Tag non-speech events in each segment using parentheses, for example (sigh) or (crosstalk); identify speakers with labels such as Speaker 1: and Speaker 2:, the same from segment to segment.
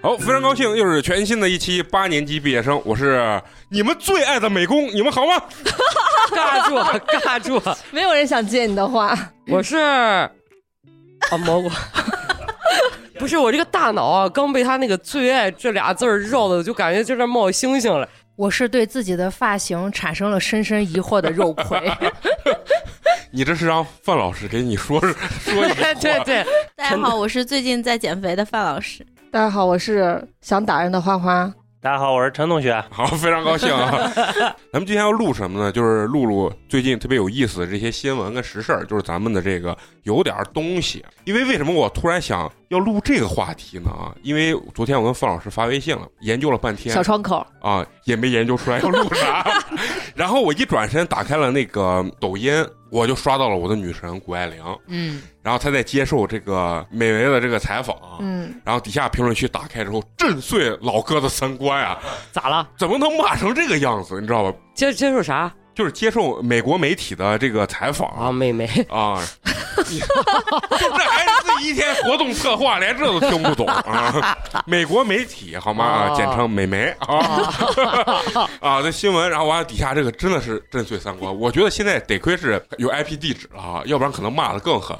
Speaker 1: 好，非常高兴，又是全新的一期八年级毕业生，我是你们最爱的美工，你们好吗？
Speaker 2: 尬住，尬住！
Speaker 3: 没有人想接你的话。
Speaker 2: 我是啊蘑菇， (laughs) 不是我这个大脑啊，刚被他那个“最爱”这俩字儿绕的，就感觉就在冒星星了。
Speaker 3: 我是对自己的发型产生了深深疑惑的肉葵。
Speaker 1: 你这是让范老师给你说说
Speaker 2: (laughs)
Speaker 1: 一
Speaker 2: 对对对，
Speaker 4: (laughs) 大家好，我是最近在减肥的范老师。
Speaker 3: 大家好，我是想打人的花花。
Speaker 5: 大家好，我是陈同学。
Speaker 1: 好，非常高兴啊！咱们今天要录什么呢？就是录录最近特别有意思的这些新闻跟时事儿，就是咱们的这个有点儿东西。因为为什么我突然想要录这个话题呢？啊，因为昨天我跟范老师发微信了，研究了半天
Speaker 3: 小窗口，
Speaker 1: 啊，也没研究出来要录啥。
Speaker 3: (laughs)
Speaker 1: 然后我一转身打开了那个抖音，我就刷到了我的女神谷爱凌，
Speaker 3: 嗯
Speaker 1: 然后她在接受这个美维的这个采访。
Speaker 3: 嗯，
Speaker 1: 然后底下评论区打开之后，震碎老哥的三观啊！
Speaker 2: 咋了？
Speaker 1: 怎么能骂成这个样子？你知道吧？
Speaker 2: 接接受啥
Speaker 1: 就是接受美国媒体的这个采访
Speaker 2: 啊，妹妹？
Speaker 1: (laughs) 啊，这还是自己一天活动策划，连这都听不懂啊！美国媒体好吗？啊
Speaker 2: 哦
Speaker 1: 简称美媒啊 (laughs) 啊！这新闻，然后完了底下这个真的是震碎三观。我觉得现在得亏是有 IP 地址了啊，要不然可能骂的更狠。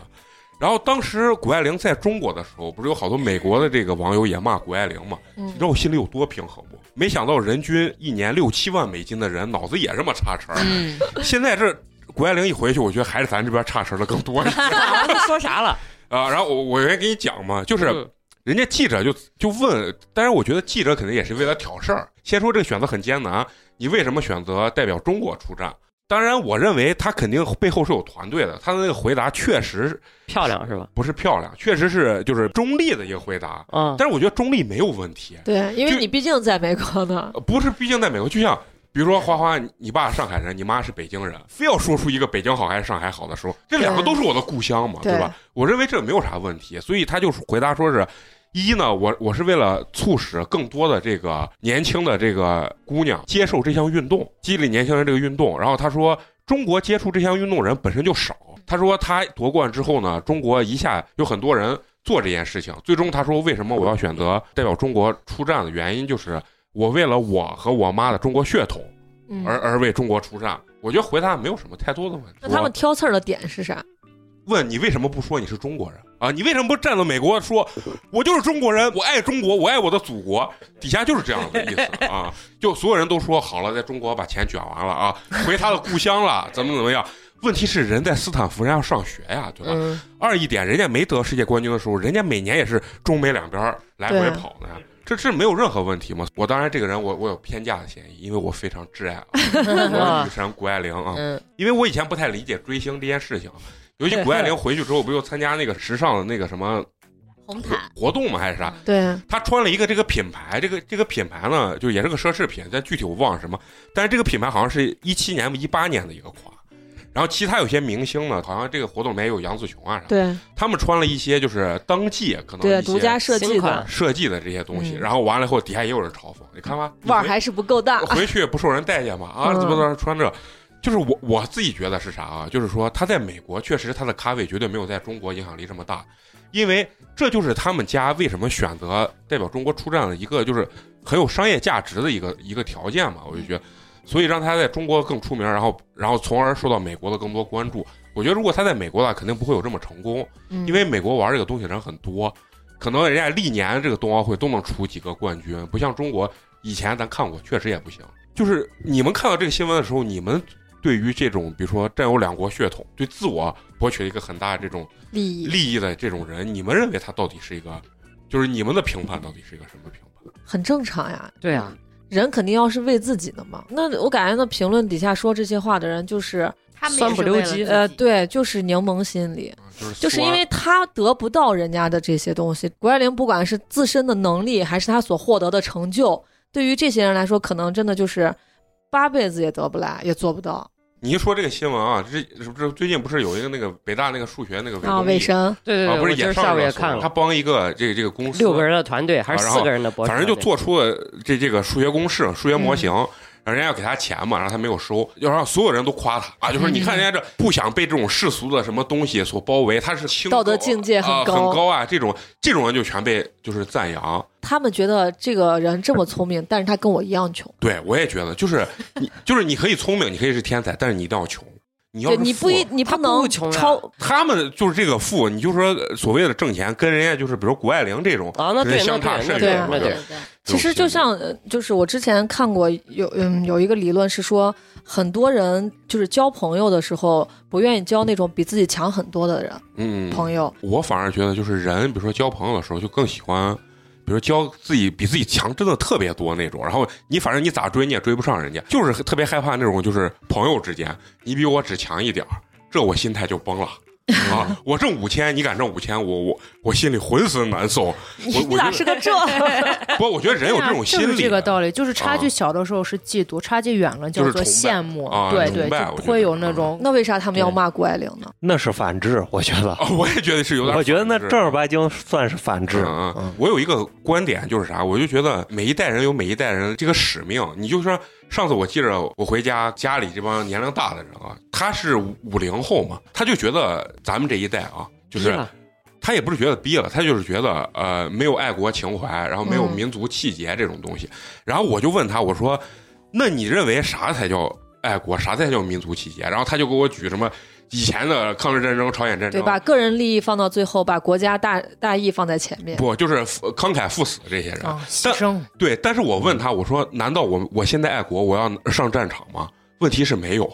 Speaker 1: 然后当时谷爱凌在中国的时候，不是有好多美国的这个网友也骂谷爱凌嘛？你知道我心里有多平衡不？没想到人均一年六七万美金的人，脑子也这么差池儿。
Speaker 2: 嗯，
Speaker 1: 现在这谷爱凌一回去，我觉得还是咱这边差池儿的更多一些
Speaker 2: (laughs) (laughs) 咋了？说啥了？
Speaker 1: 啊。然后我我原来给你讲嘛，就是
Speaker 2: (laughs) 嗯
Speaker 1: 人家记者就就问，当然我觉得记者肯定也是为了挑事儿。先说这个选择很艰难，你为什么选择代表中国出战？当然，我认为他肯定背后是有团队的，他的那个回答确实
Speaker 2: 漂亮是吧？
Speaker 1: 不是漂亮，确实是就是中立的一个回答。
Speaker 2: 嗯，
Speaker 1: 但是我觉得中立没有问题，
Speaker 3: 对，因为
Speaker 1: 就
Speaker 3: 你毕竟在美国呢。
Speaker 1: 呃不是，毕竟在美国，就像比如说花花，你你爸是上海人，你妈是北京人，非要说出一个北京好还是上海好的时候，这两个都是我的故乡嘛，
Speaker 3: 对
Speaker 1: 对吧？我认为这没有啥问题，所以他就是回答说是。一呢，我我是为了促使更多的这个年轻的这个姑娘接受这项运动，激励年轻人这个运动。然后他说，中国接触这项运动人本身就少。他说他夺冠之后呢，中国一下有很多人做这件事情。最终他说，为什么我要选择代表中国出战的原因就是我为了我和我妈的中国血统
Speaker 3: 嗯，
Speaker 1: 而而为中国出战。我觉得回答没有什么太多的问题。
Speaker 3: 那他们挑刺儿的点是啥？
Speaker 1: 问你为什么不说你是中国人啊？你为什么不站到美国说，我就是中国人，我爱中国，我爱我的祖国？底下就是这样的意思啊！就所有人都说好了，在中国把钱卷完了啊，回他的故乡了，怎么怎么样？问题是人在斯坦福人家要上学呀，对吧？
Speaker 3: 嗯，
Speaker 1: 二一点，人家没得世界冠军的时候，人家每年也是中美两边儿来回跑呢，这这没有任何问题嘛。我当然这个人我我有偏架的嫌疑，因为我非常挚爱啊
Speaker 2: (laughs)
Speaker 1: 我的女神谷爱凌啊，
Speaker 3: 嗯
Speaker 1: 因为我以前不太理解追星这件事
Speaker 3: (laughs)
Speaker 1: 情，尤其谷爱凌回去之后不又参加那个时尚的那个什么
Speaker 4: 红毯，
Speaker 1: 活动嘛还是啥，
Speaker 3: 对，
Speaker 1: 她穿了一个这个品牌，这个这个品牌呢就也是个奢侈品，但具体我忘了什么，但是这个品牌好像是一七年一八年的一个款。然后其他有些明星呢，好像这个活动里面也有杨紫琼啊啥的，
Speaker 3: 对
Speaker 1: 他们穿了一些就是当季可能
Speaker 3: 对，
Speaker 1: 一些
Speaker 3: 独家设计
Speaker 2: 新
Speaker 3: 的
Speaker 2: 款
Speaker 1: 设计的这些东西，
Speaker 3: 嗯
Speaker 1: 然后完了以后底下也有人嘲讽，你看吧，
Speaker 3: 腕儿
Speaker 1: 你
Speaker 3: 还是不够大
Speaker 1: 回。 (laughs) 回去不受人待见嘛啊，
Speaker 3: 嗯
Speaker 1: 怎么怎么穿这。就是我我自己觉得是啥啊？就是说他在美国确实他的咖位绝对没有在中国影响力这么大，因为这就是他们家为什么选择代表中国出战的一个就是很有商业价值的一个一个条件嘛，我就觉得，所以让他在中国更出名，然后然后从而受到美国的更多关注。我觉得如果他在美国的话，肯定不会有这么成功。
Speaker 3: 嗯
Speaker 1: 因为美国玩这个东西人很多，可能人家历年这个冬奥会都能出几个冠军，不像中国以前咱看过，确实也不行。就是你们看到这个新闻的时候，你们对于这种比如说占有两国血统，对自我博取一个很大这种
Speaker 3: 利益
Speaker 1: 利益的这种人，你们认为他到底是一个，就是你们的评判到底是一个什么评判？
Speaker 3: 很正常呀，
Speaker 2: 对啊，
Speaker 3: 人肯定要是为自己的嘛。那我感觉那评论底下说这些话的人，就是
Speaker 4: 他们
Speaker 2: 酸
Speaker 4: 也
Speaker 2: 不
Speaker 4: 是
Speaker 2: 溜
Speaker 4: 为了
Speaker 2: 几
Speaker 4: 自己
Speaker 3: 呃，，对，就是柠檬心理。
Speaker 1: 就是
Speaker 3: 就是
Speaker 1: 说
Speaker 3: 因为他得不到人家的这些东西。谷爱凌不管是自身的能力，还是他所获得的成就，对于这些人来说，可能真的就是八辈子也得不来，也做不到。
Speaker 1: 你一说这个新闻啊，这这最近不是有一个那个北大那个数学那个
Speaker 3: 啊，
Speaker 1: 卫
Speaker 3: 卫生
Speaker 2: 对对
Speaker 1: 啊
Speaker 2: 对，
Speaker 1: 不
Speaker 2: 我
Speaker 1: 是
Speaker 2: 今
Speaker 1: 也
Speaker 2: 儿
Speaker 1: 上
Speaker 2: 下午
Speaker 1: 热
Speaker 2: 也
Speaker 1: 搜
Speaker 2: 看
Speaker 1: 了他
Speaker 2: 了，
Speaker 1: 帮一个这个这个公司
Speaker 2: 六个人的团队还
Speaker 1: 啊
Speaker 2: 是
Speaker 1: 然
Speaker 2: 四
Speaker 1: 后
Speaker 2: 个人的博士
Speaker 1: 反正
Speaker 2: 团队，
Speaker 1: 就做出了这这个数学公式、数学模型，
Speaker 3: 嗯
Speaker 1: 然后人家要给他钱嘛，然后他没有收，要让所有人都夸他啊，就说你
Speaker 3: 嗯
Speaker 1: 看人家这不想被这种世俗的什么东西所包围，他是清
Speaker 3: 道德
Speaker 1: 高
Speaker 3: 境界很
Speaker 1: 啊
Speaker 3: 高
Speaker 1: 很高啊，这种这种人就全被就是赞扬。
Speaker 3: 他们觉得这个人这么聪明，但是他跟我一样穷。
Speaker 1: 对我也觉得，就是
Speaker 3: (laughs)
Speaker 1: 你就是你可以聪明，你可以是天才，但是你一定要穷。你要
Speaker 3: 对
Speaker 1: 是
Speaker 3: 你
Speaker 1: 富
Speaker 3: 不一，你
Speaker 2: 他
Speaker 3: 不
Speaker 2: 不
Speaker 3: 能
Speaker 2: 穷
Speaker 1: 啊
Speaker 2: 呀
Speaker 3: 超
Speaker 1: 他们就是这个富，你就说呃所谓的挣钱，跟人家就是比如谷爱凌这种
Speaker 2: 啊那对
Speaker 1: 人相
Speaker 2: 那
Speaker 1: 差
Speaker 2: 对
Speaker 1: 甚
Speaker 2: 那
Speaker 3: 对
Speaker 1: 远嘛。
Speaker 2: 那对
Speaker 1: 就
Speaker 4: 对
Speaker 1: 是
Speaker 4: 对，
Speaker 1: 这种
Speaker 3: 其实
Speaker 1: 心
Speaker 3: 就
Speaker 1: 理
Speaker 3: 像，呃就是我之前看过有嗯有一个理论是说，很多人就是交朋友的时候不愿意交那种比自己强很多的人、
Speaker 1: 嗯，
Speaker 3: 朋友。
Speaker 1: 我反而觉得，就是人，比如说交朋友的时候，就更喜欢，比如交自己比自己强真的特别多那种。然后你反正你咋追你也追不上人家，就是特别害怕那种，就是朋友之间你比我只强一点儿，这我心态就崩了。啊！
Speaker 5: (laughs)
Speaker 1: 我挣五千，你敢挣五千，我我我心里浑身难受。我我觉得
Speaker 3: 个这？ (laughs)
Speaker 1: 不，我觉得人有这种心理
Speaker 5: 正是
Speaker 1: 的，
Speaker 5: 这个道理，哎就是
Speaker 1: 啊
Speaker 5: 差距小的时候是嫉妒，差距远了
Speaker 1: 就
Speaker 5: 叫
Speaker 1: 是
Speaker 5: 做
Speaker 1: 崇拜
Speaker 5: 羡慕
Speaker 1: 啊，
Speaker 5: 对
Speaker 1: 崇
Speaker 5: 对，
Speaker 1: 拜
Speaker 5: 就
Speaker 1: 我觉
Speaker 5: 会
Speaker 1: 得
Speaker 5: 有
Speaker 1: 啊
Speaker 5: 那种
Speaker 3: 那为啥他们要骂谷爱凌呢？
Speaker 6: 那是反制，我觉得。
Speaker 1: 啊，我也觉得是有点反制。
Speaker 6: 我觉得那正儿八经算是反制。
Speaker 1: 嗯嗯
Speaker 6: 嗯，，
Speaker 1: 我有一个观点就是啥，我就觉得每一代人有每一代人这个使命。你就说上次我记着我回家，家里这帮年龄大的人啊，他是五零后嘛，他就觉得咱们这一代啊，就是
Speaker 2: 吧
Speaker 1: 他也不是觉得逼了，他就是觉得呃没有爱国情怀，然后没有民族气节这种东西。然后我就问他，我说那你认为啥才叫爱国，啥才叫民族气节？然后他就给我举什么以前的抗日战争、朝鲜战
Speaker 3: 对，
Speaker 1: 争，
Speaker 3: 把个人利益放到最后，把国家大大义放在前面。
Speaker 1: 不就是呃慷慨赴死这些人？
Speaker 5: 啊
Speaker 1: 但
Speaker 5: 牺牲。
Speaker 1: 对，但是我问他，我说：“难道我我现在爱国，我要上战场吗？”问题是没有，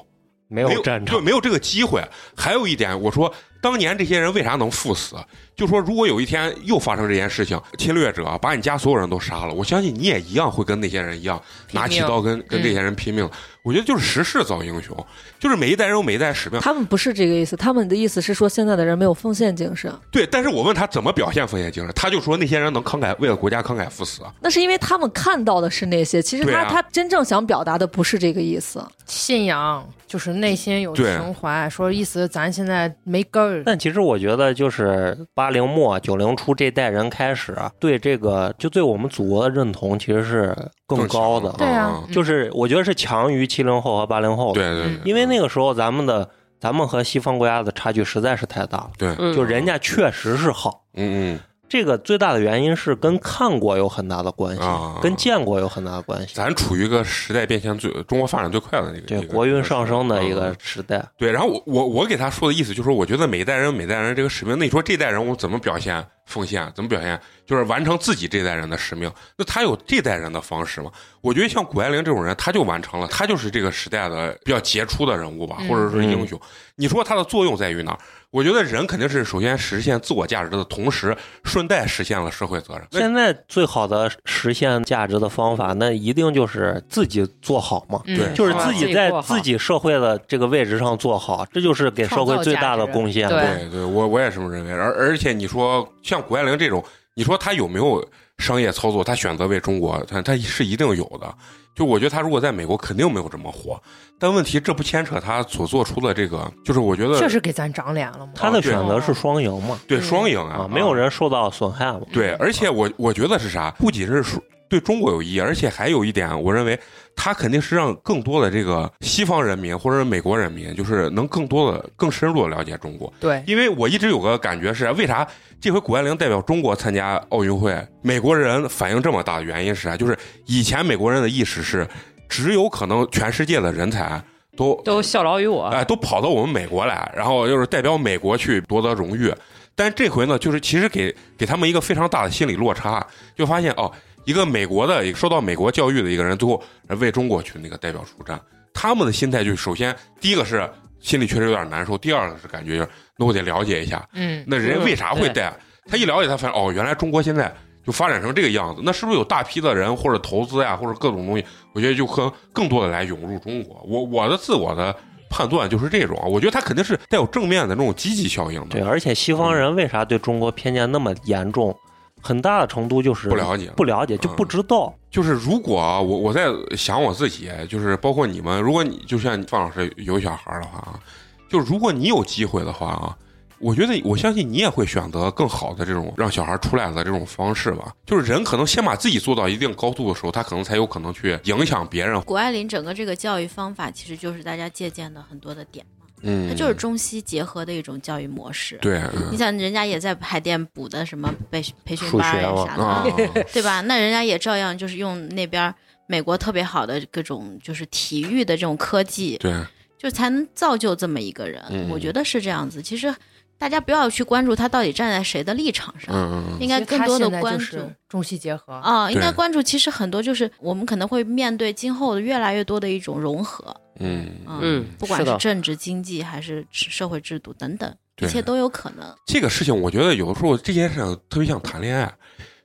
Speaker 6: 没
Speaker 1: 没
Speaker 6: 有战
Speaker 1: 对，
Speaker 6: 场，
Speaker 1: 没有这个机会。还有一点，我说当年这些人为啥能赴死？就说如果有一天又发生这件事情，侵略者把你家所有人都杀了，我相信你也一样会跟那些人一样，
Speaker 5: 拼
Speaker 1: 拿起
Speaker 5: 命
Speaker 1: 刀跟跟这些人拼命。我觉得就是时势造英雄，就是每一代人有每一代使命。
Speaker 3: 他们不是这个意思，他们的意思是说现在的人没有奉献精神，
Speaker 1: 对，但是我问他怎么表现奉献精神，他就说那些人能慷慨为了国家慷慨赴死。
Speaker 3: 那是因为他们看到的是那些，其实
Speaker 1: 对
Speaker 3: 他、
Speaker 1: 啊
Speaker 3: 他真正想表达的不是这个意思。
Speaker 5: 信仰就是内心有
Speaker 1: 对
Speaker 5: 情怀，说意思咱现在没根儿，
Speaker 6: 但其实我觉得，就是八零末九零初这代人开始啊，对这个就对我们祖国的认同其实是更高的，
Speaker 1: 更强
Speaker 5: 对啊
Speaker 1: 嗯，
Speaker 5: 嗯
Speaker 6: 就是我觉得是强于七零后和八零后的，
Speaker 1: 对对对，
Speaker 6: 因为那个时候咱们的咱们和西方国家的差距实在是太大了，
Speaker 1: 对，
Speaker 2: 嗯
Speaker 6: 就人家确实是好。
Speaker 1: 嗯嗯，
Speaker 6: 这个最大的原因是跟看过有很大的关系
Speaker 1: 啊，
Speaker 6: 跟见过有很大的关系。
Speaker 1: 咱处于一个时代变迁最中国发展最快的那个
Speaker 6: 对
Speaker 1: 一个
Speaker 6: 国运上升的一
Speaker 1: 嗯
Speaker 6: 个时代，
Speaker 1: 对，然后我我我给他说的意思就是，我觉得每一代人有每代人这个使命，那你说这代人我怎么表现奉献，啊怎么表现就是完成自己这代人的使命，那他有这代人的方式吗？我觉得像谷爱凌这种人，他就完成了，他就是这个时代
Speaker 6: 嗯
Speaker 1: 的比较杰出的人物吧，
Speaker 5: 嗯
Speaker 1: 或者说是英雄。你说他的作用在于哪儿？我觉得人肯定是首先实现自我价值的同时，顺带实现了社会责任。那
Speaker 6: 现在最好的实现价值的方法，那一定就是自己做好嘛，
Speaker 5: 嗯
Speaker 1: 对
Speaker 6: 就是
Speaker 2: 啊
Speaker 6: 自
Speaker 2: 自
Speaker 6: 己
Speaker 2: 己
Speaker 6: 在
Speaker 2: 做好
Speaker 6: 自己社会的这个位置上做好，这就是给社会最大的贡献。
Speaker 5: 创造价值
Speaker 1: 对对，我我也这么认为。而而且你说像谷爱凌这种，你说她有没有商业操作？她选择为中国，她她是一定有的。就我觉得她如果在美国，肯定没有这么火。但问题这不牵扯她所做出的这个，就是我觉得
Speaker 5: 这是给咱长脸了吗？
Speaker 6: 他
Speaker 1: 啊
Speaker 6: 的
Speaker 1: 对
Speaker 6: 选择是双赢嘛，
Speaker 1: 对双赢啊
Speaker 6: 啊，没有人受到损害嘛。
Speaker 1: 对，而且我我觉得是啥？不仅是说对中国有益，而且还有一点，我认为它肯定是让更多的这个西方人民或者是美国人民，就是能更多的、更深入的了解中国。
Speaker 5: 对，
Speaker 1: 因为我一直有个感觉是，为啥这回谷爱凌代表中国参加奥运会，美国人反应这么大的原因是啥？就是以前美国人的意识是，只有可能全世界的人才都
Speaker 2: 都效劳于我，
Speaker 1: 哎、都跑到我们美国来，然后就是代表美国去夺得荣誉。但这回呢，就是其实给给他们一个非常大的心理落差，就发现哦，一个美国的受到美国教育的一个人，最后为中国去那个代表出战，他们的心态就是首先第一个是心里确实有点难受，第二个是感觉就是那我得了解一下，
Speaker 5: (laughs) 嗯，
Speaker 1: 那人为啥会带？啊他一了解，他发现哦，原来中国现在就发展成这个样子，那是不是有大批的人或者投资呀，或者各种东西？我觉得就更更多的来涌入中国。我我的自我的判断就是这种，啊我觉得他肯定是带有正面的那种积极效应
Speaker 6: 对，啊
Speaker 1: 的。
Speaker 6: 而且西方人为啥对中国偏见那么严重？很大的程度就是
Speaker 1: 不了解嗯
Speaker 6: 不了解就不知道。
Speaker 1: 就是如果啊我我在想我自己，就是包括你们，如果你就像范老师有小孩儿的话啊，就如果你有机会的话啊，我觉得我相信你也会选择更好的这种让小孩出来的这种方式吧。就是人可能先把自己做到一定高度的时候，他可能才有可能去影响别人。
Speaker 4: 谷爱凌整个这个教育方法，其实就是大家借鉴的很多的点嘛，
Speaker 1: 嗯，
Speaker 4: 它就是中西结合的一种教育模式。
Speaker 1: 对，
Speaker 4: 你
Speaker 1: 嗯
Speaker 4: 想，人家也在海淀补的什么培培训班儿
Speaker 6: 数学
Speaker 4: 呀啥的， (laughs)
Speaker 1: 啊，
Speaker 4: 对吧？那人家也照样就是用那边儿美国特别好的各种就是体育的这种科技，
Speaker 1: 对，
Speaker 4: 就才能造就这么一个人。
Speaker 1: 嗯
Speaker 4: 我觉得是这样子。其实大家不要去关注他到底站在谁的立场上，
Speaker 1: 嗯嗯
Speaker 4: 应该更多
Speaker 5: 其
Speaker 4: 的
Speaker 5: 实他现在
Speaker 4: 关
Speaker 5: 就
Speaker 4: 注
Speaker 5: 是中西结合。
Speaker 4: 啊、应该
Speaker 1: 对
Speaker 4: 关注。其实很多就是我们可能会面对今后越来越多的一种融合，
Speaker 1: 嗯嗯，
Speaker 2: 嗯
Speaker 4: 不管
Speaker 2: 是
Speaker 4: 是
Speaker 2: 的
Speaker 4: 政治、经济还是社会制度等等，一
Speaker 1: 对
Speaker 4: 切都有可能。
Speaker 1: 这个事情，我觉得有的时候这件事情特别像谈恋爱，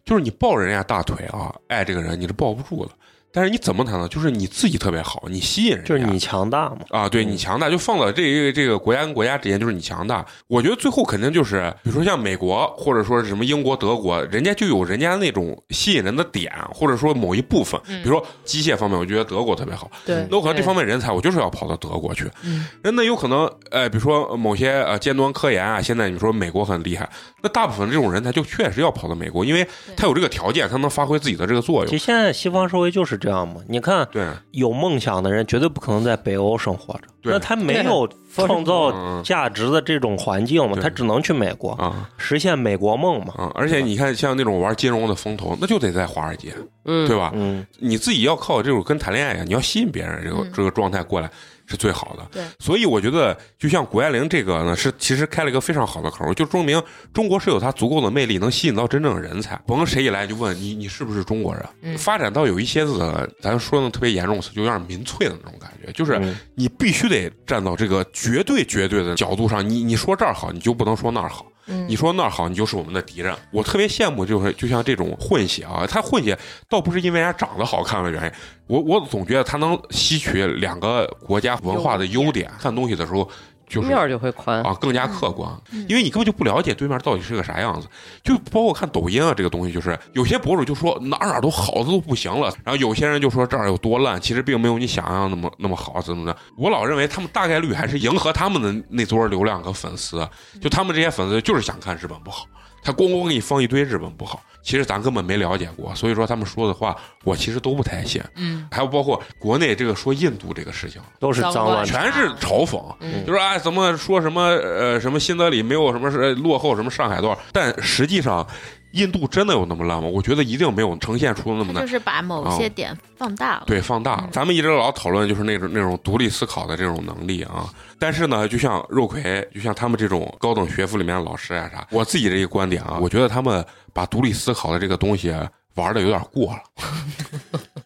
Speaker 1: 就是你抱人家大腿啊，爱这个人你是抱不住的。但是你怎么谈呢？就是你自己特别好，你吸引人家，
Speaker 6: 就是你嗯强大嘛，
Speaker 1: 啊，对你强大，就放到这个这个国家跟国家之间，就是你强大。我觉得最后肯定就是，比如说像美国或者说是什么英国、德国，人家就有人家那种吸引人的点，或者说某一部分，
Speaker 5: 嗯
Speaker 1: 比如说机械方面，我觉得德国特别好。
Speaker 5: 对，
Speaker 1: 那我可能这
Speaker 5: 对
Speaker 1: 方面人才，我就是要跑到德国去。
Speaker 5: 嗯
Speaker 1: 人那有可能，呃，比如说呃某些呃尖端科研啊，现在你说美国很厉害，那大部分这种人才就确实要跑到美国，因为他有这个条件，他能发挥自己的这个作
Speaker 6: 其实
Speaker 1: 用。
Speaker 6: 现在西方社会就是这样嘛。你看，
Speaker 1: 对，
Speaker 6: 有梦想的人绝对不可能在北欧生活着，
Speaker 1: 对
Speaker 6: 那他没有创造
Speaker 1: 嗯
Speaker 6: 价值的这种环境嘛，
Speaker 1: 对
Speaker 6: 他只能去美国
Speaker 1: 啊
Speaker 6: 实现美国梦嘛。
Speaker 1: 啊！而且你看，像那种玩金融的风投，那就得在华尔街，
Speaker 2: 嗯，
Speaker 1: 对吧？
Speaker 6: 嗯，
Speaker 1: 你自己要靠这种跟谈恋爱一样，啊你要吸引别人这个、
Speaker 4: 嗯
Speaker 1: 这个状态过来是最好的。
Speaker 4: 对，
Speaker 1: 所以我觉得就像谷爱凌这个呢，是其实开了一个非常好的口，就说明中国是有它足够的魅力，能吸引到真正的人才。甭谁一来就问你你是不是中国人，啊
Speaker 5: 嗯
Speaker 1: 发展到有一些子，咱说的特别严重的词，就有点民粹的那种感觉，就是
Speaker 6: 嗯
Speaker 1: 你必须得站到这个绝对绝对的角度上，你你说这儿好，你就不能说那儿好。
Speaker 5: 嗯
Speaker 1: 你说那儿好，你就是我们的敌人。我特别羡慕，就是就像这种混血啊，他混血倒不是因为人家长得好看的原因，我我总觉得他能吸取两个国家文化的优点，看东西的时候就是
Speaker 2: 面儿就会宽。
Speaker 1: 啊更加客观，
Speaker 4: 嗯
Speaker 1: 因为你根本就不了解对面到底是个啥样子。就包括看抖音啊，这个东西就是有些博主就说哪儿哪儿都好的都不行了，然后有些人就说这儿有多烂，其实并没有你想象那么那么好，怎么的？我老认为他们大概率还是迎合他们的那撮流量和粉丝，就他们这些粉丝就是想看日本不好。他咣咣给你放一堆日本不好，其实咱根本没了解过，所以说他们说的话我其实都不太信。
Speaker 5: 嗯，
Speaker 1: 还有包括国内这个说印度这个事情，
Speaker 6: 都是脏乱差。
Speaker 1: 全是嘲讽，
Speaker 5: 嗯
Speaker 1: 就是啊、哎，怎么说什么呃什么新德里没有什么是落后什么上海多少，但实际上印度真的有那么烂吗？我觉得一定没有呈现出那么
Speaker 4: 他
Speaker 1: 烂
Speaker 4: 就。是嗯把某些点放大了。
Speaker 1: 对，放大了。咱们一直老讨论就是那种那种独立思考的这种能力啊，但是呢，就像肉葵，就像他们这种高等学府里面的老师呀、啥，我自己这一观点啊，我觉得他们把独立思考的这个东西玩的有点过了，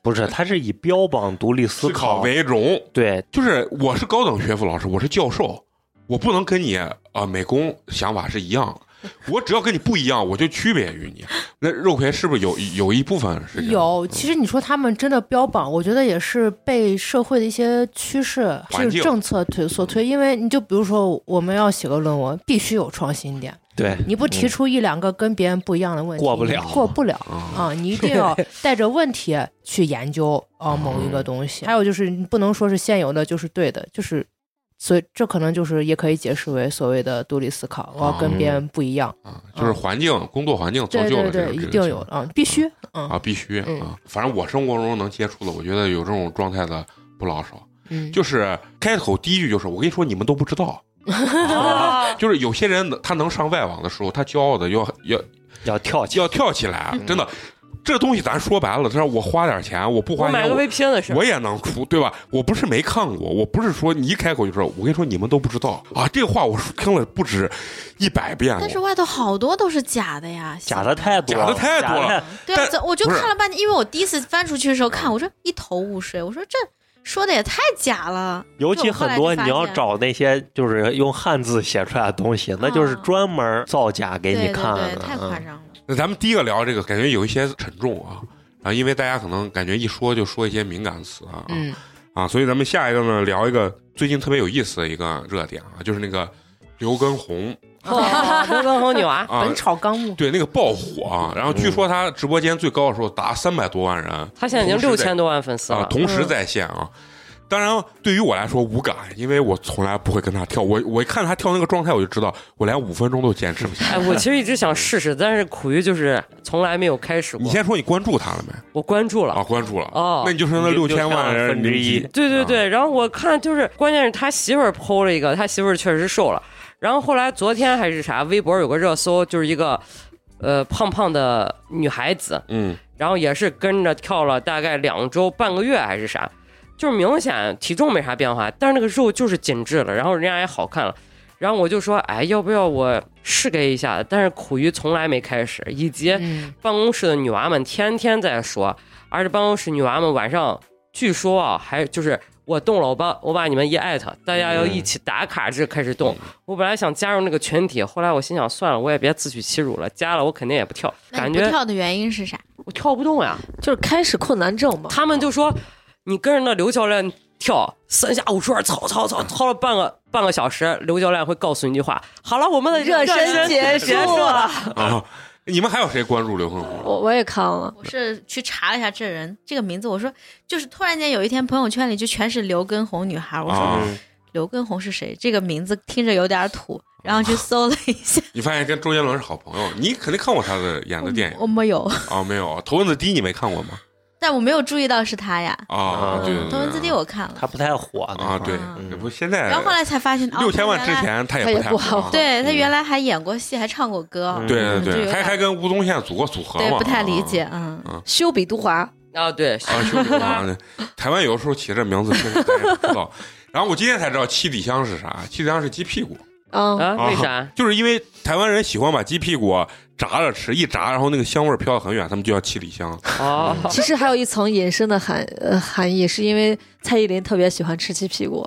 Speaker 6: 不是，他是以标榜独立思
Speaker 1: 思考为荣，
Speaker 6: 对，
Speaker 1: 就是我是高等学府老师，我是教授，我不能跟你啊、呃美工想法是一样的，我只要跟你不一样，我就区别于你。那肉葵是不是有有一部分是这样嗯
Speaker 5: 有，其实你说他们真的标榜，我觉得也是被社会的一些趋势、
Speaker 1: 环
Speaker 5: 这
Speaker 1: 境
Speaker 5: 个政策推所推。因为你就比如说，我们要写个论文，必须有创新点，
Speaker 6: 对，
Speaker 5: 你不提出一两个跟别人不一样的问题，
Speaker 6: 过不
Speaker 5: 你
Speaker 6: 了
Speaker 5: 过不了
Speaker 1: 啊？
Speaker 5: 啊！你一定要带着问题去研究啊某一个东西。还有就是，你不能说是现有的就是对的，就是。所以这可能就是也可以解释为所谓的独立思考，我要跟别人不一样。
Speaker 1: 啊，就是环境、工作环境造
Speaker 5: 对
Speaker 1: 就
Speaker 5: 对
Speaker 1: 了这个
Speaker 5: 对，
Speaker 1: 这
Speaker 5: 一
Speaker 1: 个
Speaker 5: 定
Speaker 1: 情
Speaker 5: 有
Speaker 1: 况
Speaker 5: 的啊，必须
Speaker 1: 啊，
Speaker 5: 嗯
Speaker 1: 必须
Speaker 5: 嗯
Speaker 1: 啊。反正我生活中能接触的，我觉得有这种状态的不老少。
Speaker 5: 嗯，
Speaker 1: 就是开口第一句就是我跟你说，你们都不知道。啊就是有些人他能上外网的时候，他骄傲的要要
Speaker 6: 要跳起来。
Speaker 1: 要跳起来，啊
Speaker 2: 嗯
Speaker 1: 真的。这东西咱说白了，他说我花点钱，我不
Speaker 2: 我
Speaker 1: 花钱，
Speaker 2: 买个
Speaker 1: 我
Speaker 2: VPN 的事儿，
Speaker 1: 我也能出，对吧？我不是没看过，我不是说你一开口就说，我跟你说你们都不知道啊，这个话我听了不止一百遍了。
Speaker 4: 但是外头好多都是假的呀，
Speaker 6: 假的太多
Speaker 1: 假
Speaker 6: 了，
Speaker 1: 的太多了
Speaker 6: 假的
Speaker 4: 对啊
Speaker 1: 但，
Speaker 4: 这我就
Speaker 1: 不是哦
Speaker 4: 看了半天，因为我第一次翻出去的时候看，我说一头雾水，我说这说的也太假了。
Speaker 6: 尤其很多
Speaker 4: 就我后来就发
Speaker 6: 你
Speaker 4: 现
Speaker 6: 要找那些就是用汉字写出来的东西，那就是专门造假给哎你
Speaker 4: 嗯对
Speaker 6: 看
Speaker 4: 对
Speaker 6: 的。
Speaker 4: 对，太夸
Speaker 6: 嗯
Speaker 4: 张了。
Speaker 1: 那咱们第一个聊这个，感觉有一些沉重啊，然、后因为大家可能感觉一说就说一些敏感词啊，
Speaker 5: 嗯
Speaker 1: 啊，所以咱们下一个呢聊一个最近特别有意思的一个热点啊，就是那个刘畊宏
Speaker 2: 灯光红女娃，
Speaker 1: 啊
Speaker 5: 本草纲目，
Speaker 1: 对，那个爆火啊！然后
Speaker 6: 嗯
Speaker 1: 据说他直播间最高的时候达三百多万人，
Speaker 2: 她现在已经六千多万粉丝
Speaker 1: 啊
Speaker 2: 了，，
Speaker 1: 同时在线啊。当然，对于我来说无感，因为我从来不会跟他跳。我我一看他跳那个状态，我就知道我连五分钟都坚持不下来。
Speaker 2: 哎，我其实一直想试试，但是苦于就是从来没有开始
Speaker 1: 你
Speaker 2: 过。
Speaker 1: 先说你关注他了没？
Speaker 2: 我关注
Speaker 1: 啊，
Speaker 2: 了，
Speaker 1: 关注了。
Speaker 2: 哎哦
Speaker 1: 那你就剩那
Speaker 6: 你就
Speaker 1: 六千万人
Speaker 6: 分之一
Speaker 1: 零
Speaker 2: 对对
Speaker 1: 啊
Speaker 2: 对，然后我看就是，关键是他媳妇儿剖了一个，他媳妇儿确实瘦了。然后后来昨天还是啥，微博有个热搜，就是一个呃胖胖的女孩子，
Speaker 1: 嗯，
Speaker 2: 然后也是跟着跳了大概两周半个月还是啥，就是明显体重没啥变化，但是那个肉就是紧致了，然后人家也好看了。然后我就说，哎，要不要我试给一下？但是苦于从来没开始，以及
Speaker 5: 嗯，
Speaker 2: 办公室的女娃们天天在说，而且办公室女娃们晚上据说啊，还就是我动了，我把我把你们一艾特，大家要一起打卡制开始动。
Speaker 4: 嗯
Speaker 2: 我本来想加入那个群体，后来我心想算了，我也别自取其辱了，加了我肯定也不跳，
Speaker 4: 那
Speaker 2: 感
Speaker 4: 你不
Speaker 2: 觉
Speaker 4: 跳的原因是啥？
Speaker 2: 我跳不动啊呀。
Speaker 3: 就是开始困难症嘛。
Speaker 2: 他们就
Speaker 1: 哦
Speaker 2: 说你跟着那刘教练跳三下五除二，操操
Speaker 1: 嗯
Speaker 2: 操，操了半个半个小时，刘教练会告诉你一句话：好了，我们的
Speaker 3: 热身
Speaker 2: 身
Speaker 3: 结束
Speaker 2: 束了。
Speaker 1: 啊，你们还有谁关注刘畊宏？
Speaker 3: 我我也看了，
Speaker 4: 我是去查了一下这人这个名字，我说就是突然间有一天朋友圈里就全是刘畊宏女孩，我说、
Speaker 1: 啊，
Speaker 6: 嗯
Speaker 4: 刘畊宏是谁？这个名字听着有点土，然后
Speaker 1: 哦
Speaker 4: 去搜了一下，
Speaker 1: 你发现跟周杰伦是好朋友，你肯定看过他的演的电影
Speaker 4: 嗯我没有， (laughs)
Speaker 1: 啊？没有，《头文字 D》你没看过吗？
Speaker 4: 但我没有注意到是他呀。
Speaker 1: 啊，对对
Speaker 4: 嗯，
Speaker 1: 对，
Speaker 4: 头文字 D 我看
Speaker 6: 他
Speaker 4: 了，
Speaker 6: 不太火那
Speaker 1: 啊，
Speaker 6: 会儿
Speaker 1: 对
Speaker 4: 嗯，
Speaker 1: 这不现在
Speaker 4: 然后后来才发现，哦
Speaker 1: 六千万之，
Speaker 4: 他原来
Speaker 1: 前他
Speaker 3: 他
Speaker 1: 也
Speaker 3: 也
Speaker 1: 太
Speaker 3: 不
Speaker 1: 火
Speaker 3: 好
Speaker 4: 对他原来还演过戏，还唱过歌，
Speaker 6: 嗯
Speaker 1: 对
Speaker 4: 就
Speaker 1: 对对，
Speaker 4: 有
Speaker 1: 还
Speaker 4: 点
Speaker 1: 还跟吴宗宪组过组合
Speaker 4: 对
Speaker 1: 嘛，
Speaker 4: 不太
Speaker 1: 啊
Speaker 4: 理解，嗯，
Speaker 3: 修比都华，
Speaker 2: 啊，对，
Speaker 1: 啊，兄弟啊，台湾有时候起这名字确实咱也不知道。然后我今天才知道七里香是啥，七里香是鸡屁股，
Speaker 3: 嗯，
Speaker 2: 啊，为啥？
Speaker 1: 就是因为台湾人喜欢把鸡屁股啊炸着吃，一炸然后那个香味儿飘得很远，他们就叫七里香。
Speaker 2: 哦，
Speaker 3: 其实还有一层隐身的含呃含义，是因为蔡依林特别喜欢吃鸡屁股，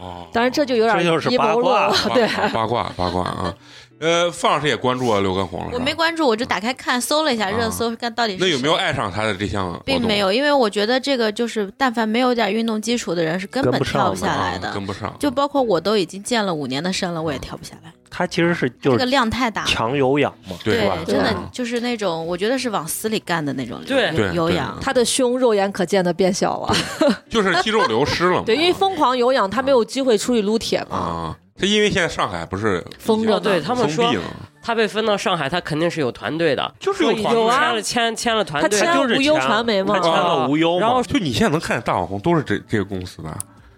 Speaker 1: 哦，
Speaker 3: 当然这就有点
Speaker 6: 这就是
Speaker 3: 阴谋论了
Speaker 6: 八，
Speaker 1: 八啊
Speaker 3: (laughs) 对，
Speaker 1: 八卦八卦啊。呃，范老师也关注了刘畊宏了，
Speaker 4: 我
Speaker 1: 是吧
Speaker 4: 没关注，我就打开看，搜了一下
Speaker 1: 啊
Speaker 4: 热搜，看到底是
Speaker 1: 嗯那有没有
Speaker 4: 谁
Speaker 1: 爱上他的这项活动？啊
Speaker 4: 并没有，因为我觉得这个就是，但凡没有点运动基础的人是根
Speaker 6: 跟
Speaker 4: 本
Speaker 6: 不上
Speaker 4: 跳不下来
Speaker 1: 啊
Speaker 4: 的。
Speaker 1: 跟不上。
Speaker 4: 就包括我都已经健了五年的身了，我也跳不下来，
Speaker 6: 他其实是就
Speaker 4: 这个
Speaker 6: 是
Speaker 4: 量太大了。
Speaker 6: 强有氧嘛，
Speaker 1: 对吧？嗯
Speaker 4: 真
Speaker 3: 对
Speaker 4: 的
Speaker 3: 啊
Speaker 4: 就是那种，我觉得是往死里干的那种
Speaker 2: 对
Speaker 4: 有
Speaker 1: 对
Speaker 4: 有
Speaker 1: 对
Speaker 4: 氧。
Speaker 3: 他的胸肉眼可见的变小了，
Speaker 1: 就是肌肉流失了嘛。
Speaker 3: 对，因为疯狂有氧，他没有机会出去撸铁嘛，
Speaker 1: 啊，他因为现在上海不是
Speaker 3: 封着
Speaker 2: 哦对他们说
Speaker 1: 封闭了吗
Speaker 2: 他被分到上海，他肯定是有团队的，
Speaker 1: 就是有团队
Speaker 2: 有啊签了签签了团
Speaker 3: 他
Speaker 2: 队，
Speaker 3: 签
Speaker 6: 就是
Speaker 3: 了无忧
Speaker 6: 强
Speaker 3: 传媒嘛
Speaker 6: 他，签了无忧嘛，
Speaker 2: 然后
Speaker 1: 哦就你现在能看见大网红都是这这个公司的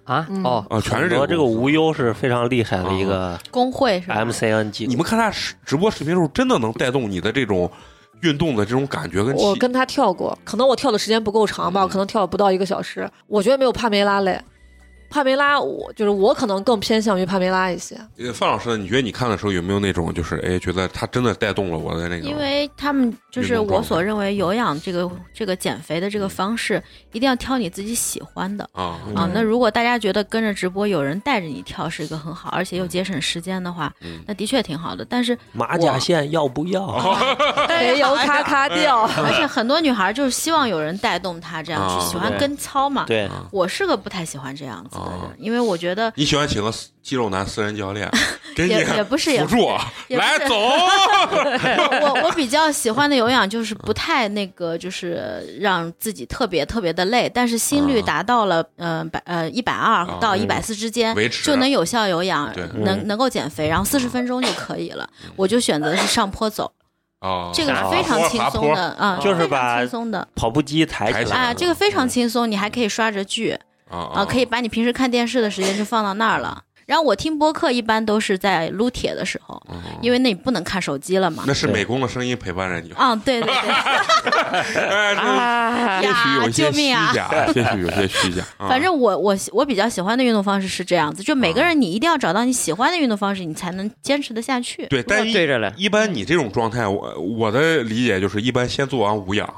Speaker 2: 啊
Speaker 3: 嗯，
Speaker 2: 哦，
Speaker 1: 啊，全是这
Speaker 6: 我
Speaker 1: 个
Speaker 6: 这个
Speaker 1: 公司
Speaker 6: 无忧是非常厉害的一个
Speaker 4: 工会是吧？
Speaker 6: MCN 机
Speaker 1: 你
Speaker 6: 构。
Speaker 1: 们看他视直播视频的时候，真的能带动你的这种运动的这种感觉跟
Speaker 3: 我
Speaker 1: 气。
Speaker 3: 跟他跳过，可能我跳的时间不够长吧，我可能跳不到一个小时。我觉得没有帕梅拉累，帕梅拉我就是我可能更偏向于帕梅拉一些。
Speaker 1: 呃范老师，你觉得你看的时候有没有那种就是哎，觉得他真的带动了我的那个？
Speaker 4: 因为他们就是
Speaker 1: 运动
Speaker 4: 我
Speaker 1: 状态嗯
Speaker 4: 所认为有氧这个这个减肥的这个方式，一定要挑你自己喜欢的
Speaker 1: 啊
Speaker 4: 啊
Speaker 3: 嗯。
Speaker 4: 那如果大家觉得跟着直播有人带着你跳是一个很好，而且又节省时间的话，
Speaker 1: 嗯
Speaker 4: 那的确挺好的。
Speaker 1: (laughs)
Speaker 4: 但是
Speaker 6: 马甲线要不要？
Speaker 1: 啊
Speaker 4: 哎
Speaker 3: 没有咔咔掉，
Speaker 4: 而且很多女孩就是希望有人带动她这样
Speaker 1: 啊
Speaker 4: 去，喜欢
Speaker 6: 对
Speaker 4: 跟操嘛。
Speaker 6: 对，
Speaker 4: 我是个不太喜欢这样子的
Speaker 1: 啊
Speaker 4: 人，因为我觉得
Speaker 1: 你喜欢请个私肌肉男私人教
Speaker 4: (laughs)
Speaker 1: 练，给你
Speaker 4: 也也不是也
Speaker 1: 辅
Speaker 4: 不是
Speaker 1: 助啊，
Speaker 4: 也不是
Speaker 1: 来走。
Speaker 4: (laughs) 我我比较喜欢的有氧就是
Speaker 1: 嗯
Speaker 4: 不太那个，就是让自己特别特别的累，但是心率
Speaker 1: 啊
Speaker 4: 达到了呃百呃一百二
Speaker 1: 啊
Speaker 4: 到
Speaker 1: 嗯
Speaker 4: 一百四之间
Speaker 1: 维持，
Speaker 4: 就能有效有氧
Speaker 1: 对，嗯
Speaker 4: 能
Speaker 6: 嗯
Speaker 4: 能够减肥，然后四十分钟就可以了。我就选择是上坡走，
Speaker 1: 啊，
Speaker 4: 这个是非常轻松的啊，
Speaker 6: 就是
Speaker 4: 非常
Speaker 6: 把
Speaker 4: 轻松的。
Speaker 6: 跑步机抬
Speaker 1: 抬
Speaker 6: 起
Speaker 1: 起
Speaker 6: 来
Speaker 1: 来。
Speaker 4: 啊，这个非
Speaker 1: 嗯
Speaker 4: 常轻松，你还可以刷着剧
Speaker 1: 啊啊
Speaker 4: 啊，可以把你平时看电视的时间就放到那儿了。然后我听播客一般都是在撸铁的时候，因为那你不能看手机了嘛。
Speaker 1: 哦那是嗯美工的声音陪伴着你。
Speaker 4: 啊，对对
Speaker 1: (laughs)
Speaker 4: 对。
Speaker 1: 哎，这
Speaker 2: 啊，
Speaker 1: 些许有
Speaker 4: 呀
Speaker 1: 些
Speaker 4: 救命啊
Speaker 1: 虚假，些许有些虚假。啊
Speaker 4: (laughs) 反正我我喜我比较喜欢的运动方式是这样子，就每
Speaker 1: 嗯
Speaker 4: 个人你一定要找到你喜欢的运动方式，你才能坚持得下去。
Speaker 1: 对，但一
Speaker 2: 对着嘞，
Speaker 1: 一般你这种状态，我我的理解就是，一般先做完无氧，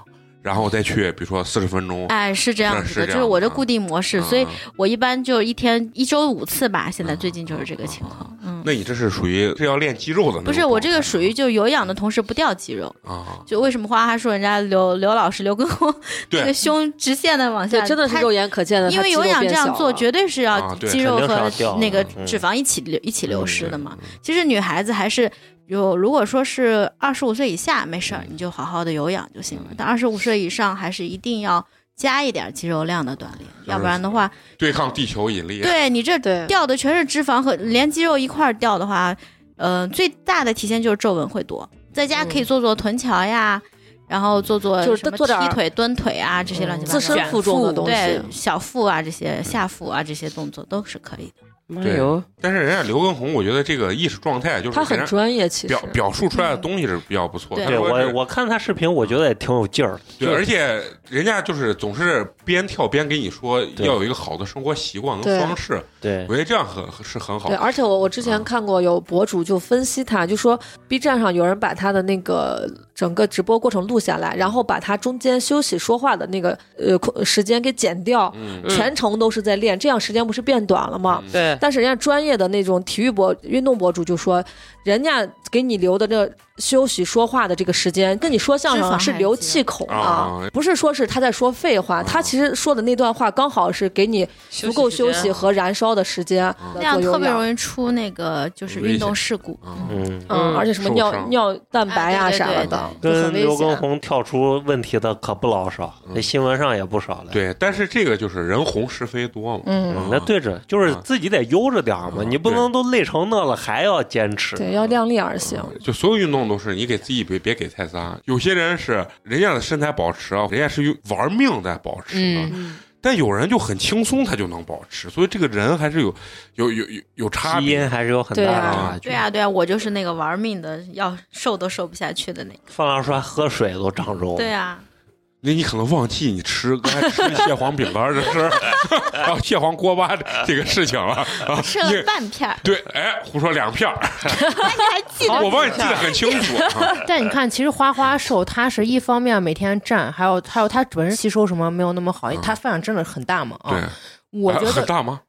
Speaker 1: 然后再去，比如说四十分钟。
Speaker 4: 哎，是这样
Speaker 1: 是
Speaker 4: 子
Speaker 1: 是这
Speaker 4: 的，就是
Speaker 1: 样
Speaker 4: 我
Speaker 1: 的
Speaker 4: 的
Speaker 1: 啊
Speaker 4: 固定模式，
Speaker 1: 嗯
Speaker 6: 哦
Speaker 4: 所以我一般就一天一周五次吧。现在最近就是这个情况，嗯，
Speaker 1: 那你这是属于是要练肌肉的那种
Speaker 4: 不是我这个
Speaker 1: 状态
Speaker 4: 属于就有氧的同时不掉肌肉，
Speaker 1: 啊，
Speaker 4: 就为什么花花说人家刘刘老师刘畊宏
Speaker 1: 对
Speaker 4: 那个胸直线的往
Speaker 3: 这
Speaker 4: 下，
Speaker 3: 真的是
Speaker 4: 他
Speaker 3: 肉眼可见的，
Speaker 4: 因为有氧这样做，绝对是
Speaker 1: 啊
Speaker 4: 要
Speaker 1: 对
Speaker 4: 肌肉
Speaker 6: 肯定是要
Speaker 4: 和
Speaker 6: 掉的
Speaker 4: 那个
Speaker 6: 嗯
Speaker 4: 脂肪一起流一起流失的嘛
Speaker 1: 嗯。
Speaker 4: 其实女孩子还是有，如果说是二十五岁以下没事儿，你就好好的有氧就行了
Speaker 1: 嗯。
Speaker 4: 但二十五岁以上，还是一定要加一点肌肉量的锻炼，要不然的话，
Speaker 1: 对抗地球引力。
Speaker 4: 对你这
Speaker 3: 对
Speaker 4: 掉的全是脂肪和连肌肉一块儿掉的话，呃，最大的体现就是皱纹会多。在家可以做做臀桥呀，然后做做
Speaker 3: 就是
Speaker 4: 什么
Speaker 3: 做点儿
Speaker 4: 踢腿、蹲腿啊这些乱七八
Speaker 3: 嗯自
Speaker 4: 糟的。
Speaker 3: 身负重的东
Speaker 4: 对
Speaker 1: 嗯
Speaker 3: 西，
Speaker 4: 小腹啊这些下腹啊这些动作都是可以的。
Speaker 2: 妈
Speaker 1: 对
Speaker 2: 哟，
Speaker 1: 但是人家刘畊宏，我觉得这个意识状态就是
Speaker 3: 他很
Speaker 1: 人家
Speaker 3: 专业，其实
Speaker 1: 表表述出来的东西是比较不错。(laughs)
Speaker 4: 嗯对
Speaker 1: 他
Speaker 6: 对
Speaker 1: 说
Speaker 6: 我
Speaker 1: 这
Speaker 6: 我看他视频，我觉得也挺有劲儿。
Speaker 1: 对，而且人家就是总是边跳边跟你说
Speaker 6: 对
Speaker 1: 要有一个好的生活习惯跟
Speaker 3: 对
Speaker 1: 方式，
Speaker 6: 对
Speaker 1: 我觉得这样很是很好
Speaker 3: 对，。而且我我之前
Speaker 1: 嗯
Speaker 3: 看过有博主就分析他，就说 B 站上有人把他的那个整个直播过程录下来，然后把他中间休息说话的那个呃空时间给剪掉，
Speaker 1: 嗯，
Speaker 3: 全程都是在练，这样时间不是变短了
Speaker 6: 嗯
Speaker 3: 吗？
Speaker 2: 对，
Speaker 3: 但是人家专业的那种体育博运动博主就说，人家给你留的这休息说话的这个时间，跟你说相
Speaker 4: 脂肪
Speaker 3: 声是
Speaker 4: 还
Speaker 3: 留
Speaker 4: 记得
Speaker 3: 气口
Speaker 1: 啊
Speaker 3: 啊，不是说是他在说废话，他其实说的那段话刚好是给你足够休
Speaker 2: 时
Speaker 3: 息
Speaker 2: 间
Speaker 3: 和燃烧的时间
Speaker 1: 嗯，
Speaker 4: 那样特别
Speaker 3: 易。
Speaker 4: 容易出那个就是运动事故。
Speaker 1: 嗯
Speaker 6: 嗯，
Speaker 3: 嗯，
Speaker 2: 嗯
Speaker 3: 而且什么
Speaker 1: 受
Speaker 3: 尿
Speaker 1: 伤
Speaker 3: 尿蛋白呀、
Speaker 4: 啊对对
Speaker 3: 啥
Speaker 4: 对
Speaker 3: 的，就
Speaker 6: 跟
Speaker 3: 很危
Speaker 6: 刘畊
Speaker 3: 险。
Speaker 6: 宏跳出问题的可不老少，那新闻上也不少了。
Speaker 1: 嗯对，但是这个就是人红是非多嘛。
Speaker 3: 嗯，
Speaker 6: 嗯，那对着就是自己得悠着点儿嘛，
Speaker 1: 嗯
Speaker 6: 你不能都累成那了还要坚持。
Speaker 3: 对，要量力而嗯行。
Speaker 1: 就所有运动都是你给自己别别给太撒。有些人是人家的身材保持啊，人家是用玩命在保持的，
Speaker 5: 嗯，
Speaker 1: 但有人就很轻松，他就能保持。所以这个人还是有有有有有差
Speaker 6: 基
Speaker 1: 别。
Speaker 6: 因还是有很大
Speaker 3: 对
Speaker 6: 的
Speaker 3: 啊
Speaker 6: 差距。
Speaker 4: 对啊，对啊，我就是那个玩命的，要瘦都瘦不下去的那个。
Speaker 6: 放大刷喝水都长肉。
Speaker 4: 对啊，
Speaker 1: 那你可能忘记你吃刚才吃蟹黄饼啊干的事 (laughs) 儿，然后蟹黄锅巴这个事情了。啊
Speaker 4: 吃
Speaker 1: 因为，
Speaker 4: 了半片儿
Speaker 1: 对，哎，胡说两片儿，
Speaker 4: 还记得
Speaker 1: 我帮你记得很清楚。啊 (laughs)
Speaker 5: 但你看，其实花花瘦，她是一方面每天站，还有还有她本身吸收什么没有那么好，因为她饭量真的很大 (laughs) 嘛
Speaker 1: 对
Speaker 5: 啊。，我
Speaker 1: 哎
Speaker 5: 觉
Speaker 1: 很
Speaker 5: 得
Speaker 1: 大吗？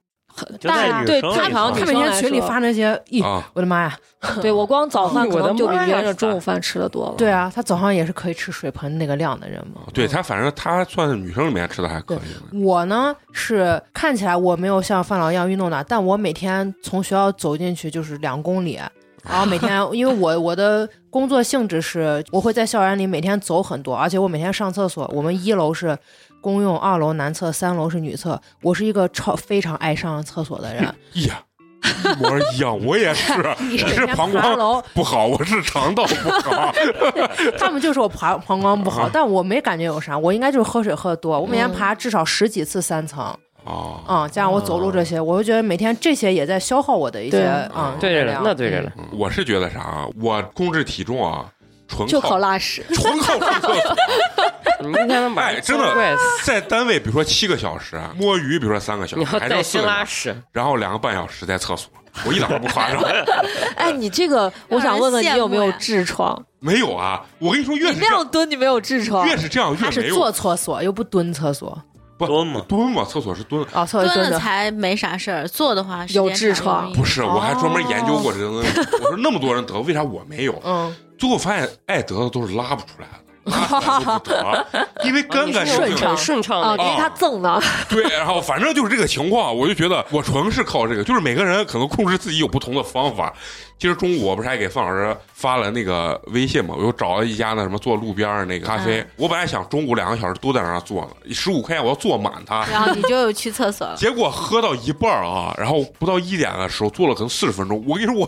Speaker 6: 就在女
Speaker 3: 对
Speaker 6: 生
Speaker 3: 她
Speaker 6: 里
Speaker 3: 好像
Speaker 6: 头
Speaker 3: 女
Speaker 5: 她
Speaker 3: 生
Speaker 5: 每天群里发那些，咦，
Speaker 1: 啊，
Speaker 5: 我的妈呀！
Speaker 3: 对我光早饭可
Speaker 2: 我的
Speaker 3: 能就比
Speaker 2: 妈呀
Speaker 3: 别人的中午饭吃的多了。
Speaker 5: 对啊，她早上也是可以吃水盆那个量的人嘛。
Speaker 1: 对他，反正他算是女生里面吃的还可以的。
Speaker 5: 我呢是看起来我没有像范老一样运动的，但我每天从学校走进去就是两公里，然后每天因为我我的工作性质是我会在校园里每天走很多，而且我每天上厕所，我们一楼是公用，二楼男厕，三楼是女厕，我是一个超非常爱上厕所的人，
Speaker 1: 哎呀，一模一样，我也是，
Speaker 5: (laughs) 你
Speaker 1: 是
Speaker 5: 每天
Speaker 1: 膀
Speaker 5: 爬
Speaker 1: 胱
Speaker 5: 楼，
Speaker 1: 不好，我是肠道不好。
Speaker 5: (laughs) 他们就说我爬膀胱不好，但我没感觉有啥，我应该就是喝水喝的多，我每天
Speaker 3: 嗯
Speaker 5: 爬至少十几次三层。
Speaker 1: 哦，
Speaker 5: 啊、加上我走路这些，我就觉得每天这些也在消耗我的一些
Speaker 3: 对
Speaker 5: 啊、
Speaker 1: 嗯
Speaker 2: 对着了
Speaker 5: 量，
Speaker 2: 那对着了，
Speaker 1: 嗯我是觉得啥啊，我控制体重啊，纯
Speaker 3: 就
Speaker 1: 靠
Speaker 3: 靠拉屎。
Speaker 1: 纯靠上
Speaker 5: (laughs)
Speaker 1: 厕所。
Speaker 2: 你应该能把
Speaker 1: 哎真的
Speaker 2: 怪死
Speaker 1: 在单位，比如说七个小时摸鱼，比如说三个小
Speaker 2: 你
Speaker 1: 时，
Speaker 2: 要
Speaker 1: 还剩
Speaker 2: 带
Speaker 1: 四
Speaker 2: 薪
Speaker 1: 个
Speaker 2: 拉
Speaker 1: 小时，
Speaker 2: 屎，
Speaker 1: 然后两个半小时在厕所，我一点都不夸
Speaker 5: (laughs)
Speaker 1: 张。
Speaker 3: 哎，你这个，我想问问你
Speaker 4: 让人羡慕
Speaker 3: 有没有
Speaker 4: 呀
Speaker 3: 痔疮？
Speaker 1: 没有啊，我跟你说，越
Speaker 3: 你
Speaker 1: 是
Speaker 3: 那
Speaker 1: 这样，
Speaker 3: 样蹲，你没有痔疮
Speaker 1: 越？是这样
Speaker 5: 他
Speaker 1: 越没
Speaker 5: 是
Speaker 1: 有
Speaker 5: 坐厕所又不蹲厕所，
Speaker 1: 不
Speaker 6: 蹲嘛
Speaker 1: 蹲嘛，厕所是蹲。
Speaker 5: 哦，厕所
Speaker 4: 蹲
Speaker 5: 蹲
Speaker 4: 了
Speaker 5: 着。
Speaker 4: 才没啥事儿，坐的话时间
Speaker 3: 有痔
Speaker 4: 长
Speaker 3: 疮
Speaker 4: 容易
Speaker 1: 不是，我还专门研究过这个东西。我说那么多人得，为啥我没有？
Speaker 5: 嗯，
Speaker 1: 最后发现爱得的都是拉不出来的，拉出来就不得，因为干干净
Speaker 2: 顺
Speaker 1: 净。
Speaker 2: 畅顺畅
Speaker 3: 啊，
Speaker 2: 的
Speaker 3: 给
Speaker 1: 哦
Speaker 3: 他赠的，
Speaker 1: 对，然后反正就是这个情况，我就觉得我纯是靠这个，就是每个人可能控制自己有不同的方法。今儿中午我不是还给范老师发了那个微信嘛，我又找了一家那什么坐路边儿那个咖啡，我本来想中午两个小时都在那儿坐呢，十五块钱我要坐满它。
Speaker 4: 然后啊你就去厕所 (laughs) 了。
Speaker 1: 结果喝到一半儿啊，然后不到一点的时候坐了可能四十分钟，我跟你说我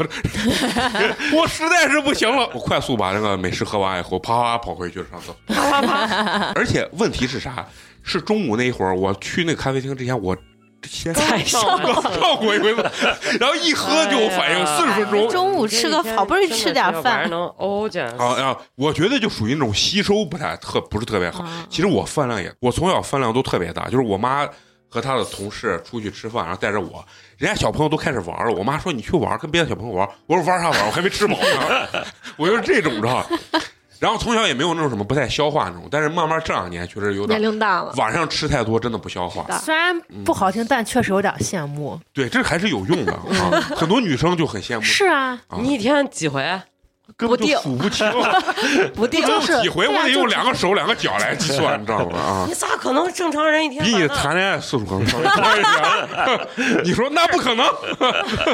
Speaker 1: 我 (laughs) 实在是不行了，我快速把那个美式喝完以后，啪啪啪跑回去上厕所，啪啪啪。而且问题是啥？是中午那一会儿我去那个咖啡厅之前，我先
Speaker 2: 太上了
Speaker 1: 刚上过一回厕，然后一喝就有
Speaker 2: 哎
Speaker 1: 反应四十分钟。
Speaker 4: 哎中午吃个好不容易吃
Speaker 2: 真的
Speaker 4: 点
Speaker 2: 是要晚上
Speaker 4: 饭，
Speaker 2: 能呕见
Speaker 1: 啊啊！我觉得就属于那种吸收不太特，不是特别好。
Speaker 3: 嗯
Speaker 4: 啊
Speaker 1: 其实我饭量也，我从小饭量都特别大，就是我妈和她的同事出去吃饭，然后带着我，人家小朋友都开始玩了。我 (laughs) 妈说：“你去玩，跟别的小朋友玩。”我说：“玩啥玩？我还没吃饱呢。”我就是这种，知道吧？然后从小也没有那种什么不太消化那种，但是慢慢这两年确实有
Speaker 3: 年
Speaker 1: 点
Speaker 3: 龄大了，
Speaker 1: 晚上吃太多真的不消化
Speaker 3: 是。的
Speaker 5: 虽然不好听，但确实有点羡慕。
Speaker 1: 对，这还是有用的啊，
Speaker 3: (laughs)
Speaker 1: 很多女生就很羡慕，
Speaker 5: 是啊，
Speaker 1: 啊
Speaker 2: 你一天几回？
Speaker 1: 根本
Speaker 3: 不
Speaker 1: 就
Speaker 3: 定
Speaker 1: 数不清，
Speaker 3: 不定
Speaker 1: 总
Speaker 3: 就是
Speaker 1: 有几回我得
Speaker 5: 对啊就
Speaker 1: 用
Speaker 5: 是
Speaker 1: 两个手两个脚来计算，你知道吗？啊。
Speaker 2: 你咋可能正常人一天
Speaker 1: 比 (laughs) 你
Speaker 2: 晚上
Speaker 1: 谈恋爱次数可能稍微多一点， (laughs) 你说那不
Speaker 4: (laughs)
Speaker 1: 可能，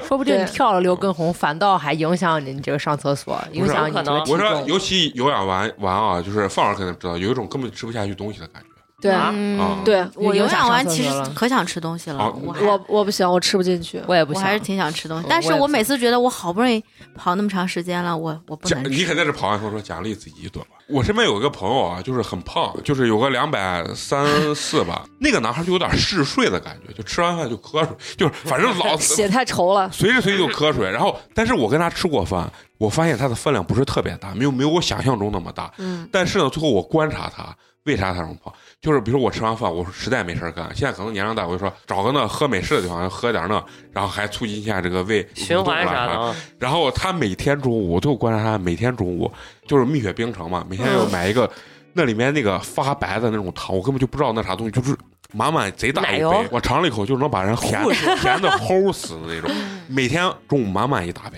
Speaker 5: 说不定
Speaker 3: 对
Speaker 5: 你跳了六根红，反倒还影响你你这个上厕所，影响你这个体
Speaker 1: 我说，
Speaker 5: 重。
Speaker 1: 尤其有氧完完啊，就是范老师肯定知道，有一种根本吃不下去东西的感觉。
Speaker 3: 对
Speaker 2: 啊
Speaker 1: 啊
Speaker 4: 嗯，
Speaker 3: 对
Speaker 4: 我有氧完其实
Speaker 5: 你有想上厕所了
Speaker 4: 可想吃东西了
Speaker 1: 啊，
Speaker 4: 我还
Speaker 3: 我我不行，我吃不进去。
Speaker 5: 我也不
Speaker 4: 我
Speaker 5: 想
Speaker 4: 还是挺想吃东西
Speaker 5: 嗯，
Speaker 4: 但是
Speaker 5: 我也
Speaker 4: 我
Speaker 5: 不
Speaker 4: 每次觉得我好不容易跑那么长时间了，我我不
Speaker 1: 奖，
Speaker 4: 能
Speaker 1: 你肯
Speaker 4: 吃。
Speaker 1: 定是跑完后说奖励自己一顿吧。我身边有一个朋友啊，就是很胖，就是有个两百三四吧， (laughs) 那个男孩就有点嗜睡的感觉，就吃完饭就瞌睡，就是反正老
Speaker 4: (laughs)
Speaker 3: 血太稠了，
Speaker 1: 随时随地就瞌睡。然后，但是我跟他吃过饭，我发现他的分量不是特别大，没有没有我想象中那么大。
Speaker 3: 嗯，
Speaker 1: 但是呢，最后我观察他，为啥他这么胖？就是比如说我吃完饭，我实在没事儿干，现在可能年龄大，我就说找个那喝美式的地方喝点儿那，然后还促进一下这个胃
Speaker 2: 循环啥的
Speaker 1: 蠕动啊
Speaker 2: 啊？
Speaker 1: 然后他每天中午，我都有观察他每天中午就是蜜雪冰城嘛，每天
Speaker 2: 嗯
Speaker 1: 要买一个、那里面那个发白的那种糖，我根本就不知道那啥东西，就是满满贼大一
Speaker 2: 奶油
Speaker 1: 杯，我尝了一口就能把人甜甜的齁死的那种。每天中午满满一大杯，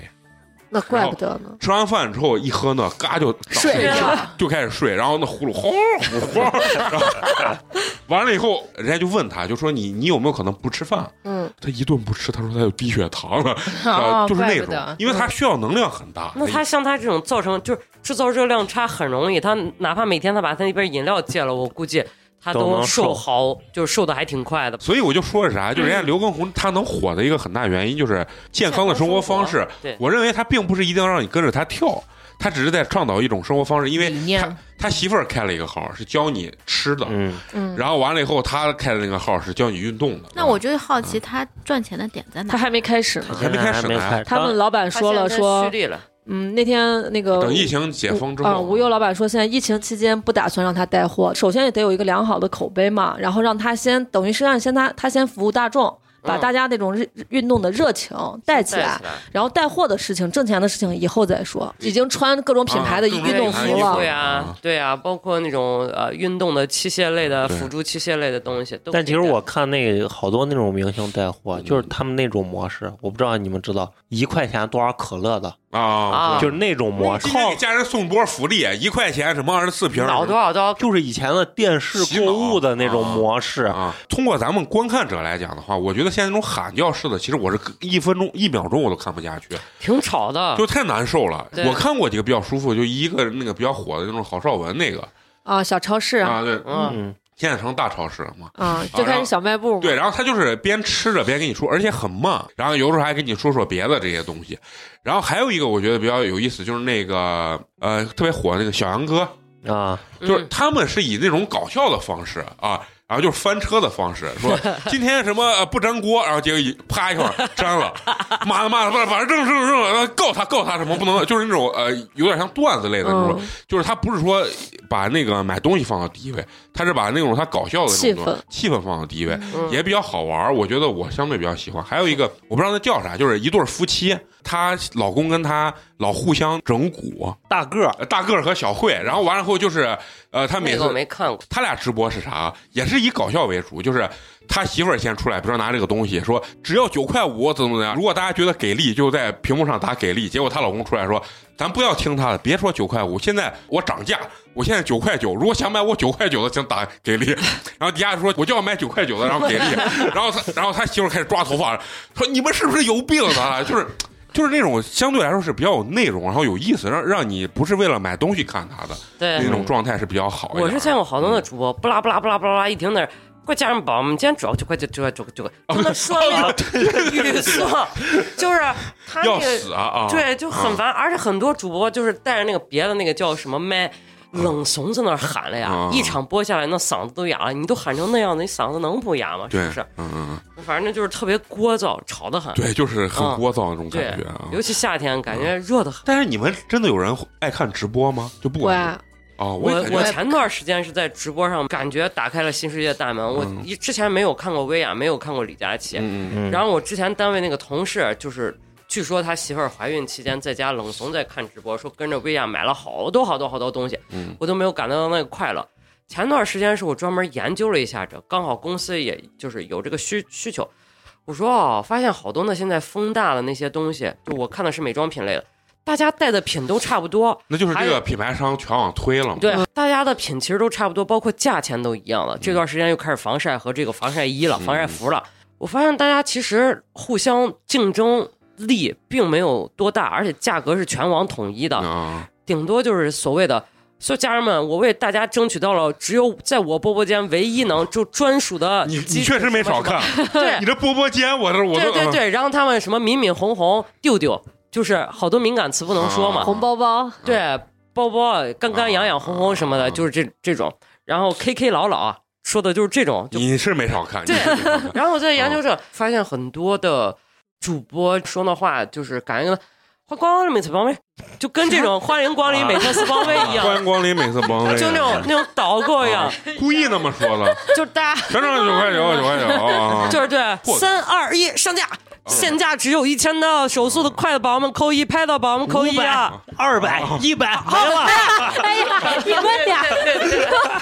Speaker 3: 那怪不得呢。
Speaker 1: 吃完饭之后一喝呢，嘎就
Speaker 3: 睡
Speaker 1: 倒下
Speaker 3: 了
Speaker 1: 就开始睡，然后那葫芦轰呼轰，然后 (laughs) 完了以后，人家就问他，就说你你有没有可能不吃饭？
Speaker 3: 嗯，
Speaker 1: 他一顿不吃，他说他有低血糖了，
Speaker 5: 哦
Speaker 1: 呃就是那
Speaker 5: 怪不
Speaker 1: 种
Speaker 5: 得，
Speaker 1: 因为他需要能量很大。
Speaker 2: 那他像他这种造成就是制造热量差很容易，他哪怕每天他把他那边饮料戒了，我估计他
Speaker 6: 都能
Speaker 2: 瘦
Speaker 6: 瘦
Speaker 2: 好，就是瘦的还挺快的。
Speaker 1: 所以我就说是啥，就人家刘畊宏他能火的一个很大原因就是健康的生活方式。
Speaker 2: 对，
Speaker 1: 我认为他并不是一定要让你跟着他跳，他只是在倡导一种生活方式。因为
Speaker 5: 理
Speaker 1: 他
Speaker 5: 念
Speaker 1: 他媳妇儿开了一个号是教你吃的，
Speaker 6: (laughs) 嗯，
Speaker 3: 嗯
Speaker 1: 然后完了以后他开的那个号是教你运动的。
Speaker 4: 那我就好奇他赚钱的点在
Speaker 3: 他
Speaker 4: 哪？
Speaker 3: 还没开始呢。
Speaker 1: 啊还没开始
Speaker 6: 没
Speaker 1: 呢
Speaker 6: 开始，
Speaker 3: 他们老板说了，说
Speaker 2: 蓄力了，
Speaker 3: 嗯，那天那个
Speaker 1: 等疫情解封之后，啊
Speaker 3: 嗯，无忧老板说现在疫情期间不打算让他带货，首先也得有一个良好的口碑嘛，然后让他先等于是让先他他先服务大众。把
Speaker 2: 嗯
Speaker 3: 大家那种热运动的热情带起
Speaker 2: 带
Speaker 3: 来，然后带货的事情、挣钱的事情以后再说。已经穿各种品牌的
Speaker 1: 啊各种
Speaker 3: 运动
Speaker 1: 品
Speaker 3: 服
Speaker 1: 牌的衣服
Speaker 3: 了
Speaker 2: 对
Speaker 1: 呀，
Speaker 2: 啊
Speaker 1: 啊，
Speaker 2: 对啊，包括那种呃运动的器械类的、
Speaker 1: 对
Speaker 2: 辅助器械类的东西。都可以
Speaker 6: 但其实
Speaker 2: 带
Speaker 6: 我看那个好多那种明星带货，
Speaker 1: 嗯
Speaker 6: 就是他们那种模式，我不知道你们知道，一块钱多少可乐的，
Speaker 1: 啊
Speaker 2: 啊，
Speaker 6: 就是那种模式
Speaker 1: 今。天给家人送波福利，一块钱什么二十四瓶
Speaker 2: 脑多少刀
Speaker 6: 就是以前的电视购物的那种模式，
Speaker 1: 啊，通过咱们观看者来讲的话，我觉得现在那种喊叫式的，其实我是一分钟、一秒钟我都看不下去，
Speaker 2: 挺吵
Speaker 6: 啊
Speaker 2: 的，
Speaker 1: 就太难受了。
Speaker 2: 对
Speaker 1: 我看过几个比较舒服，就一个那个比较火的那种郝邵文那个
Speaker 3: 啊！小超市啊，
Speaker 1: 啊，对，
Speaker 2: 嗯，
Speaker 6: 嗯，
Speaker 1: 现在成大超市了嘛。
Speaker 3: 啊，就开始小卖部嘛。
Speaker 1: 对，然后他就是边吃着边跟你说，而且很慢，然后有时候还跟你说说别的这些东西。然后还有一个我觉得比较有意思，就是那个呃特别火的那个小杨哥，
Speaker 6: 啊，
Speaker 1: 就是他们是以那种搞笑的方式啊，然后就是翻车的方式，说今天什么呃不粘锅，然后结果一啪一会儿粘了，妈的妈的，不是反正正正正，呃告他告他什么不能，就是那种呃有点像段子类的那种，
Speaker 3: 嗯，
Speaker 1: 就是他不是说把那个买东西放到第一位，他是把那种他搞笑的那种东西气氛放到第一位，
Speaker 2: 嗯
Speaker 1: 也比较好玩儿。我觉得我相对比较喜欢。还有一个我不知道那叫啥，就是一对儿夫妻，她老公跟她老互相整蛊，
Speaker 6: 大个儿，
Speaker 1: 呃大个儿和小慧，然后完了后就是呃，他每
Speaker 2: 那个我
Speaker 1: 次
Speaker 2: 没看过，
Speaker 1: 他俩直播是啥？也是以搞笑为主，就是他媳妇儿先出来，比如说拿这个东西说只要九块五怎么怎么样，如果大家觉得给力，就在屏幕上打给力。结果她老公出来说，咱不要听他的，别说九块五，现在我涨价，我现在九块九，如果想买我九块九的，请打给力。 (laughs) 然后底下说我就要买九块九的，然后给力。然后他然后他媳妇儿开始抓头发，说你们是不是有病啊？就是。就是那种相对来说是比较有内容，然后有意思，让让你不是为了买东西看他的
Speaker 2: 对，
Speaker 1: 那种状态是比较好一点的。
Speaker 2: 我是见过好多那
Speaker 1: 嗯
Speaker 2: 主播，不拉不拉不拉不拉不拉，一听那儿。快加上宝，我们今天主要就快就就就
Speaker 1: 哦
Speaker 2: 就就能说
Speaker 1: (laughs)
Speaker 2: 那个语速，就是他那
Speaker 1: 要
Speaker 2: 个
Speaker 1: 死啊啊！
Speaker 2: 对，就很烦，而且很多主播就是带着那个别的那个叫什么麦。
Speaker 1: 嗯
Speaker 2: 冷怂在那儿喊了呀，
Speaker 1: 啊
Speaker 2: 一场播下来，那嗓子都哑了。你都喊成那样子，你嗓子能不哑吗？是
Speaker 1: 对，
Speaker 2: 不是？
Speaker 1: 嗯嗯，嗯
Speaker 2: 反正就是特别聒噪，吵得很。
Speaker 1: 对，就是很
Speaker 2: 嗯
Speaker 1: 聒噪那种
Speaker 2: 对
Speaker 1: 感觉啊。嗯
Speaker 2: 尤其夏天，感觉热得很。
Speaker 1: 但是你们真的有人爱看直播吗？就不
Speaker 3: 对
Speaker 1: 管是啊，
Speaker 2: 我
Speaker 1: 也感
Speaker 2: 我
Speaker 1: 觉
Speaker 2: 前段时间是在直播上，感觉打开了新世界大门。我
Speaker 1: 嗯
Speaker 2: 一之前没有看过薇娅，没有看过李佳琦，
Speaker 1: 嗯嗯
Speaker 6: 嗯
Speaker 2: 然后我之前单位那个同事就是。据说他媳妇儿怀孕期间在家冷怂在看直播，说跟着薇娅买了好多好多好多东西，
Speaker 1: 嗯
Speaker 2: 我都没有感到到那个快乐。前段时间是我专门研究了一下这，刚好公司也就是有这个需需求，我说哦，发现好多那现在风大的那些东西，就我看的是美妆品类的，大家带的品都差不多，
Speaker 1: 那就是这
Speaker 2: 还
Speaker 1: 个
Speaker 2: 有
Speaker 1: 品牌商全网推了嘛。
Speaker 2: 对，大家的品其实都差不多，包括价钱都一样了。
Speaker 1: 嗯
Speaker 2: 这段时间又开始防晒和这个防晒衣了，防晒服了。我发现大家其实互相竞争力并没有多大，而且价格是全网统一的。
Speaker 1: 啊，
Speaker 2: 顶多就是所谓的。所以家人们，我为大家争取到了只有在我播播间唯一能就专属的
Speaker 1: 你
Speaker 2: 基
Speaker 1: 你
Speaker 2: 础
Speaker 1: 确实没少看，
Speaker 2: 对
Speaker 1: 你这播播间，我这我
Speaker 2: 对
Speaker 1: 都嗯
Speaker 2: 对对，然后他们什么敏敏红红丢丢，就是好多敏感词不能说嘛，
Speaker 1: 啊
Speaker 3: 红包包，
Speaker 2: 对包啊包干干痒痒红红什么
Speaker 1: 啊
Speaker 2: 的，就是这这种，然后 K K 老老说的就是这种，就
Speaker 1: 你是没少看，你
Speaker 2: 对
Speaker 1: 是没少看
Speaker 2: 然后我在
Speaker 1: 啊
Speaker 2: 研究这，发现很多的主播说的话就是感觉欢迎光临美特邦威，就跟这种欢迎光临美特斯邦威一
Speaker 1: 欢
Speaker 2: 样，
Speaker 1: 迎啊光临美色邦威，
Speaker 2: 就那种那种导购一样，
Speaker 1: 故意那么说的，
Speaker 2: 就是
Speaker 1: (laughs)
Speaker 2: 大家
Speaker 1: 全场九块九，九块九
Speaker 2: (laughs)
Speaker 1: 啊，
Speaker 2: 就是对三二一上架，现价只有一千的手速的快的宝宝们扣一，拍到宝宝们扣一啊！
Speaker 6: 二百一百没了。
Speaker 3: 哎呀，你问俩，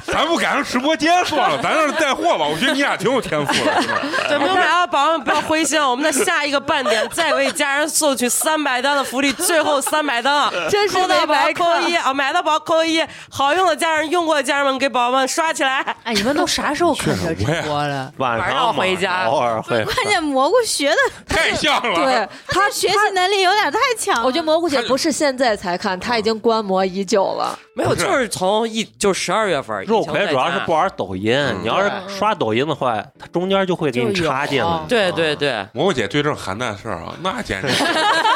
Speaker 1: 咱不赶上直播间算了，咱这是带货吧？我觉得你俩挺有天赋的，真的
Speaker 3: (laughs)
Speaker 2: 对，没有买到宝宝们不要灰心，啊我们的下一个半点再为家人送去三百单的福利，最后三百单啊！
Speaker 3: 真是
Speaker 2: 抽到
Speaker 3: 没
Speaker 2: 宝
Speaker 3: 白
Speaker 2: 扣
Speaker 3: 看
Speaker 2: 一。啊，买到宝扣一，好用的家人用过的家人们给宝宝们刷起来。
Speaker 5: 哎，你们都啥时候看这直播了？
Speaker 6: 晚
Speaker 2: 晚
Speaker 6: 上
Speaker 2: 上
Speaker 6: 嘛
Speaker 2: 回家
Speaker 6: 偶尔会。
Speaker 4: 关键蘑菇学的，
Speaker 1: 太像了。
Speaker 3: 对
Speaker 4: 他学习能力有点太强了。
Speaker 3: 我觉得蘑菇姐不是现在才看，她已经观摩已久了。
Speaker 2: 没有，
Speaker 1: 不是
Speaker 2: 就是从一就十二月份，
Speaker 6: 肉
Speaker 2: 以前
Speaker 6: 葵
Speaker 2: 在
Speaker 6: 主要
Speaker 2: 家
Speaker 6: 是不玩抖音，你要是刷抖音的话，它中间就会给你
Speaker 5: 就有
Speaker 6: 插进来。
Speaker 2: 对对对。
Speaker 1: 蘑菇姐对这邯郸的事儿啊，那简直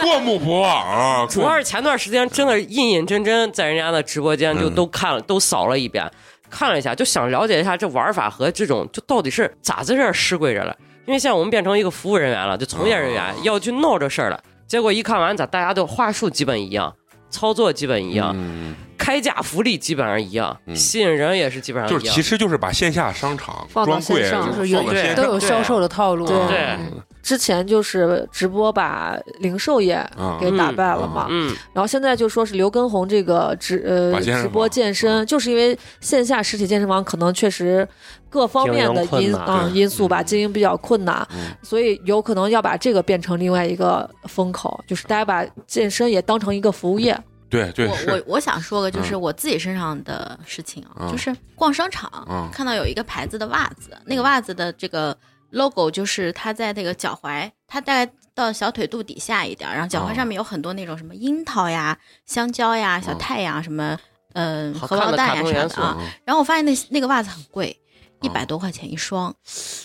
Speaker 1: 过目不忘啊！
Speaker 2: 主要是前段时间真的认认真真在人家的直播间就
Speaker 1: 嗯
Speaker 2: 都看了，都扫了一遍，看了一下，就想了解一下这玩法和这种就到底是咋在这儿施鬼着了。因为现在我们变成一个服务人员了，就从业人员
Speaker 1: 啊
Speaker 2: 要去闹这事儿了。结果一看完，咋大家的话术基本一样，操作基本一样，
Speaker 1: 嗯，
Speaker 2: 开价福利基本上一样，
Speaker 1: 嗯
Speaker 2: 吸引人也是基本上一
Speaker 1: 就
Speaker 2: 样。
Speaker 1: 是其实就是把线下商场
Speaker 3: 放到
Speaker 1: 专柜
Speaker 3: 线上
Speaker 5: 就是有
Speaker 1: 放到线
Speaker 5: 都
Speaker 1: 上
Speaker 5: 有销售的套路。
Speaker 3: 对
Speaker 2: 对
Speaker 5: 嗯
Speaker 3: 之前就是直播把零售业
Speaker 1: 啊
Speaker 3: 给打败了嘛，
Speaker 2: 嗯，
Speaker 3: 然后现在就说是刘畊宏这个直
Speaker 1: 把
Speaker 3: 呃
Speaker 1: 健身
Speaker 3: 直
Speaker 1: 房
Speaker 3: 播健身，就是因为线下实体健身房可能确实各方面的
Speaker 6: 经营
Speaker 3: 因
Speaker 6: 困难
Speaker 3: 啊、
Speaker 1: 对
Speaker 3: 因素吧，经营比较困难，
Speaker 1: 嗯
Speaker 3: 所以有可能要把这个变成另外一个风口，就是大家把健身也当成一个服务业。
Speaker 1: 对对
Speaker 4: 我我
Speaker 1: 是，
Speaker 4: 我想说个就是
Speaker 1: 嗯
Speaker 4: 我自己身上的事情啊，
Speaker 1: 嗯
Speaker 4: 就是逛商场、
Speaker 1: 嗯
Speaker 4: 看到有一个牌子的袜子，那个袜子的这个 logo 就是它在那个脚踝，它大概到小腿肚底下一点儿，然后脚踝
Speaker 1: 哦
Speaker 4: 上面有很多那种什么樱桃呀、香蕉呀、小
Speaker 1: 嗯
Speaker 4: 太阳什么，嗯、
Speaker 2: 好
Speaker 4: 荷
Speaker 2: 看
Speaker 4: 包
Speaker 2: 的
Speaker 4: 蛋
Speaker 2: 卡
Speaker 4: 呀
Speaker 2: 通
Speaker 4: 啥
Speaker 2: 元
Speaker 4: 的
Speaker 2: 素
Speaker 4: 啊。
Speaker 1: 嗯
Speaker 4: 然后我发现那那个袜子很贵，一百
Speaker 1: 嗯
Speaker 4: 多块钱一双，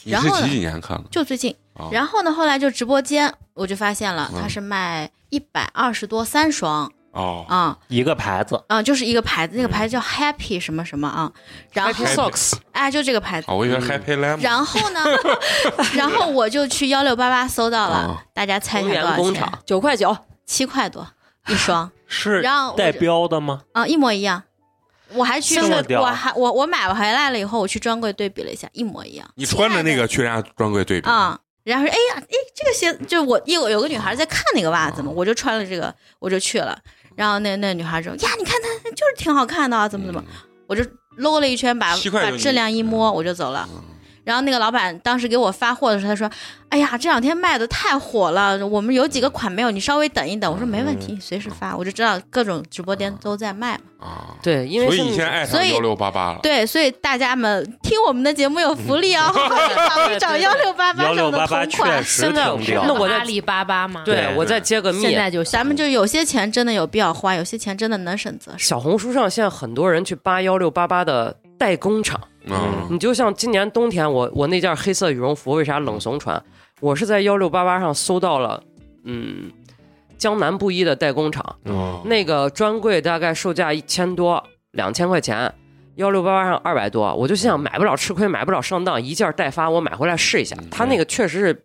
Speaker 1: 你
Speaker 4: 然
Speaker 1: 是
Speaker 4: 后呢
Speaker 1: 几几年看的？
Speaker 4: 就最近。
Speaker 1: 啊
Speaker 4: 然后呢，后来就直播间我就发现了，
Speaker 1: 嗯
Speaker 4: 它是卖一百二十多三双
Speaker 1: 哦，
Speaker 4: 啊。
Speaker 6: 一个牌子，
Speaker 4: 啊、就是一个牌子，那个牌子叫 Happy 什么什么啊，然后
Speaker 2: Happy socks，
Speaker 4: 哎，就这个牌子
Speaker 1: 啊，。我以为 Happy Lemon
Speaker 4: 然后呢，然后我就去幺六八八搜到了
Speaker 1: 啊，
Speaker 4: 大家猜一
Speaker 2: 公
Speaker 4: 下多
Speaker 2: 园
Speaker 4: 少
Speaker 2: 工
Speaker 4: 钱？
Speaker 2: 厂，
Speaker 3: 九块九，
Speaker 4: 七块多一双，
Speaker 6: 是
Speaker 4: 然后我
Speaker 6: 带
Speaker 4: 就
Speaker 6: 标的吗？
Speaker 4: 啊，一模一样。我还去
Speaker 6: 这么
Speaker 4: 我
Speaker 6: 屌
Speaker 4: 我还我我买回来了以后，我去专柜对比了一下，一模一样。
Speaker 1: 你穿着那个去人家专柜对比，
Speaker 4: 啊、然后说哎呀，哎，这个鞋，就我因为我有个女孩在看那个袜子嘛，我就穿了这个，我就去了。然后那那女孩说呀，你看它就是挺好看的啊，怎么怎么。
Speaker 1: 嗯
Speaker 4: 我就搂了一圈，把
Speaker 1: 七块
Speaker 4: 把
Speaker 1: 就
Speaker 4: 质量
Speaker 6: 嗯
Speaker 4: 一摸，我就走了。
Speaker 1: 嗯
Speaker 4: 然后那个老板当时给我发货的时候，他说：“哎呀，这两天卖的太火了，我们有几个款没有，你稍微等一等。”我说：“没问
Speaker 6: 嗯
Speaker 4: 题，随时发。”我就知道各种直播间都在卖嘛。
Speaker 1: 啊？
Speaker 2: 对，因为
Speaker 1: 所以
Speaker 2: 是
Speaker 1: 你现在爱
Speaker 4: 所
Speaker 1: 上
Speaker 4: 以
Speaker 1: 幺六八八了，
Speaker 4: 对，所以大家们听我们的节目有福利哦， (laughs) 好去找幺六八
Speaker 6: 嗯
Speaker 4: 八
Speaker 6: 幺
Speaker 4: 上
Speaker 6: 六
Speaker 4: 的
Speaker 6: 八八
Speaker 4: 同
Speaker 6: 确
Speaker 4: 款。
Speaker 6: 实
Speaker 2: 现在
Speaker 6: 挺屌
Speaker 2: 那
Speaker 6: 的。
Speaker 2: 我在
Speaker 5: 阿里巴巴嘛，
Speaker 2: 对
Speaker 6: 对
Speaker 2: 我再接个密
Speaker 5: 现，在就行
Speaker 4: 咱们就有些钱真的有必要花，有些钱真的能省则省。
Speaker 2: 小红书上现在很多人去扒幺六八八的代工厂，
Speaker 1: 嗯
Speaker 2: 你就像今年冬天我我那件黑色羽绒服为啥冷
Speaker 1: 嗯
Speaker 2: 怂穿？我是在幺六八八上搜到了，嗯，江南布衣的代工厂，
Speaker 1: 嗯，
Speaker 2: 那个专柜大概售价一千多，两千块钱。幺六八八上二百多，我就心想买不了吃亏，买不了上当，一件代发，我买回来试一下
Speaker 1: 嗯。
Speaker 2: 它那个确实是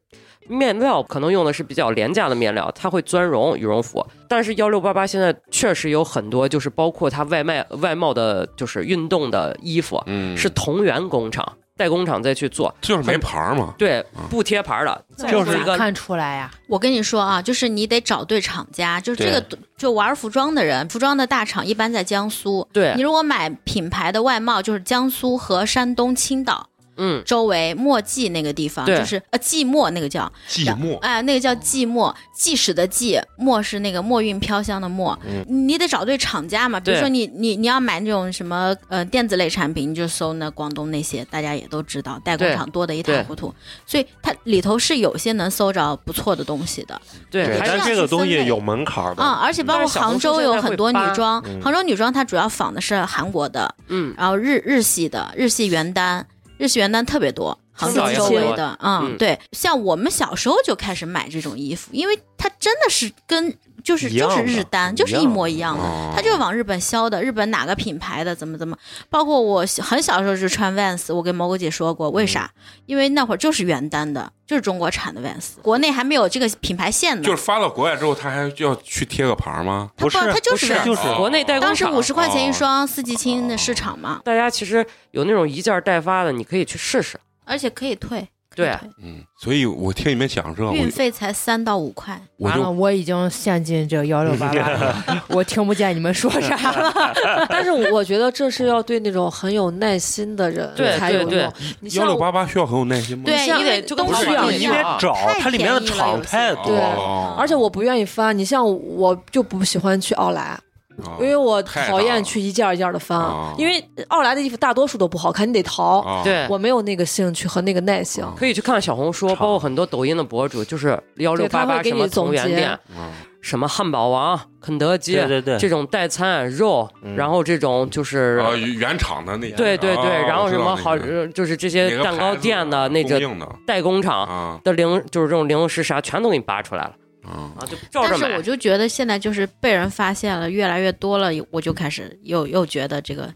Speaker 2: 面料，可能用的是比较廉价的面料，它会钻绒羽绒服。但是幺六八八现在确实有很多，就是包括它外卖外贸的，就是运动的衣服
Speaker 1: 嗯
Speaker 2: 是同源工厂，代工厂再去做，
Speaker 1: 就是没牌儿嘛。
Speaker 2: 对，不贴牌儿的，
Speaker 5: 那
Speaker 2: 就
Speaker 5: 我
Speaker 2: 是一
Speaker 5: 咋
Speaker 2: 个
Speaker 5: 看出来呀、
Speaker 4: 我跟你说啊，就是你得找对厂家，就是这
Speaker 6: 对
Speaker 4: 个就玩服装的人，服装的大厂一般在江苏。
Speaker 2: 对
Speaker 4: 你，如果买品牌的外贸，就是江苏和山东青岛
Speaker 2: 嗯，
Speaker 4: 周围墨迹那个地方，
Speaker 2: 对
Speaker 4: 就是呃即墨那个叫，
Speaker 1: 寂寞，
Speaker 4: 哎，那个叫即墨，即使的即，墨是那个墨韵飘香的墨。
Speaker 6: 嗯
Speaker 4: 你得找对厂家嘛，比如
Speaker 2: 对
Speaker 4: 说你你你要买那种什么呃电子类产品，你就搜那广东那些，大家也都知道，代工
Speaker 2: 对
Speaker 4: 厂多得一
Speaker 2: 对
Speaker 4: 塌糊涂，所以它里头是有些能搜着不错的东西的。
Speaker 2: 对，
Speaker 6: 对，
Speaker 2: 还
Speaker 4: 是
Speaker 6: 但
Speaker 4: 要
Speaker 6: 这个
Speaker 4: 去
Speaker 6: 东
Speaker 4: 分
Speaker 6: 西
Speaker 4: 类
Speaker 6: 有门槛儿的。
Speaker 4: 啊、而且包
Speaker 2: 嗯但
Speaker 4: 括
Speaker 2: 是小红书
Speaker 4: 杭州
Speaker 2: 现
Speaker 4: 有
Speaker 2: 在
Speaker 4: 很
Speaker 2: 会
Speaker 4: 多女
Speaker 2: 扒
Speaker 4: 装，
Speaker 6: 嗯
Speaker 4: 杭州女装它主要仿的是韩国的，
Speaker 2: 嗯
Speaker 4: 然后日日系的日系原单，日系原单特别多，杭州
Speaker 3: 青岛也
Speaker 4: 周
Speaker 3: 很
Speaker 4: 围
Speaker 2: 多
Speaker 4: 的，嗯，
Speaker 2: 嗯
Speaker 4: 对，像我们小时候就开始买这种衣服，因为它真的是跟就是
Speaker 6: 一样
Speaker 4: 就
Speaker 6: 的
Speaker 4: 是日单，就是一模一样的，
Speaker 1: 哦
Speaker 4: 它就是往日本销的，日本哪个品牌的怎么怎么，包括我小很小时候就穿 Vans，我跟蘑菇姐说过，为啥？因为那会儿就是原单的，就是中国产的 Vans，国内还没有这个品牌线呢，
Speaker 1: 就是发到国外之后，他还要去贴个牌儿吗？
Speaker 4: 它
Speaker 6: 不是
Speaker 4: 它就
Speaker 2: 不
Speaker 4: 是
Speaker 2: 是
Speaker 4: Vans
Speaker 6: 就是
Speaker 1: 哦
Speaker 2: 国内代工
Speaker 4: 当时
Speaker 2: 厂
Speaker 4: 五十块钱一
Speaker 1: 哦
Speaker 4: 双，四季青的市场嘛，
Speaker 2: 大家其实有那种一件代发的，你可以去试试。
Speaker 4: 而且可以退。可以
Speaker 2: 对
Speaker 4: 退
Speaker 1: 嗯，所以我听你们讲这，我
Speaker 4: 运费才三到五块。
Speaker 1: 我
Speaker 5: 完了，
Speaker 1: 就
Speaker 5: 我已经陷进这幺六八八了，我听不见你们说啥了。
Speaker 3: 但是我觉得这是要对那种很有耐心
Speaker 1: (laughs)
Speaker 3: 的人
Speaker 2: 对
Speaker 3: 才有用。
Speaker 2: 对对
Speaker 3: 你
Speaker 1: 幺
Speaker 3: 像
Speaker 1: 六八八需要很有耐心吗？
Speaker 4: 对
Speaker 2: 像
Speaker 4: 因为
Speaker 2: 就跟
Speaker 4: 东
Speaker 2: 淘
Speaker 4: 西
Speaker 2: 宝
Speaker 4: 不
Speaker 2: 一
Speaker 6: 你
Speaker 4: 一样
Speaker 6: 得
Speaker 2: 样啊，
Speaker 6: 找
Speaker 4: 太
Speaker 6: 它里面的
Speaker 4: 便宜了
Speaker 6: 厂
Speaker 4: 有些
Speaker 6: 太多
Speaker 3: 对
Speaker 6: 了，
Speaker 1: 哦
Speaker 3: 而且我不愿意翻，你像我就不喜欢去奥莱，
Speaker 1: 哦
Speaker 3: 因为我
Speaker 1: 太
Speaker 3: 讨
Speaker 1: 大了
Speaker 3: 厌去一件一件的翻，
Speaker 1: 哦
Speaker 3: 因为奥莱的衣服大多数都不好看，你得淘。
Speaker 1: 哦
Speaker 2: 对，
Speaker 3: 我没有那个兴趣和那个耐
Speaker 1: 啊
Speaker 3: 性。
Speaker 2: 可以去看小红书，
Speaker 6: 厂
Speaker 2: 包括很多抖音的博主，就是幺六
Speaker 3: 对
Speaker 2: 八
Speaker 3: 他
Speaker 2: 八
Speaker 3: 会给
Speaker 2: 什么
Speaker 3: 你总
Speaker 2: 同源
Speaker 3: 结
Speaker 2: 店，
Speaker 1: 嗯
Speaker 2: 什么汉堡王、肯德基，
Speaker 6: 对对对
Speaker 2: 这种代餐肉，
Speaker 6: 嗯
Speaker 2: 然后这种就是
Speaker 1: 啊，原厂的那些
Speaker 2: 对对对，
Speaker 1: 哦
Speaker 2: 然后
Speaker 1: 我知
Speaker 2: 什
Speaker 1: 道
Speaker 2: 么
Speaker 1: 那
Speaker 2: 好，
Speaker 1: 个
Speaker 2: 呃就是这
Speaker 1: 哪
Speaker 2: 些
Speaker 1: 个
Speaker 2: 蛋
Speaker 1: 牌
Speaker 2: 糕
Speaker 1: 子啊
Speaker 2: 店的那
Speaker 1: 供
Speaker 2: 个
Speaker 1: 应的
Speaker 2: 代工厂
Speaker 1: 啊
Speaker 2: 的零，就是这种零食啥，全都给你扒出来了
Speaker 1: 啊
Speaker 2: 啊，就照
Speaker 4: 但
Speaker 2: 着
Speaker 4: 是
Speaker 2: 买
Speaker 4: 我。就觉得现在就是被人发现了，越来越多了，我就开始又又觉得这个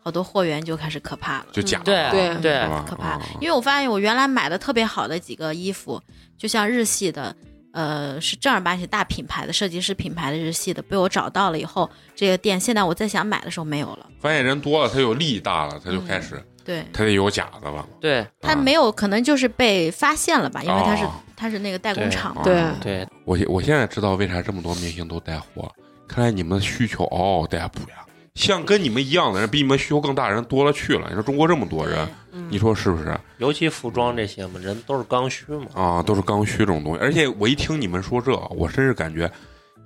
Speaker 4: 好多货源就开始可怕了，嗯
Speaker 1: 就假
Speaker 2: 对
Speaker 1: 的
Speaker 3: 对
Speaker 2: 对
Speaker 1: 是吧
Speaker 4: 可怕
Speaker 1: 啊。
Speaker 4: 因为我发现我原来买的特别好的几个衣服，就像日系的。呃，是正儿八经大品牌的设计师品牌的日系的，被我找到了以后，这个店现在我再想买的时候没有了。
Speaker 1: 发现人多了，他有利益大了，他就开始
Speaker 4: 对，
Speaker 1: 他得有假的了。啊
Speaker 2: 对，
Speaker 4: 他没有，可能就是被发现了吧，因为他是、
Speaker 1: 哦
Speaker 4: 他是那个代工
Speaker 6: 对
Speaker 4: 厂嘛。
Speaker 3: 对
Speaker 1: 啊
Speaker 6: 对，
Speaker 1: 我现我现在知道为啥这么多明星都带货，看来你们的需求嗷嗷待哺呀。像跟你们一样的人，比你们需求更大的人多了去了。你说中国这么多人，你说是不是
Speaker 6: 尤其服装这些嘛，人都是刚需嘛。
Speaker 1: 啊？都是刚需这种东西。而且我一听你们说这，我真是感觉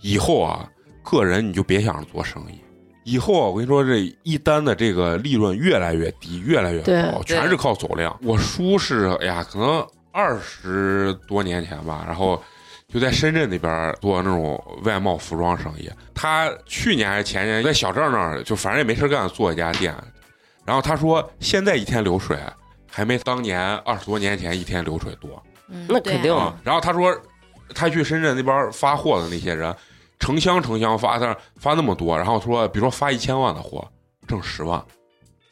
Speaker 1: 以后啊，个人你就别想着做生意。以后啊，我跟你说，这一单的这个利润越来越低，越来越高，
Speaker 3: 对
Speaker 1: 全是靠走量。我叔是，哎呀，可能二十多年前吧，然后就在深圳那边做那种外贸服装生意。他去年还是前年在小郑那儿，就反正也没事干，做一家店。然后他说，现在一天流水还没当年二十多年前一天流水多
Speaker 4: 嗯
Speaker 2: 那
Speaker 4: 对
Speaker 2: 肯定
Speaker 4: 啊
Speaker 1: 啊。然后他说，他去深圳那边发货的那些人，成箱成箱发，但是发那么多，然后说，比如说发一千万的货，挣十万，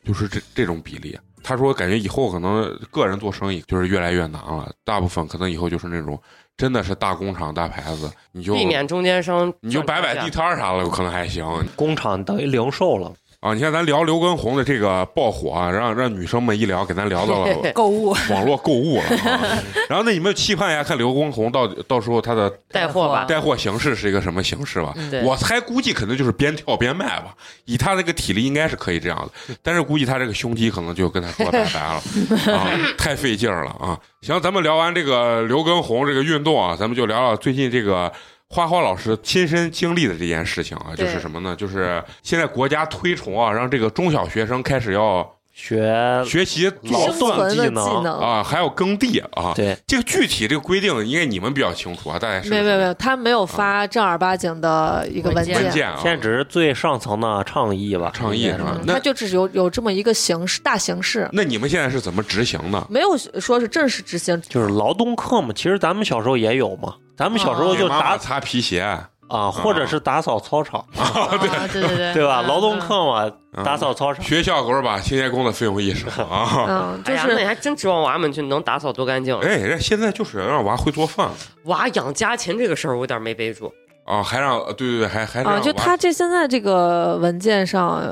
Speaker 1: 就是这这种比例。他说，感觉以后可能个人做生意就是越来越难了，大部分可能以后就是那种真的是大工厂、大牌子，你就
Speaker 2: 避免中间商，
Speaker 1: 你就摆摆地摊儿啥的，可能还行
Speaker 6: 工厂等于零售了，
Speaker 1: 啊。你看咱聊刘畊宏的这个爆火、啊，让让女生们一聊，给咱聊到
Speaker 2: (laughs)
Speaker 1: 了
Speaker 5: 购物
Speaker 1: 网络购物了、啊。然后那你们期盼一下，看刘畊宏到底到时候他的
Speaker 2: 带货
Speaker 3: 啊
Speaker 2: 吧，嗯
Speaker 1: 带货形式是一个什么形式
Speaker 3: 嗯
Speaker 1: 吧？
Speaker 2: 对，
Speaker 1: 我猜估计可能就是边跳边卖吧，以他这个体力应该是可以这样
Speaker 3: (laughs)
Speaker 1: 的，但是估计他这个胸肌可能就跟他说拜拜了啊，太费劲儿了啊！行，咱们聊完这个刘畊宏这个运动啊，咱们就聊聊最近这个花花老师亲身经历的这件事情啊，就
Speaker 4: 对
Speaker 1: 是什么呢？就是现在国家推崇啊，让这个中小学生开始要
Speaker 6: 学
Speaker 1: 学习
Speaker 6: 劳
Speaker 1: 做
Speaker 3: 呃生存
Speaker 6: 动
Speaker 3: 的
Speaker 6: 技
Speaker 3: 技
Speaker 6: 能
Speaker 3: 能。
Speaker 1: 啊，还要耕地啊。
Speaker 6: 对
Speaker 1: 这个具体这个规定，应该你们比较清楚啊，大概是
Speaker 3: 没有没有没有，他没有发正儿八经的一个文件，
Speaker 1: 文件啊，
Speaker 6: 现在只是最上层的倡议吧，
Speaker 1: 倡议是吧
Speaker 3: 嗯？
Speaker 1: 那
Speaker 3: 他就只是有有这么一个形式，大形式，
Speaker 1: 那你们现在是怎么执行的？
Speaker 3: 没有说是正式执行。
Speaker 6: 就是劳动课嘛，其实咱们小时候也有嘛，咱们小时候
Speaker 1: 给
Speaker 6: 就
Speaker 1: 妈妈
Speaker 6: 打
Speaker 1: 擦皮鞋啊，
Speaker 6: 哎啊，或者是打扫操场，
Speaker 5: (laughs)
Speaker 4: 对对
Speaker 5: 哎
Speaker 4: 对
Speaker 6: 对吧？
Speaker 4: 嗯
Speaker 6: 劳动课嘛，
Speaker 1: 嗯
Speaker 6: 打扫操场，
Speaker 1: 学校给我把清洁工的费用一省啊。 (laughs)
Speaker 3: 嗯，就
Speaker 2: 哎呀，那你
Speaker 3: 是
Speaker 2: 还真指望娃们去能打扫多干净？
Speaker 1: 哎，人家现在就是让娃会做饭
Speaker 2: 娃养家禽这个事儿我有点没背住，
Speaker 1: 啊，还让对对对，还还让
Speaker 3: 啊，
Speaker 1: 娃
Speaker 3: 就他这现在这个文件上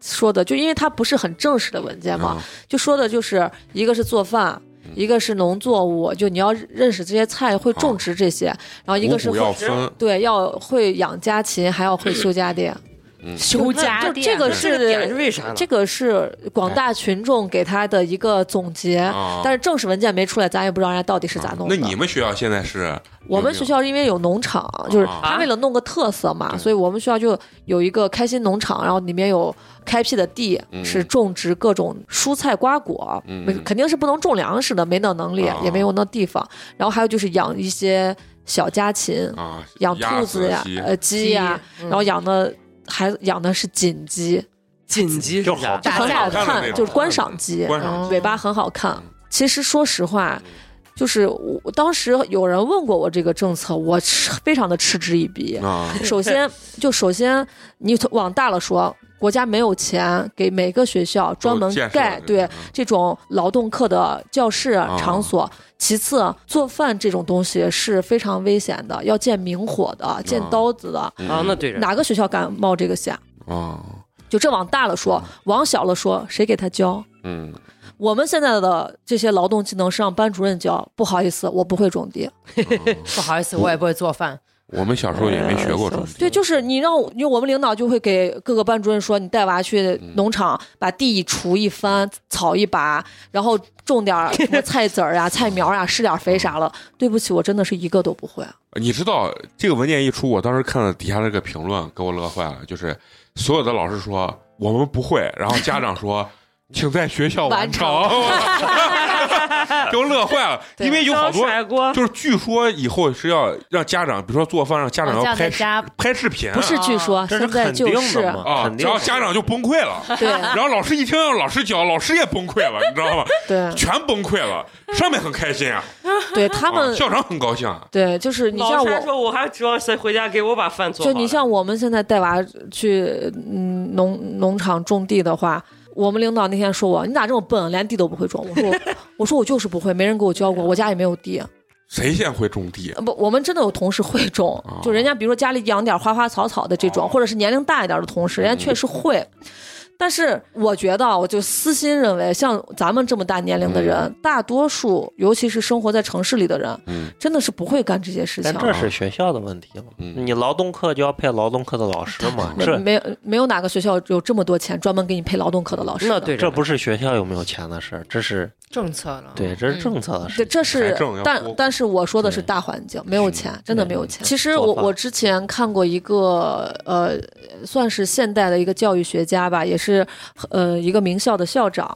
Speaker 3: 说的，就因为它不是很正式的文件
Speaker 2: 嗯
Speaker 3: 嘛，就说的就是一个是做饭。一个是农作物，就你要认识这些菜，会
Speaker 2: 哦
Speaker 3: 种植这些，然后一个是
Speaker 1: 五谷嗯
Speaker 3: 会
Speaker 1: 要分，
Speaker 3: 对要会养家禽，还要会修家电。
Speaker 2: 修家
Speaker 3: 就
Speaker 2: 电，
Speaker 3: 这
Speaker 2: 嗯
Speaker 3: 个
Speaker 2: 这
Speaker 3: 是
Speaker 2: 个点是为啥呢？
Speaker 3: 这个是广大群众给他的一个总结，
Speaker 1: 啊
Speaker 3: 但是正式文件没出来，咱也不知道人家到底是咋弄的。
Speaker 1: 那你们学校现在是
Speaker 3: 我们学校因为有农场，就是他为了弄个特色嘛，
Speaker 1: 啊对
Speaker 3: 所以我们学校就有一个开心农场，然后里面有开辟的地，
Speaker 1: 嗯
Speaker 3: 是种植各种蔬菜瓜果，
Speaker 1: 嗯
Speaker 3: 没肯定是不能种粮食的，没那能力，
Speaker 1: 啊
Speaker 3: 也没有那地方。然后还有就是养一些小家禽，
Speaker 1: 啊，
Speaker 3: 养
Speaker 1: 鸭
Speaker 3: 兔子呀
Speaker 1: 鸡、
Speaker 3: 呃鸡呀、
Speaker 5: 嗯
Speaker 3: 然后养的还养的是锦鸡，
Speaker 2: 紧急是
Speaker 6: 就好
Speaker 2: 啥？
Speaker 3: 就
Speaker 5: 打
Speaker 3: 很
Speaker 5: 架
Speaker 3: 好
Speaker 5: 的
Speaker 1: 那
Speaker 3: 看，
Speaker 1: 种
Speaker 3: 就是观赏鸡，
Speaker 1: 观赏
Speaker 5: 嗯
Speaker 3: 尾巴很好看
Speaker 1: 嗯。
Speaker 3: 其实说实话，就是我我当时有人问过我这个政策，我嗤非常的嗤之
Speaker 1: (laughs)
Speaker 3: 以鼻。
Speaker 1: 啊，
Speaker 3: 首先，就首先你从往大了说，国家没有钱给每个学校专门
Speaker 1: 建设
Speaker 3: 盖
Speaker 1: 的
Speaker 3: 对
Speaker 1: 嗯
Speaker 3: 这种劳动课的教室
Speaker 1: 啊
Speaker 3: 场所。其次，做饭这种东西是非常危险的，要见明火
Speaker 1: 哦
Speaker 3: 的，见刀子的，
Speaker 1: 嗯
Speaker 2: 啊，那对着
Speaker 3: 哪个学校敢冒这个险？
Speaker 1: 啊，
Speaker 3: 就这往大了
Speaker 1: 哦
Speaker 3: 说，往小了说，谁给他教？
Speaker 1: 嗯，
Speaker 3: 我们现在的这些劳动技能是让班主任教，不好意思，我不会种地。
Speaker 5: 不好意思，我也不会做饭。
Speaker 1: 我们小时候也没学过种地，
Speaker 6: 嗯
Speaker 3: 对，就是你让我，因为我们领导就会给各个班主任说，你带娃去
Speaker 6: 嗯
Speaker 3: 农场，把地一锄一翻，草一拔，然后种点儿什么菜籽儿
Speaker 6: (laughs)
Speaker 3: 呀、菜苗呀，施点儿肥啥了。对不起，我真的是一个都不会。啊
Speaker 1: 你知道这个文件一出，我当时看了底下那个评论，给我乐坏了。就是所有的老师说我们不会，然后家长
Speaker 3: (laughs)
Speaker 1: 说请在学校完成， (laughs) 给我乐坏
Speaker 3: (laughs)
Speaker 1: 了。
Speaker 3: 对
Speaker 1: 因为有好
Speaker 2: 刚
Speaker 1: 多
Speaker 2: 甩锅，
Speaker 1: 就是据说以后是要让家长，比如说做饭，让家长
Speaker 3: 哦
Speaker 5: 我
Speaker 1: 要
Speaker 5: 家在
Speaker 1: 拍视
Speaker 5: 家
Speaker 1: 拍视频
Speaker 3: 不是，据说
Speaker 6: 啊这是
Speaker 3: 现在
Speaker 6: 肯定
Speaker 3: 就
Speaker 6: 的
Speaker 3: 是
Speaker 6: 嘛，
Speaker 1: 啊，
Speaker 6: 肯定
Speaker 1: 然后
Speaker 6: 的
Speaker 1: 家长就崩溃了。
Speaker 3: (laughs) 对
Speaker 1: 然后老师一听要老师教，老师也崩溃了，你知道吗？
Speaker 3: 对
Speaker 6: (laughs)
Speaker 1: 全崩溃了。上面很开心啊，
Speaker 3: 对，他
Speaker 1: 啊
Speaker 6: 哦
Speaker 3: 们
Speaker 1: 校长很高兴啊。
Speaker 3: 对，就是你像
Speaker 2: 老师还
Speaker 3: 我，
Speaker 2: 说我还指望谁回家给我把饭做好
Speaker 3: 就
Speaker 2: 了。
Speaker 3: 你像我们现在带娃去嗯农农场种地的话，我们领导那天说我你咋这么笨，啊连地都不会种？我说我 (laughs) 我说我就是不会，没人给我教过，我家也没有地。
Speaker 1: 谁先会种地？啊
Speaker 3: 呃不，我们真的有同事会种，
Speaker 2: 哦
Speaker 3: 就人家比如说家里养点花花草草的这种，或者是年龄大一点的同事，
Speaker 2: 嗯
Speaker 3: 人家确实会。但是我觉得啊，我就私心认为，像咱们这么大年龄的
Speaker 2: 嗯
Speaker 3: 人，大多数，尤其是生活在城市里的人，
Speaker 1: 嗯
Speaker 3: 真的是不会干这些事情
Speaker 6: 但。这是学校的问题了，
Speaker 1: 嗯
Speaker 6: 你劳动课就要配劳动课的老师嘛，
Speaker 3: 没
Speaker 6: 这
Speaker 3: 没没有哪个学校有这么多钱专门给你配劳动课的老师的。
Speaker 2: 那对着
Speaker 6: 这不是学校有没有钱的事儿，这是
Speaker 5: 政策了，
Speaker 6: 对，这是政策的事
Speaker 3: 对，
Speaker 6: 儿。
Speaker 3: 这是
Speaker 1: 财政要
Speaker 3: 但
Speaker 1: 多
Speaker 3: 但是我说的是
Speaker 6: 对
Speaker 3: 大环境，没有钱，真的没有钱。其实
Speaker 6: 做
Speaker 3: 我
Speaker 6: 饭
Speaker 3: 我之前看过一个呃，算是现代的一个教育学家吧，也是呃一个名校的校长，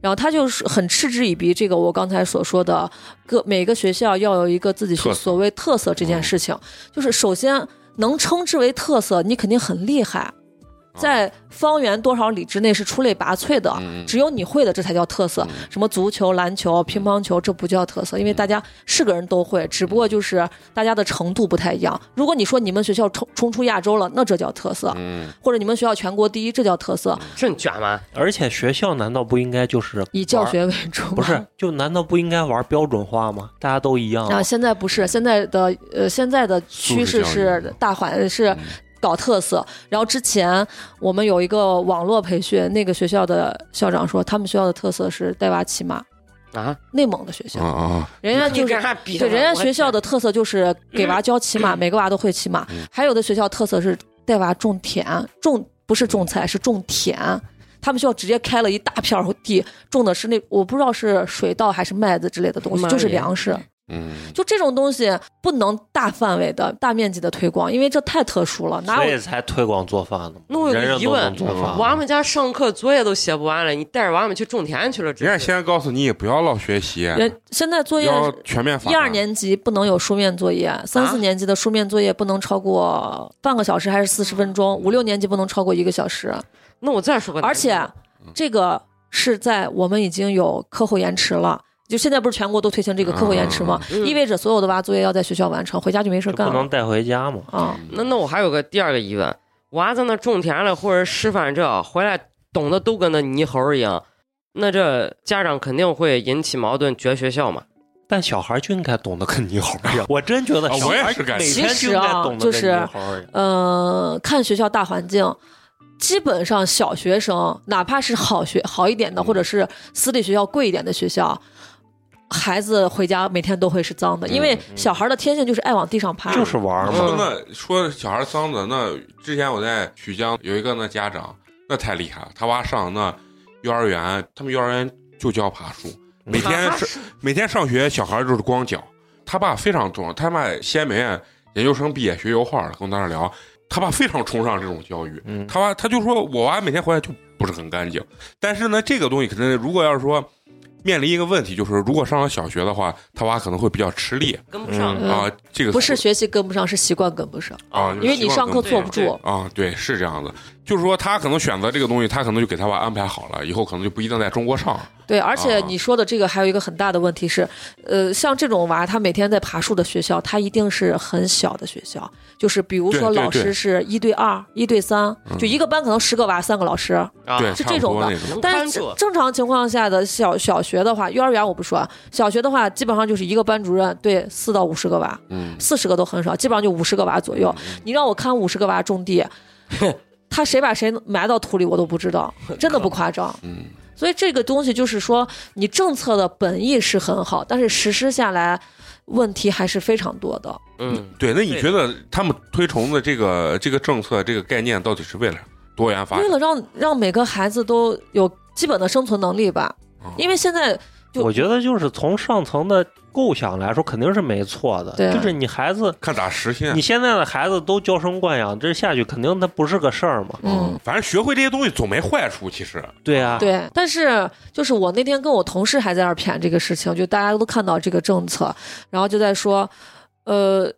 Speaker 3: 然后他就是很嗤之以鼻这个我刚才所说的各每个学校要有一个自己
Speaker 1: 特
Speaker 3: 去
Speaker 1: 色嗯
Speaker 3: 所谓特色这件事情，就是首先能称之为特色，你肯定很厉害。在方圆多少里之内是出类拔萃的，
Speaker 1: 嗯
Speaker 3: 只有你会的这才叫特色。什么足球、篮球、乒乓球，这不叫特色，因为大家是个人都会，只不过就是大家的程度不太一样。如果你说你们学校冲冲出亚洲了，那这叫特色；
Speaker 1: 嗯，
Speaker 3: 或者你们学校全国第一，这叫特色。
Speaker 2: 这你卷吗？
Speaker 6: 而且学校难道不应该就是
Speaker 3: 以教
Speaker 6: 玩儿？
Speaker 3: 学为主，
Speaker 6: 不是，就难道不应该玩标准化吗？大家都一样啊
Speaker 3: 啊，现在不是现在的呃，现在的趋势
Speaker 1: 素质教育嗯
Speaker 3: 是大环是搞特色。然后之前我们有一个网络培训，那个学校的校长说，他们学校的特色是带娃骑马，
Speaker 2: 啊，
Speaker 3: 内蒙的学校，
Speaker 1: 啊
Speaker 3: 人家就
Speaker 2: 你
Speaker 3: 是
Speaker 2: 跟啥比呢？
Speaker 3: 对人家
Speaker 2: 我
Speaker 3: 学校的特色就是给娃教骑马，每个娃都会骑马。还有的学校特色是带娃种田，种不是种菜，是种田。他们学校直接开了一大片儿地，种的是那我不知道是水稻还是麦子之类的东西，
Speaker 2: 妈呀
Speaker 3: 就是粮食。
Speaker 1: 嗯，
Speaker 3: 就这种东西不能大范围的、大面积的推广，因为这太特殊了，哪
Speaker 6: 所以
Speaker 3: 有？
Speaker 6: 才推广做饭的
Speaker 2: 那
Speaker 6: 嘛，
Speaker 2: 我有
Speaker 6: 人
Speaker 2: 个
Speaker 6: 人
Speaker 2: 疑
Speaker 6: 都
Speaker 2: 问
Speaker 6: 能做
Speaker 1: 嗯
Speaker 6: 饭。
Speaker 2: 娃们家上课作业都写不完了，你带着娃们去种田去了，这
Speaker 1: 人家先告诉你不要老学习，
Speaker 3: 人现在作业
Speaker 1: 要啊全面发
Speaker 3: 一二年级不能有书面作业，三四年级的书面作业不能超过半个小时还是四十分钟，五六年级不能超过一个小时，
Speaker 2: 那我再说吧，
Speaker 3: 而且这个是在我们已经有课后延迟了。就现在不是全国都推行这个课后延迟吗？
Speaker 2: 嗯
Speaker 3: 意味着所有的娃作业要在学校完成，回家就没事
Speaker 6: 就
Speaker 3: 干
Speaker 6: 不
Speaker 3: 了
Speaker 6: 能带回家嘛？
Speaker 1: 嗯
Speaker 3: 啊！
Speaker 2: 那那我还有个第二个疑问，娃在那种田了或者师范这回来懂得都跟那泥猴一样，那这家长肯定会引起矛盾，决学校嘛。
Speaker 6: 但小孩就应该懂得跟猕猴一样。 (laughs) 我真觉得
Speaker 1: 啊
Speaker 6: 小
Speaker 1: 我也
Speaker 6: 孩
Speaker 1: 是感觉
Speaker 6: 每天就应该懂得跟猕猴一样。
Speaker 3: 呃，看学校大环境，基本上小学生，哪怕是好学好一点的，
Speaker 1: 嗯
Speaker 3: 或者是私立学校贵一点的学校，孩子回家每天都会是脏的，因为小孩的天性就是爱往地上爬。
Speaker 6: 就是玩儿嘛。
Speaker 1: 说那说小孩脏的，那之前我在曲江有一个那家长，那太厉害了，他娃上那幼儿园，他们幼儿园就教爬树，每天
Speaker 2: 爬
Speaker 1: 是每天上学，小孩就是光脚。他爸非常重，他爸西安美院研究生毕业，学油画的，跟我在那儿聊，他爸非常崇尚这种教育。
Speaker 6: 嗯，
Speaker 1: 他爸他就说我娃每天回来就不是很干净，但是呢，这个东西可能如果要是说面临一个问题，就是如果上了小学的话，他娃可能会比较吃力
Speaker 2: 跟不上
Speaker 3: 嗯
Speaker 1: 啊。这个
Speaker 3: 不是学习跟不上，是习惯跟不上，
Speaker 1: 啊，
Speaker 2: 嗯
Speaker 3: 因为你上课
Speaker 1: 对
Speaker 3: 坐不
Speaker 2: 对
Speaker 3: 住。
Speaker 1: 啊，对，是这样的，就是说他可能选择这个东西，他可能就给他娃安排好了，以后可能就不一定在中国上。
Speaker 3: 对，而
Speaker 1: 啊
Speaker 3: 且你说的这个还有一个很大的问题是，呃，像这种娃，他每天在爬树的学校，他一定是很小的学校，就是比如说
Speaker 1: 对对
Speaker 3: 老
Speaker 1: 对嗯
Speaker 3: 师是一对二、一对三，就一个班可能十个娃，三个老师。
Speaker 2: 啊，
Speaker 1: 对，
Speaker 3: 是
Speaker 1: 差不
Speaker 3: 这种
Speaker 1: 多
Speaker 3: 的
Speaker 1: 那种。
Speaker 2: 能
Speaker 3: 但
Speaker 2: 看
Speaker 3: 是
Speaker 2: 住
Speaker 3: 正常情况下的小小学的话，幼儿园我不说啊，小学的话基本上就是一个班主任对四到五十个娃，
Speaker 1: 嗯，
Speaker 3: 四十个都很少，基本上就五十个娃左右。你让我看五十个娃种地，他谁把谁埋到土里我都不知道，真的不夸张。
Speaker 1: 嗯，
Speaker 3: 所以这个东西就是说，你政策的本意是很好，但是实施下来问题还是非常多的。
Speaker 2: 嗯，
Speaker 1: 对，那你
Speaker 2: 对
Speaker 1: 觉得他们推崇的这个这个政策这个概念到底是为了啥多元发展
Speaker 3: 为？了让让每个孩子都有基本的生存能力吧
Speaker 1: 嗯，
Speaker 3: 因为现在就
Speaker 6: 我觉得就是从上层的构想来说，肯定是没错的。
Speaker 3: 对
Speaker 6: 就是你孩子，
Speaker 1: 看咋实现啊
Speaker 6: 你。现在的孩子都娇生惯养，这下去肯定他不是个事儿嘛。
Speaker 3: 嗯。
Speaker 1: 反正学会这些东西总没坏处，其实
Speaker 6: 对啊，
Speaker 3: 对，但是就是我那天跟我同事还在那儿谝这个事情，就大家都看到这个政策，然后就在说，呃，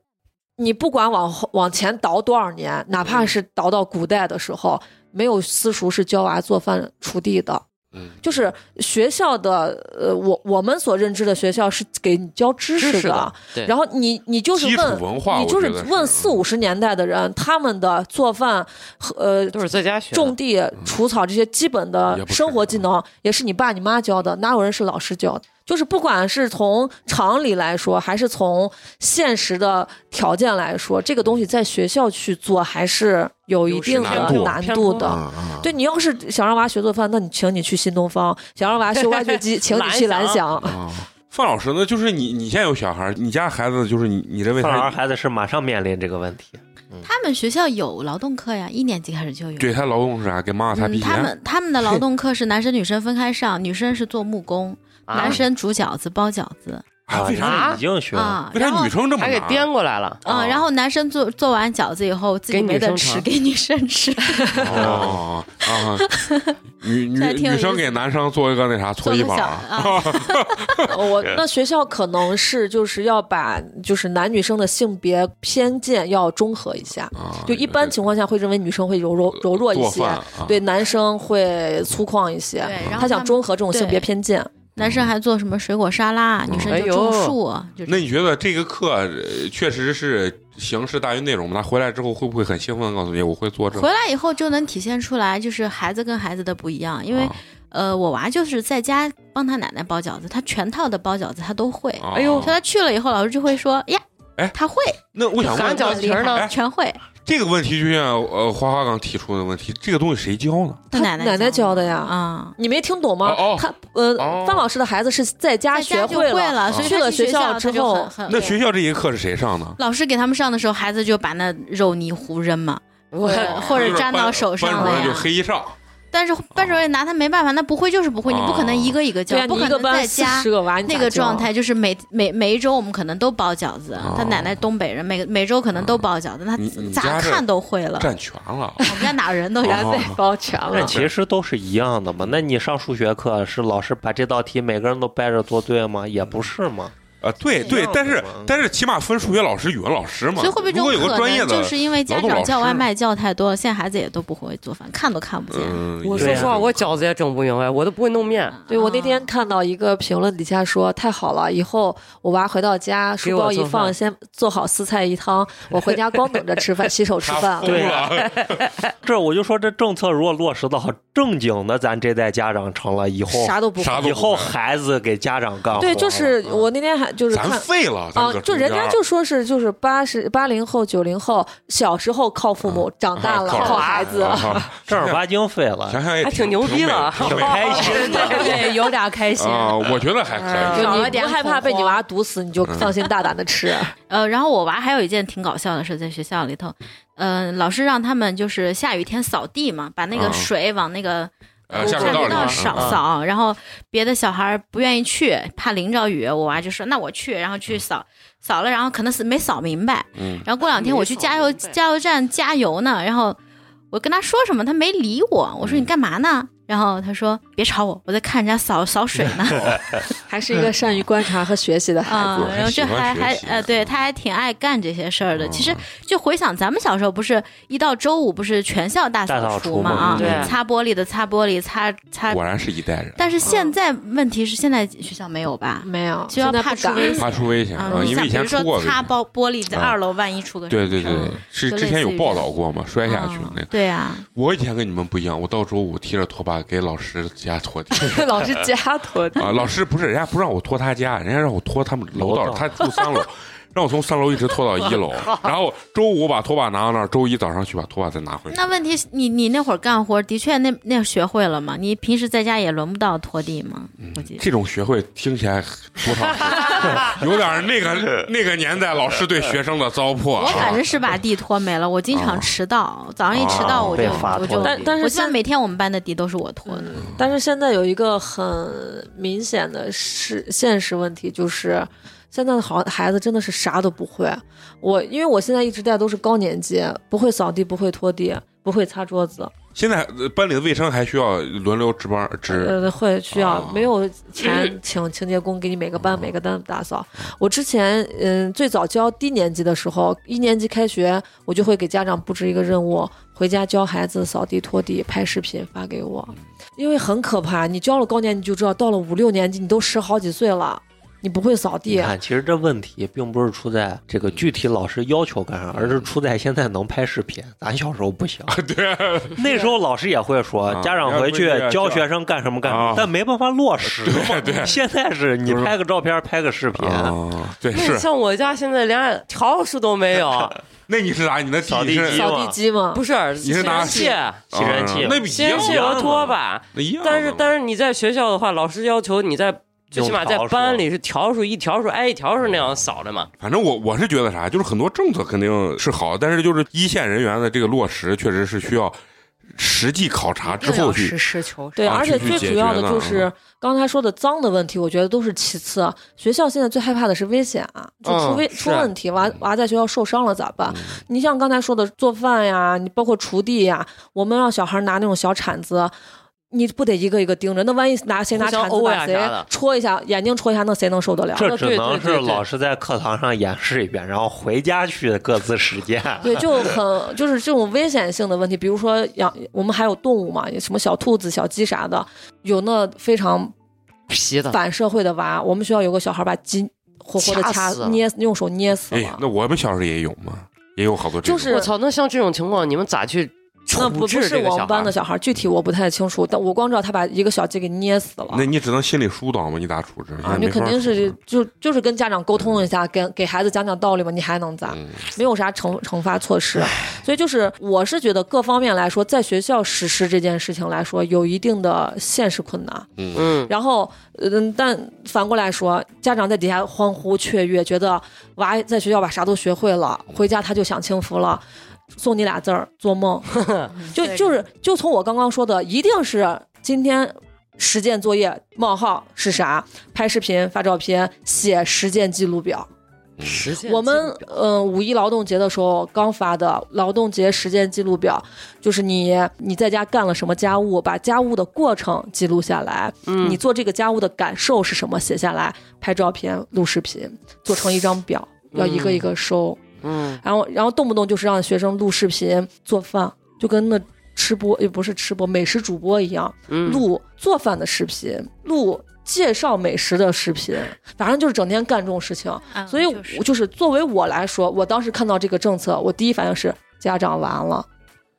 Speaker 3: 你不管往后往前倒多少年，哪怕是倒到古代的时候，没有私塾是教娃做饭锄地的，
Speaker 1: 嗯，
Speaker 3: 就是学校的，呃，我我们所认知的学校是给你教知识的，
Speaker 2: 知识的对
Speaker 3: 然后你你就是
Speaker 1: 基础
Speaker 3: 问
Speaker 1: 文化
Speaker 3: 你
Speaker 1: 我
Speaker 3: 就
Speaker 1: 觉
Speaker 3: 是
Speaker 1: 得是
Speaker 3: 问四五十年代的人，他们的做饭和呃
Speaker 2: 都是在家学的
Speaker 3: 种地、除草这些基本的
Speaker 1: 嗯也不是嗯
Speaker 3: 生活技能，也是你爸你妈教的，哪有人是老师教的？就是不管是从常理来说，还是从现实的条件来说，这个东西在学校去做还是有一
Speaker 2: 有
Speaker 3: 定
Speaker 1: 难
Speaker 3: 的
Speaker 1: 度
Speaker 3: 难
Speaker 2: 偏
Speaker 3: 度
Speaker 2: 颇
Speaker 3: 的。对你要是想让娃学做饭，那你请你去新东方；想让娃学挖
Speaker 1: (laughs)
Speaker 3: 掘机，请你去蓝
Speaker 2: 蓝
Speaker 3: 翔。
Speaker 1: 啊。范老师呢，就是你，你现在有小孩，你家孩子就是你，你认为
Speaker 6: 范老师
Speaker 1: 他
Speaker 6: 孩子是马上面临这个问题。
Speaker 4: 他们学校有劳动课呀，一年级开始就有。
Speaker 1: 对他啊劳动是啥？给妈妈擦
Speaker 4: 嗯，
Speaker 1: 皮
Speaker 4: 他
Speaker 1: 鞋，
Speaker 4: 们他们的劳动课是男生女生分开上，女生是做木工，
Speaker 2: 啊
Speaker 4: 男，生煮饺子、包饺子
Speaker 1: 啊为啥
Speaker 6: 这已经学了？
Speaker 4: 啊。
Speaker 1: 为啥
Speaker 4: 然后
Speaker 1: 女生这么
Speaker 2: 还给
Speaker 1: 难
Speaker 2: 颠过来
Speaker 1: 啊
Speaker 2: 了，
Speaker 4: 嗯，然后男生做做完饺子以后自己
Speaker 2: 给
Speaker 4: 没得
Speaker 2: 女生
Speaker 4: 吃，
Speaker 2: 尝
Speaker 4: 给女生
Speaker 1: (laughs)
Speaker 4: 吃，
Speaker 1: 哦啊！女女
Speaker 4: 还挺有
Speaker 1: 女生
Speaker 4: 意思
Speaker 1: 给男生做一个那啥搓
Speaker 4: 做
Speaker 1: 衣
Speaker 4: 个
Speaker 1: 板
Speaker 4: 小
Speaker 1: 儿，
Speaker 3: (laughs)
Speaker 4: 啊，
Speaker 3: 我那学校可能是就是要把就是男女生的性别偏见要中和一下，
Speaker 1: 啊
Speaker 3: 就一般情况下会认为女生会柔柔柔弱一
Speaker 1: 做
Speaker 3: 些
Speaker 1: 饭，啊
Speaker 3: 对男生会粗犷一些
Speaker 1: (laughs)
Speaker 4: 对。然后
Speaker 3: 他想
Speaker 4: 们
Speaker 3: 中和这种性别
Speaker 4: 对
Speaker 3: 偏见，
Speaker 4: 男生还做什么水果沙拉，女生
Speaker 2: 哎
Speaker 4: 就
Speaker 2: 呦
Speaker 4: 种树，就
Speaker 1: 嗯那你觉得这个课呃确实是形式大于内容吗？他回来之后会不会很兴奋？告诉你，我会做这个
Speaker 4: 回。来以后就能体现出来，就是孩子跟孩子的不一样。因为、
Speaker 1: 啊
Speaker 4: 呃，我娃就是在家帮他奶奶包饺子，他全套的包饺子他都会。
Speaker 1: 啊
Speaker 2: 哎呦
Speaker 4: 所以他去了以后，老师就会说呀，
Speaker 1: 哎
Speaker 4: 他会
Speaker 1: 那我想
Speaker 2: 擀
Speaker 1: 问
Speaker 2: 饺子皮儿呢
Speaker 1: 哎，
Speaker 4: 全会。
Speaker 1: 这个问题，就像呃花花刚提出的问题，这个东西谁教呢？
Speaker 4: 他
Speaker 3: 他
Speaker 4: 奶
Speaker 3: 奶奶教
Speaker 4: 教
Speaker 3: 的呀
Speaker 4: 啊，
Speaker 3: 你没听懂吗？
Speaker 1: 哦哦
Speaker 3: 他呃，
Speaker 1: 哦
Speaker 3: 范老师的孩子是在家
Speaker 4: 在
Speaker 3: 学
Speaker 4: 家就
Speaker 3: 会 (laughs) 了，
Speaker 4: 了，所以
Speaker 3: 去
Speaker 4: 他
Speaker 3: 了
Speaker 4: 进
Speaker 3: 学校
Speaker 4: 校
Speaker 3: 之
Speaker 4: 他就
Speaker 3: 后
Speaker 4: 很很
Speaker 1: 啊那学校这节课是谁上呢？
Speaker 4: 老师给他们上的时候，孩子就把那肉泥糊扔嘛，
Speaker 2: 我
Speaker 4: 对或者
Speaker 1: 就是
Speaker 4: 粘到
Speaker 1: 班
Speaker 4: 手上
Speaker 1: 班主
Speaker 4: 了
Speaker 1: 任就
Speaker 4: 呀
Speaker 1: 黑衣上，
Speaker 4: 但是班
Speaker 1: 啊
Speaker 4: 主任拿他没办法，那不会就是不会，你不可能一个一个
Speaker 3: 对
Speaker 4: 教，
Speaker 3: 啊，
Speaker 4: 不
Speaker 3: 你一
Speaker 4: 可
Speaker 3: 个
Speaker 4: 能
Speaker 3: 班
Speaker 4: 在
Speaker 3: 四
Speaker 4: 家
Speaker 3: 十个娃，你
Speaker 4: 那
Speaker 3: 咋
Speaker 4: 个
Speaker 3: 教啊
Speaker 4: 状
Speaker 1: 啊
Speaker 4: 态就是每每每一周我们可能都包饺子，他奶奶东北人，每每周可能都包饺子，他
Speaker 1: 哦嗯你你家
Speaker 4: 咋
Speaker 1: 这
Speaker 4: 看都会了。
Speaker 1: 占嗯全 (laughs) 了。
Speaker 4: 我们家哪人都
Speaker 1: 哦
Speaker 4: 会，
Speaker 3: 包全
Speaker 6: 那
Speaker 3: 了。
Speaker 6: 其实都是一样的嘛。那你上数学课是老师把这道题每个人都掰着做对吗？也不是嘛。
Speaker 1: 啊，对对，但是
Speaker 6: 嗯
Speaker 1: 但是起码分数学老师、语文老师嘛。
Speaker 4: 所以会不会这
Speaker 1: 如果有
Speaker 4: 种
Speaker 1: 个
Speaker 4: 可
Speaker 1: 专业
Speaker 4: 能
Speaker 1: 的
Speaker 4: 就是因为家
Speaker 1: 劳动老
Speaker 4: 长
Speaker 1: 师
Speaker 4: 叫外卖叫太多了，现在孩子也都不会做饭，看都看不见。
Speaker 1: 嗯，
Speaker 2: 我说
Speaker 1: 也
Speaker 2: 实话，
Speaker 1: 是
Speaker 2: 我饺子也整不明白，我都不会弄面，
Speaker 3: 对我那天看到一个评论底下说太好了，以后我娃回到家，
Speaker 2: 给
Speaker 3: 书
Speaker 2: 我
Speaker 3: 包一
Speaker 2: 做
Speaker 3: 放，
Speaker 2: 饭
Speaker 3: 先做好四菜一汤，我回家光等着吃饭，洗
Speaker 1: (laughs)
Speaker 3: 手吃
Speaker 1: 他
Speaker 3: 饭。
Speaker 1: 疯
Speaker 6: 对啊
Speaker 1: 了，
Speaker 6: 这我就说，这政策如果落实到正经的，咱这代家长成了以后，
Speaker 3: 啥都不会
Speaker 1: 啥都不
Speaker 6: 以后
Speaker 1: 会
Speaker 6: 孩子给家长干活了。
Speaker 3: 对，就是我那天还看就是
Speaker 1: 咱
Speaker 3: 看
Speaker 1: 废了，咱
Speaker 3: 啊
Speaker 1: 搁，
Speaker 3: 就
Speaker 1: 中
Speaker 3: 人
Speaker 1: 间
Speaker 3: 家
Speaker 1: 儿
Speaker 3: 就说是就是八十八零后九零后，小时候靠父母，长大了
Speaker 1: 靠
Speaker 3: 靠
Speaker 1: 娃
Speaker 3: 孩子。
Speaker 1: 啊
Speaker 6: 正儿八经废了，
Speaker 1: 想想也
Speaker 2: 还挺牛逼的
Speaker 1: 挺美
Speaker 6: 挺
Speaker 1: 挺美
Speaker 3: (laughs)
Speaker 6: 开心的。
Speaker 5: 对，有点开心。
Speaker 1: 啊，我觉得还可以。
Speaker 3: 就
Speaker 4: 少
Speaker 3: 你
Speaker 4: 了
Speaker 3: 不
Speaker 4: 点
Speaker 3: 害怕
Speaker 4: 恐
Speaker 3: 被你
Speaker 4: 慌
Speaker 3: 娃毒死，你就
Speaker 1: 嗯
Speaker 3: 放心大胆的吃。啊
Speaker 4: 呃，然后我娃还有一件挺搞笑的事，在学校里头，呃，老师让他们就是下雨天扫地嘛，把那
Speaker 1: 嗯
Speaker 4: 个水往那个
Speaker 1: 呃，
Speaker 4: 我
Speaker 1: 下水
Speaker 4: 看
Speaker 1: 道
Speaker 4: 不
Speaker 1: 里
Speaker 4: 到
Speaker 1: 面
Speaker 4: 扫
Speaker 1: 嗯嗯
Speaker 4: 扫，然后别的小孩儿不愿意去，怕淋着雨，我娃就说那我去，然后去扫扫了，然后可能是没扫明白，
Speaker 1: 嗯
Speaker 4: 然后过两天我去加油
Speaker 2: 没扫明白
Speaker 4: 加油站加油呢，然后我跟他说什么，他没理我，我说
Speaker 1: 嗯
Speaker 4: 你干嘛呢？然后他说别吵我，我在看人家扫扫水
Speaker 1: (laughs)
Speaker 4: 呢。
Speaker 3: 还是一个善于观察和学习的孩
Speaker 4: 啊
Speaker 1: 子，还
Speaker 4: 然后
Speaker 1: 喜
Speaker 4: 这
Speaker 1: 欢
Speaker 4: 还
Speaker 1: 学
Speaker 4: 还
Speaker 1: 习
Speaker 4: 呃，对
Speaker 1: 嗯
Speaker 4: 他还挺爱干这些事儿的。其实
Speaker 1: 嗯
Speaker 4: 就回想咱们小时候，不是一到周五不是全校大
Speaker 6: 大扫除
Speaker 4: 嘛
Speaker 6: 嘛嗯
Speaker 4: 啊，
Speaker 2: 对
Speaker 4: 擦玻璃的擦玻璃，擦
Speaker 1: 嗯
Speaker 4: 擦。
Speaker 1: 果然是一代人，
Speaker 4: 但是现在问题是现在学校没有吧？
Speaker 3: 没有，
Speaker 4: 就
Speaker 3: 现
Speaker 4: 要
Speaker 3: 在
Speaker 4: 怕
Speaker 3: 不
Speaker 4: 出
Speaker 3: 敢。
Speaker 4: 危
Speaker 1: 怕
Speaker 4: 险。
Speaker 1: 出危险啊，
Speaker 4: 嗯
Speaker 1: 因为以前出
Speaker 4: 像比
Speaker 1: 过
Speaker 4: 如
Speaker 1: 危
Speaker 4: 说
Speaker 1: 险
Speaker 4: 擦玻玻璃，在
Speaker 1: 啊
Speaker 4: 二楼万一出个
Speaker 1: 对对
Speaker 4: 什么
Speaker 1: 对
Speaker 4: 事儿，
Speaker 1: 是
Speaker 4: 就
Speaker 1: 之
Speaker 4: 类
Speaker 1: 前
Speaker 4: 似
Speaker 1: 有
Speaker 4: 于
Speaker 1: 报
Speaker 4: 这
Speaker 1: 道过嘛，摔下去
Speaker 4: 嗯
Speaker 1: 那个。
Speaker 4: 对啊，
Speaker 1: 我以前跟你们不一样，我到周五提着拖把给老师家拖地
Speaker 3: (laughs) 老师家拖地，
Speaker 1: 啊，老师不是人家不让我拖他家，人家让我拖他们楼道，
Speaker 6: 楼道
Speaker 1: 他住三楼，让我从三楼一直拖到一楼，然后周五把拖把拿到那儿，周一早上去把拖把再拿回来
Speaker 4: 那。问题是你你那会儿干活，的确那那学会了吗？你平时在家也轮不到拖地吗？估计
Speaker 1: 这种学会听起来多少
Speaker 4: (laughs)
Speaker 1: 是有点儿那个那个年代老师对学生的糟粕啊。
Speaker 4: 我反正是把地拖没了，我经常迟到，早上一迟到
Speaker 1: 哦
Speaker 4: 我就
Speaker 6: 被罚拖
Speaker 4: 我就，
Speaker 6: 地
Speaker 3: 但但是
Speaker 4: 我基本
Speaker 3: 现
Speaker 4: 每天我们班的地都是我拖的。
Speaker 3: 但是现在有一个很明显的是现实问题，就是现在的好孩子真的是啥都不会。我因为我现在一直带都是高年级，不会扫地，不会拖地，不会擦桌子，
Speaker 1: 现在呃班里的卫生还需要轮流值班值，
Speaker 3: 呃，会需要
Speaker 1: 哦
Speaker 3: 没有钱请清洁工给你每个
Speaker 6: 哦
Speaker 3: 班每个班打扫。我之前嗯最早教低年级的时候，一年级开学我就会给家长布置一个任务，回家教孩子扫地拖地，拍视频发给
Speaker 6: 嗯
Speaker 3: 我，因为很可怕。你教了高年级就知道，到了五六年级你都十好几岁了，你不会扫
Speaker 6: 你
Speaker 3: 地。
Speaker 6: 看，其实这问题并不是出在这个具体老师要求干啥，而是出在现在能拍视频，咱小时候不行。
Speaker 1: 啊对，
Speaker 6: 那时候老师也会说
Speaker 1: 啊，
Speaker 6: 家长回去教学生干什么干什
Speaker 1: 啊
Speaker 6: 么，但没办法落实。
Speaker 1: 对对
Speaker 6: 现在是你拍个照片，拍个视频，
Speaker 1: 啊，对
Speaker 2: 那你
Speaker 1: 是。
Speaker 2: 像我家现在连条数都没有，
Speaker 1: (laughs) 那你是啥？你的
Speaker 6: 扫地
Speaker 1: 是
Speaker 6: 机
Speaker 3: 扫地机嘛，
Speaker 2: 不是
Speaker 1: 你是拿
Speaker 2: 器，
Speaker 6: 吸尘器
Speaker 1: 啊那不一
Speaker 2: 吸尘
Speaker 1: 样
Speaker 2: 器
Speaker 1: 啊
Speaker 2: 和拖把，
Speaker 1: 那一样啊的嘛。
Speaker 2: 但是但是你在学校的话，老师要求你在最起码在班里是条嗯数一条数挨一条数那样扫的嘛。
Speaker 1: 反正我我是觉得啥，就是很多政策肯定是好，但是就是一线人员的这个落实，确实是需要实际考察之后去
Speaker 5: 实事求是。
Speaker 3: 对，
Speaker 1: 啊
Speaker 3: 而
Speaker 1: 去
Speaker 3: 且
Speaker 1: 去
Speaker 3: 最
Speaker 1: 解
Speaker 3: 主要
Speaker 1: 决
Speaker 3: 的
Speaker 1: 呢
Speaker 3: 就
Speaker 1: 嗯
Speaker 3: 是刚才说的脏的问题，我觉得都是其次。啊学校现在最害怕的是危险啊，就出
Speaker 2: 嗯
Speaker 3: 危、
Speaker 2: 是
Speaker 3: 出问题，娃娃在学校受伤了咋办？
Speaker 1: 嗯
Speaker 3: 你像刚才说的做饭呀，你包括锄地呀，我们让小孩拿那种小铲子。你不得一个一个盯着？那万一拿谁
Speaker 2: 互
Speaker 3: 拿
Speaker 2: 相
Speaker 3: 铲子
Speaker 2: 殴
Speaker 3: 把
Speaker 2: 呀
Speaker 3: 谁
Speaker 2: 啥的
Speaker 3: 戳一下，眼睛戳一下，那谁能受得了？
Speaker 6: 这只
Speaker 2: 对
Speaker 6: 能
Speaker 2: 对
Speaker 6: 是
Speaker 2: 对对
Speaker 6: 老师在课堂上演示一遍，然后回家去各自实践。
Speaker 1: 哎
Speaker 3: 对，就很就是这种危险性的问题，比如说养我们还有动物嘛，什么小兔子、小鸡啥的，有那非常
Speaker 2: 皮的，
Speaker 3: 反社会的娃，我们学校有个小孩把鸡活活的
Speaker 2: 掐
Speaker 3: 掐
Speaker 2: 死了
Speaker 3: 捏，用手捏死
Speaker 1: 哎
Speaker 3: 了，。
Speaker 1: 那我们小时候也有嘛，也有好多这种
Speaker 3: 就是
Speaker 2: 我操！那像这种情况，你们咋去
Speaker 3: 那不
Speaker 2: 处
Speaker 3: 不
Speaker 2: 置
Speaker 3: 是
Speaker 2: 这个
Speaker 3: 我
Speaker 2: 小
Speaker 3: 们班
Speaker 2: 孩
Speaker 3: 的？小孩，具体我不太清楚，但我光知道他把一个小鸡给捏死了
Speaker 1: 那。你只能心理疏导嘛，你咋处置？
Speaker 3: 啊，
Speaker 1: 你
Speaker 3: 你
Speaker 1: 没法
Speaker 3: 肯定是
Speaker 1: 处置
Speaker 3: 就就是跟家长沟通一下，跟给孩子讲讲道理嘛，你还能咋？
Speaker 1: 嗯
Speaker 3: 没有啥惩惩罚措施，所以就是我是觉得各方面来说，在学校实施这件事情来说，有一定的现实困难。
Speaker 1: 嗯
Speaker 2: 嗯，
Speaker 3: 然后，嗯，但反过来说，家长在底下欢呼雀跃，觉得娃在学校把啥都学会了，回家他就享清福了。送你俩字儿，做梦。嗯
Speaker 4: 嗯
Speaker 3: 就就是就从我刚刚说的，一定是今天实践作业冒号是啥？拍视频、发照片、写实践记录表。
Speaker 1: 嗯
Speaker 2: 实现
Speaker 3: 我们呃五一劳动节的时候刚发的劳动节实践记录表，就是你你在家干了什么家务，把家务的过程记录下来，
Speaker 2: 嗯
Speaker 3: 你做这个家务的感受是什么，写下来，拍照片、录视频，做成一张表，要一个一个收，
Speaker 2: 嗯
Speaker 3: 然后然后动不动就是让学生录视频、做饭，就跟那吃播也不是吃播，美食主播一样，
Speaker 2: 嗯
Speaker 3: 录做饭的视频，录介绍美食的视频，反正就是整天干这种事情。
Speaker 4: 嗯
Speaker 3: 所以
Speaker 4: 就
Speaker 3: 我
Speaker 4: 是
Speaker 3: 就是作为我来说，我当时看到这个政策，我第一反应是家长完了，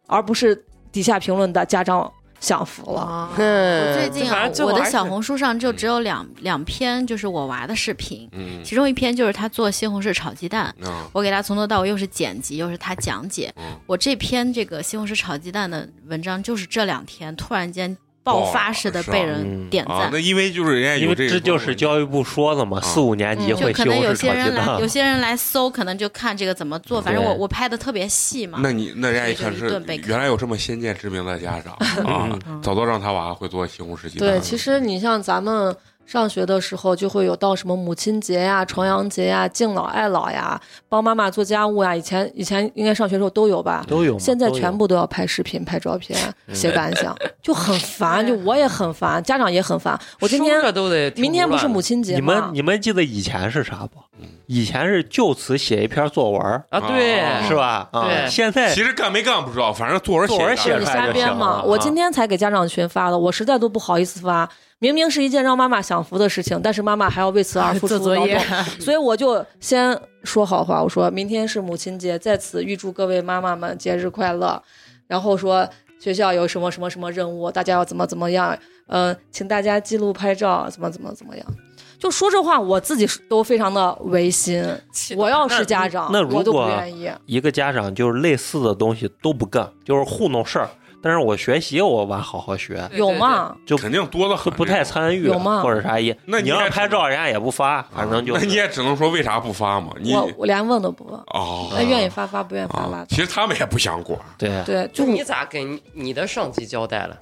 Speaker 3: 而不是底下评论的家长享福了。 (laughs)
Speaker 5: 啊
Speaker 4: 哦我
Speaker 2: 嗯
Speaker 4: 最近
Speaker 2: 反
Speaker 4: 啊
Speaker 2: 正最，后
Speaker 4: 我的
Speaker 2: 还是
Speaker 4: 小红书上就只有两两篇，就是我娃的视频，
Speaker 1: 嗯
Speaker 4: 其中一篇就是他做西红柿炒鸡蛋，
Speaker 1: 啊
Speaker 4: 我给他从头到尾又是剪辑又是他讲解
Speaker 1: 嗯。
Speaker 4: 我这篇这个西红柿炒鸡蛋的文章，就是这两天突然间爆发式的被人点
Speaker 1: 啊，
Speaker 4: 赞
Speaker 1: 那，因为就是人家
Speaker 6: 因
Speaker 1: 有
Speaker 6: 为
Speaker 1: 这个，啊
Speaker 6: 这就是教育部说的嘛，四五年级
Speaker 3: 嗯
Speaker 6: 会
Speaker 4: 就
Speaker 6: 西
Speaker 4: 可
Speaker 6: 红
Speaker 4: 能有
Speaker 6: 柿
Speaker 4: 些
Speaker 6: 炒鸡
Speaker 4: 人来，有
Speaker 6: 蛋。
Speaker 4: 些人来搜，可能就看这个怎么做。反正我我拍的特别细嘛，
Speaker 1: 那你那人家一看
Speaker 4: 所以就是一顿被坑
Speaker 1: 原来有这么先见之明的家
Speaker 3: (laughs)
Speaker 1: 长
Speaker 6: 嗯
Speaker 1: 啊，早都让他娃会做西红柿鸡蛋。
Speaker 3: 对，其实你像咱们上学的时候，就会有到什么母亲节呀、重阳节呀、敬老爱老呀、帮妈妈做家务呀，以前以前应该上学的时候都有吧。
Speaker 6: 都有嘛，
Speaker 3: 现在
Speaker 6: 都有嗯
Speaker 3: 全部都要拍视频、拍照片、写感想，就很烦，就我也很烦，家长也很烦。我今天
Speaker 2: 收着都得挺
Speaker 3: 明天不是
Speaker 2: 胡
Speaker 3: 母
Speaker 2: 乱
Speaker 3: 亲节
Speaker 6: 你们
Speaker 3: 吗？
Speaker 6: 你们记得以前是啥不
Speaker 1: 嗯？
Speaker 6: 以前是就此写一篇作文儿，
Speaker 2: 的啊，对，
Speaker 1: 啊
Speaker 6: 是吧？啊，
Speaker 2: 对
Speaker 6: 现在
Speaker 1: 其实干没干不知道，反正作文
Speaker 6: 作文
Speaker 1: 写
Speaker 6: 写
Speaker 1: 一
Speaker 3: 你
Speaker 1: 下
Speaker 6: 出来
Speaker 3: 瞎
Speaker 6: 就
Speaker 3: 编
Speaker 6: 行
Speaker 3: 嘛！
Speaker 6: 了
Speaker 3: 我
Speaker 6: 啊
Speaker 3: 今天才给家长群发的，我实在都不好意思发。明明是一件让妈妈享福的事情，但是妈妈还要为此而付出
Speaker 5: 啊做作
Speaker 3: 劳
Speaker 5: 业 (laughs)
Speaker 3: 动，所以我就先说好话，我说明天是母亲节，在此预祝各位妈妈们节日快乐。然后说学校有什么什么什么任务，大家要怎么怎么样，嗯、请大家记录拍照，怎么怎么怎么样。就说这话，我自己都非常的违心。我要是家长，
Speaker 6: 那那如
Speaker 3: 我都不
Speaker 6: 果
Speaker 3: 愿意。
Speaker 6: 一个家长就是类似的东西都不干，就是糊弄事儿。但是我学习，我娃好好学，
Speaker 3: 有嘛？
Speaker 6: 就
Speaker 1: 肯定多的很，
Speaker 6: 就不太参与
Speaker 3: 有吗
Speaker 6: 或者啥也。
Speaker 1: 哎那你
Speaker 6: 你要
Speaker 1: 也
Speaker 6: 拍
Speaker 1: 只能
Speaker 6: 照，人家也不发，反正就
Speaker 1: 啊那
Speaker 6: 是
Speaker 1: 你也只能说为啥不发嘛？你
Speaker 3: 我我连问都不问，
Speaker 1: 哦
Speaker 3: 那愿意发发，不愿意发拉
Speaker 1: 啊，其
Speaker 3: 倒。
Speaker 1: 实他们也不想管，
Speaker 6: 对，
Speaker 3: 对，
Speaker 2: 就
Speaker 3: 就
Speaker 2: 你咋给你你的上级交代了？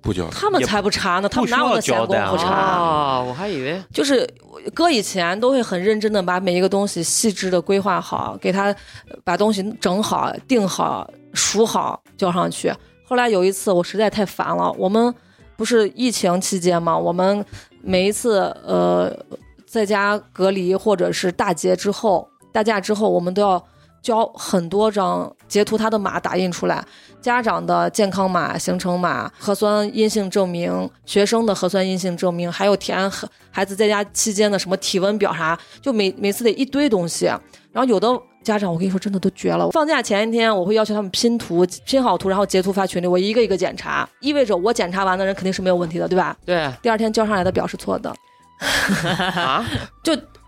Speaker 1: 不交
Speaker 3: 他们才不查呢，他们哪有那闲工
Speaker 6: 不
Speaker 3: 夫
Speaker 6: 需要交代
Speaker 3: 查？
Speaker 2: 啊，我还以为
Speaker 3: 就是哥以前都会很认真的把每一个东西细致的规划好，给他呃把东西整好、定好、数好交上去。后来有一次我实在太烦了，我们不是疫情期间嘛，我们每一次呃在家隔离或者是大节之后、大假之后，我们都要交很多张截图他的码打印出来，家长的健康码、行程码、核酸阴性证明、学生的核酸阴性证明，还有填孩孩子在家期间的什么体温表啥，就每每次得一堆东西。然后有的家长，我跟你说，真的都绝了。放假前一天，我会要求他们拼图，拼好图，然后截图发群里，我一个一个检查，意味着我检查完的人肯定是没有问题的，对吧？ (laughs)
Speaker 2: 对
Speaker 3: 第二天交上来的表是错的， (laughs)
Speaker 2: 啊，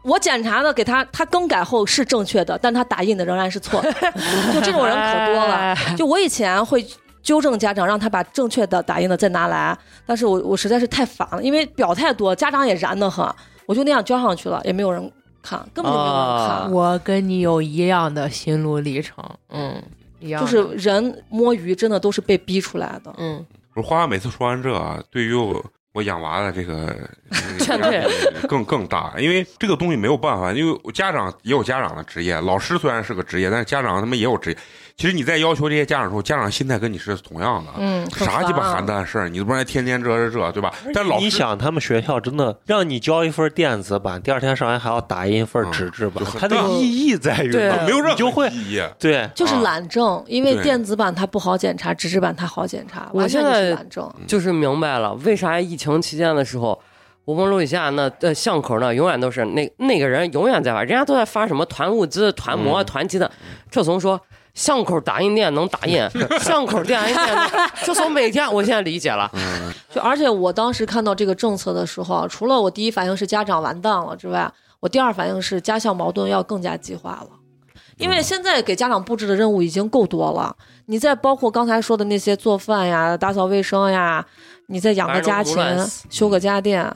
Speaker 3: 我检查的给他，他更改后是正确的，但他打印的仍然是错的， (laughs) 就这种人可多
Speaker 2: 哎
Speaker 3: 了。就我以前会纠正家长，让他把正确的打印的再拿来，但是我我实在是太烦了，因为表太多，家长也燃得很，我就那样交上去了，也没有人看，根本就没有人看。
Speaker 2: 啊
Speaker 5: 我跟你有一样的心路历程，嗯，一样
Speaker 3: 就
Speaker 5: 的，
Speaker 3: 是人摸鱼，真的都是被逼出来的。
Speaker 5: 嗯，
Speaker 1: 不是花花每次说完这啊，对于我我养娃的这个
Speaker 2: (laughs) 劝退
Speaker 1: 更更大，因为这个东西没有办法，因为我家长也有家长的职业，老师虽然是个职业，但是家长他们也有职业。其实你在要求这些家长的时候，家长心态跟你是同样的。
Speaker 3: 嗯，很
Speaker 1: 啥鸡巴
Speaker 3: 烦
Speaker 1: 邯郸事儿？你不然天天这这这，对吧？但老
Speaker 6: 你
Speaker 1: 师
Speaker 6: 想，他们学校真的让你交一份电子版，第二天上来还要打印一份
Speaker 1: 嗯
Speaker 6: 纸质版
Speaker 1: 就，很
Speaker 6: 它的
Speaker 1: 大
Speaker 6: 意义在于
Speaker 5: 对
Speaker 6: 哪儿
Speaker 1: 啊没有任
Speaker 6: 你就
Speaker 1: 何
Speaker 6: 会
Speaker 1: 意义。
Speaker 6: 对
Speaker 3: 就是
Speaker 1: 啊
Speaker 3: 懒政，因为
Speaker 1: 对
Speaker 3: 电子版它不好检查，纸质版它好检查，
Speaker 2: 我
Speaker 3: 完
Speaker 2: 现
Speaker 3: 全就
Speaker 2: 在
Speaker 3: 是懒政。
Speaker 2: 就是明白了为啥疫情期间的时候。我们楼底下那呃巷口呢，永远都是那那个人永远在发，人家都在发什么团物资、团膜、团鸡蛋。这怂说巷口打印店能打印，巷口电印店能，这怂每天我现在理解了，
Speaker 3: 就而且我当时看到这个政策的时候啊，除了我第一反应是家长完蛋了之外，我第二反应是家校矛盾要更加激化了。因
Speaker 2: 嗯
Speaker 3: 为现在给家长布置的任务已经够多了，你再包括刚才说的那些做饭呀、打扫卫生呀，你再养个啊家
Speaker 2: 玩儿弄
Speaker 3: 禽
Speaker 2: 不乱死、
Speaker 3: 修个家电，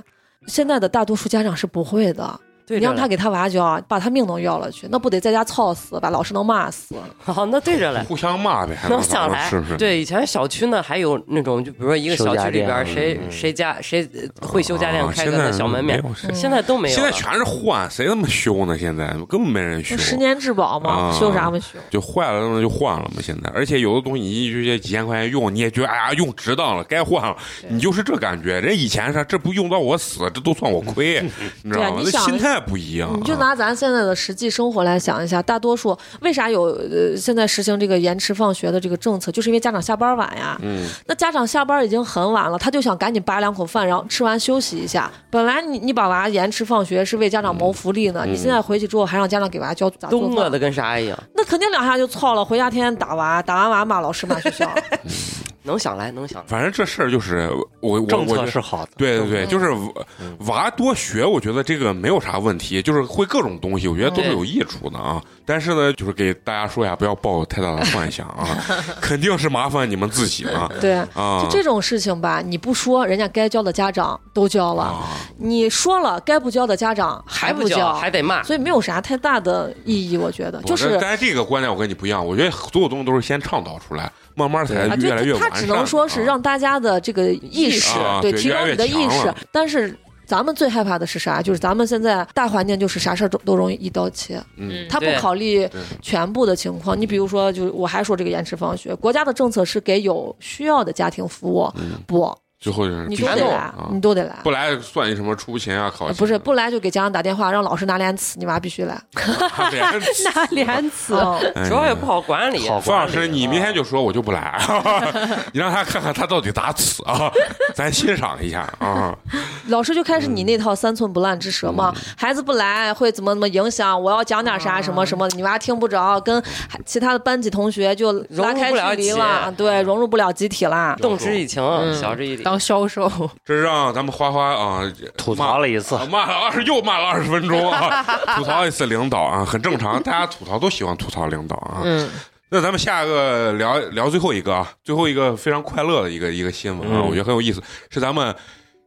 Speaker 3: 现在的大多数家长是不会的。
Speaker 2: 对
Speaker 3: 你
Speaker 2: 着
Speaker 3: 让
Speaker 2: 嘞
Speaker 3: 他，给他娃教，把他命都要了去，那不得在家操死，把老师能骂死？
Speaker 2: 好，那对着嘞，
Speaker 1: 互相骂呗，还
Speaker 2: 能
Speaker 1: 咋
Speaker 2: 想
Speaker 1: 着
Speaker 2: 来，
Speaker 1: 是不是？
Speaker 2: 对，以前小区呢还有那种，就比如说一个
Speaker 6: 修
Speaker 2: 小
Speaker 6: 家
Speaker 2: 区里
Speaker 6: 电
Speaker 2: 边儿谁
Speaker 6: 嗯
Speaker 2: 谁家谁呃会修家电
Speaker 1: 啊
Speaker 2: 开个
Speaker 1: 现在
Speaker 2: 那小门面
Speaker 1: 没，有谁
Speaker 2: 现在都没有
Speaker 1: 现在
Speaker 2: 了。
Speaker 1: 全是换，谁他妈修呢？现在根本没人修
Speaker 2: 哦
Speaker 3: 那。十年质保嘛，
Speaker 1: 啊
Speaker 3: 修啥不修？
Speaker 1: 就坏了，那就换了嘛。现在，而且有的东西你一直接几千块钱用，你也觉得哎呀用值当了，该换了，你就是这感觉。人以前啥，这不用到我死，这都算我
Speaker 3: (laughs)
Speaker 1: 亏，你知道吗
Speaker 3: 对啊？你
Speaker 1: 那
Speaker 3: 想
Speaker 1: 心态不一样啊。
Speaker 3: 你嗯就拿咱现在的实际生活来想一下，大多数为啥有呃现在实行这个延迟放学的这个政策，就是因为家长下班晚呀。
Speaker 1: 嗯，
Speaker 3: 那家长下班已经很晚了，他就想赶紧扒两口饭，然后吃完休息一下。本来你你把娃延迟放学是为家长
Speaker 1: 嗯
Speaker 3: 谋福利呢，你现在回去之后还让家长给娃教咋做
Speaker 2: 都饿
Speaker 3: 饭，
Speaker 2: 的跟啥一样，
Speaker 1: (laughs)
Speaker 3: 那肯定两下就操了。回家天天打娃，打完娃骂老师骂学校，
Speaker 2: 能想来能想来。
Speaker 1: 反正这事儿就是我我
Speaker 6: 政
Speaker 1: 我
Speaker 6: 策
Speaker 1: 觉得
Speaker 6: 是好的，
Speaker 1: 对对对，
Speaker 2: 嗯
Speaker 1: 就是娃
Speaker 6: 嗯
Speaker 1: 娃多学，我觉得这个没有啥问题，就是会各种东西，我觉得都是有益处的啊。
Speaker 6: 嗯
Speaker 1: 但是呢，就是给大家说一下，不要抱有太大的幻想
Speaker 6: (laughs)
Speaker 1: 啊，肯定是麻烦你们自己了
Speaker 3: 对，
Speaker 1: 啊
Speaker 3: 就。这种事情吧，你不说，人家该教的家长都教了；
Speaker 1: 啊，
Speaker 3: 你说了，该不教的家长还
Speaker 2: 不
Speaker 3: 教，
Speaker 2: 还得骂，
Speaker 3: 所以没有啥太大的意义，我觉得就
Speaker 1: 我这
Speaker 3: 是。
Speaker 1: 但是这个观点我跟你不一样，我觉得所有东西都是先倡导出来，慢慢才
Speaker 3: 啊，
Speaker 1: 越来越
Speaker 3: 就
Speaker 1: 完
Speaker 3: 他
Speaker 1: 善。
Speaker 3: 只能说是让大家的这个意识，
Speaker 1: 啊对
Speaker 3: 提
Speaker 1: 越来
Speaker 3: 高
Speaker 1: 越
Speaker 3: 你的意
Speaker 1: 强
Speaker 3: 识
Speaker 1: 了。
Speaker 3: 但是咱们最害怕的是啥？就是咱们现在大环境就是啥事儿都都容易一刀切，
Speaker 1: 嗯
Speaker 3: 他不
Speaker 2: 对
Speaker 3: 考虑
Speaker 1: 对
Speaker 3: 全部的情况。你比如说，就是我还说这个延迟放学，国家的政策是给有需要的家庭服务，
Speaker 1: 嗯，
Speaker 3: 不，
Speaker 1: 最后就是
Speaker 3: 你都得
Speaker 2: 全都
Speaker 3: 来
Speaker 1: 啊，
Speaker 3: 你都得来。
Speaker 1: 不来算你什么出勤啊、考
Speaker 3: 呃
Speaker 1: 勤
Speaker 3: 不是不来就给家长打电话，让老师拿脸呲，你娃必须来。
Speaker 1: 啊对
Speaker 3: (laughs)
Speaker 5: 拿脸呲。
Speaker 3: 嗯
Speaker 1: (laughs) 哎
Speaker 2: 主要也不好管理。啊
Speaker 6: 好
Speaker 1: 范
Speaker 6: 管
Speaker 1: 老
Speaker 6: 理
Speaker 1: 师，你明天就说我就不来，啊 (laughs) 你让他看看他到底咋死啊， (laughs) 咱欣赏一下啊。
Speaker 3: 老师就开始你那套三寸不烂之舌嘛，孩子不来会怎么怎么影响？我要讲点啥什么什么，你娃听不着，跟其他的班级同学就拉开距离
Speaker 2: 融入不了
Speaker 3: 了，对，融入不了集体啦。
Speaker 2: 嗯动之以情，啊
Speaker 1: 嗯
Speaker 2: 晓之以理。
Speaker 5: 当销售，
Speaker 1: 这让咱们花花啊
Speaker 6: 吐槽了一次
Speaker 1: 啊，骂了二十又骂了二十分钟啊，吐槽一次领导啊，很正常，大家吐槽都喜欢吐槽领导啊。
Speaker 5: 嗯，
Speaker 1: 那咱们下一个聊聊最后一个啊，最后一个非常快乐的一个一个新闻啊，
Speaker 6: 嗯
Speaker 1: 我觉得很有意思，是咱们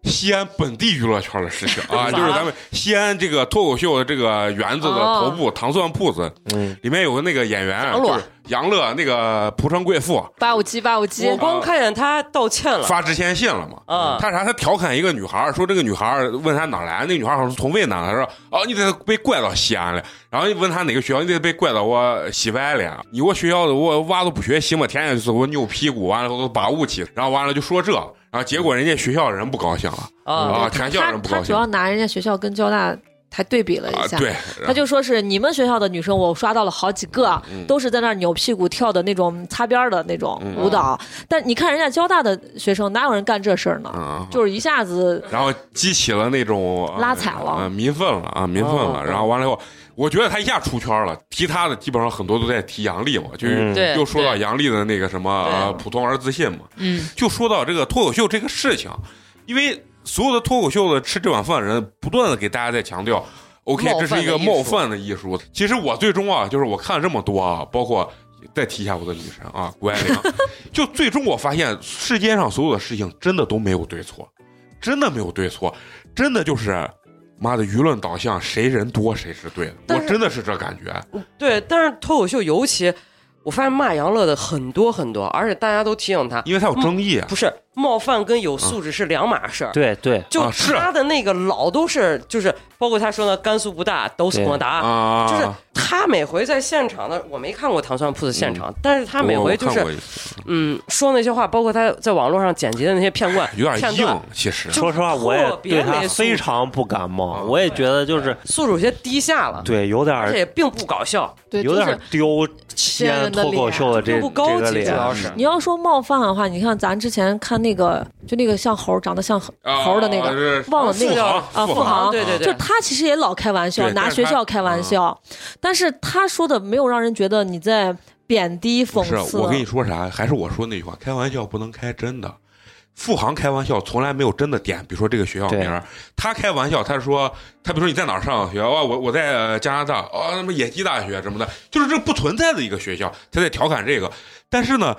Speaker 1: 西安本地娱乐圈的事情
Speaker 2: 嗯
Speaker 1: 啊，就是咱们西安这个脱口秀的这个园子的头部、糖蒜铺子
Speaker 6: 嗯，
Speaker 1: 里面有个那个演员，
Speaker 2: 哦杨乐
Speaker 1: 就是杨乐那个蒲城贵妇
Speaker 3: 八五七八五七
Speaker 2: 我，光看见他道歉了，
Speaker 1: 发致嗯歉信了嘛。
Speaker 3: 嗯
Speaker 2: 啊，
Speaker 1: 他啥？他调侃一个女孩儿，说这个女孩儿问他哪儿来，那女孩儿好像是从渭南来，他说哦，你得被怪到西安了。然后问他哪个学校，你得被怪到我西外了。你我学校的我娃都不学习嘛，天天就是我扭屁股，完了都把雾气，然后完了就说这，然后结果人家学校人不高兴了
Speaker 2: 啊，
Speaker 1: 啊，全校
Speaker 3: 他
Speaker 1: 人不
Speaker 3: 嗯他
Speaker 1: 高
Speaker 3: 主
Speaker 1: 兴
Speaker 3: 要
Speaker 1: 啊，
Speaker 3: 拿人家学校跟交大还对比了一下，
Speaker 1: 对，啊
Speaker 3: 他就说是你们学校的女生，我刷到了好几个，
Speaker 1: 嗯
Speaker 3: 都是在那儿扭屁股跳的那种擦边儿的那种舞蹈。但你看人家交大的学生，哪有人干这事儿呢？
Speaker 1: 嗯。
Speaker 3: 就是一下子
Speaker 1: 然后激起了那种
Speaker 3: 拉踩了
Speaker 1: 啊民愤了啊，民愤了。
Speaker 2: 哦
Speaker 1: 然后完了以后，我觉得他一下出圈了。提他的基本上很多都在提杨笠嘛，就
Speaker 6: 嗯
Speaker 2: 对
Speaker 1: 又说到
Speaker 2: 对
Speaker 1: 杨笠的那个什么呃普通而自信嘛，
Speaker 5: 嗯，
Speaker 1: 就说到这个脱口秀这个事情，因为所有的脱口秀的吃这碗饭的人不断的给大家在强调。OK，
Speaker 2: 冒
Speaker 1: 这
Speaker 2: 犯
Speaker 1: 是
Speaker 2: 的
Speaker 1: 一个
Speaker 2: 艺术
Speaker 1: 冒犯的艺术。其实我最终啊，就是我看了这么多啊，包括再提一下我的女神啊，谷爱
Speaker 2: (laughs)
Speaker 1: 凌，就最终我发现世界上所有的事情真的都没有对错，真的没有对错，真的就是妈的舆论导向，谁人多谁是对的。
Speaker 2: 但
Speaker 1: 我
Speaker 2: 是
Speaker 1: 真的是这感觉，
Speaker 2: 对，但是脱口秀尤其，我发现骂杨乐的很多很多，而且大家都提醒他，
Speaker 1: 因为它有争议啊。
Speaker 2: 不是冒犯跟有素质是两码事儿。
Speaker 6: 对对，
Speaker 2: 就
Speaker 1: 啊是
Speaker 2: 他的那个老都是，就是包括他说的甘肃不大都是广达，
Speaker 1: 啊，嗯
Speaker 2: 就是他每回在现场的，我没看过糖蒜铺子现场，但是他每回就
Speaker 1: 我看
Speaker 2: 是
Speaker 1: 过一次
Speaker 2: 嗯说那些话，包括他在网络上剪辑的那些片段，
Speaker 1: 哎有点
Speaker 2: 片
Speaker 1: 硬
Speaker 2: 段，，
Speaker 1: 其实
Speaker 2: 就
Speaker 6: 说实话，我也
Speaker 2: 特别
Speaker 6: 对他
Speaker 2: 没素质
Speaker 6: 非常不感冒，
Speaker 1: 啊
Speaker 6: 我也觉得就是
Speaker 2: 素质有些低下了，
Speaker 6: 对，有点
Speaker 2: 而
Speaker 6: 儿
Speaker 2: 且也并不搞笑，
Speaker 3: 对，
Speaker 6: 有
Speaker 3: 就
Speaker 6: 点
Speaker 3: 是
Speaker 6: 儿丢西安脱口秀的这
Speaker 2: 并不高
Speaker 6: 这个
Speaker 2: 级，啊
Speaker 1: 啊
Speaker 2: 主要
Speaker 6: 脸，
Speaker 2: 是
Speaker 3: 你要说冒犯的话，你看咱之前看那个，就那个像猴儿长得像猴
Speaker 1: 啊
Speaker 3: 猴儿的那
Speaker 1: 啊
Speaker 3: 个，
Speaker 1: 是
Speaker 3: 忘了那个
Speaker 1: 啊，
Speaker 3: 啊
Speaker 1: 富
Speaker 3: 富
Speaker 1: 航，
Speaker 3: 航
Speaker 2: 对对
Speaker 3: 就
Speaker 2: 对
Speaker 3: 是，他其实也老开玩笑，
Speaker 1: 对
Speaker 3: 拿
Speaker 1: 但是
Speaker 3: 学
Speaker 1: 他嗯
Speaker 3: 校开玩笑，但是他说的没有让人觉得你在贬低、讽
Speaker 1: 不是，
Speaker 3: 刺。
Speaker 1: 我跟你说啥？还是我说那句话，开玩笑不能开真的。富航开玩笑从来没有真的点，比如说这个学校名儿，他开玩笑，他说他比如说你在哪儿上学？哦，我我在呃加拿大，哦，什么野鸡大学什么的，就是这不存在的一个学校，他在调侃这个。但是呢，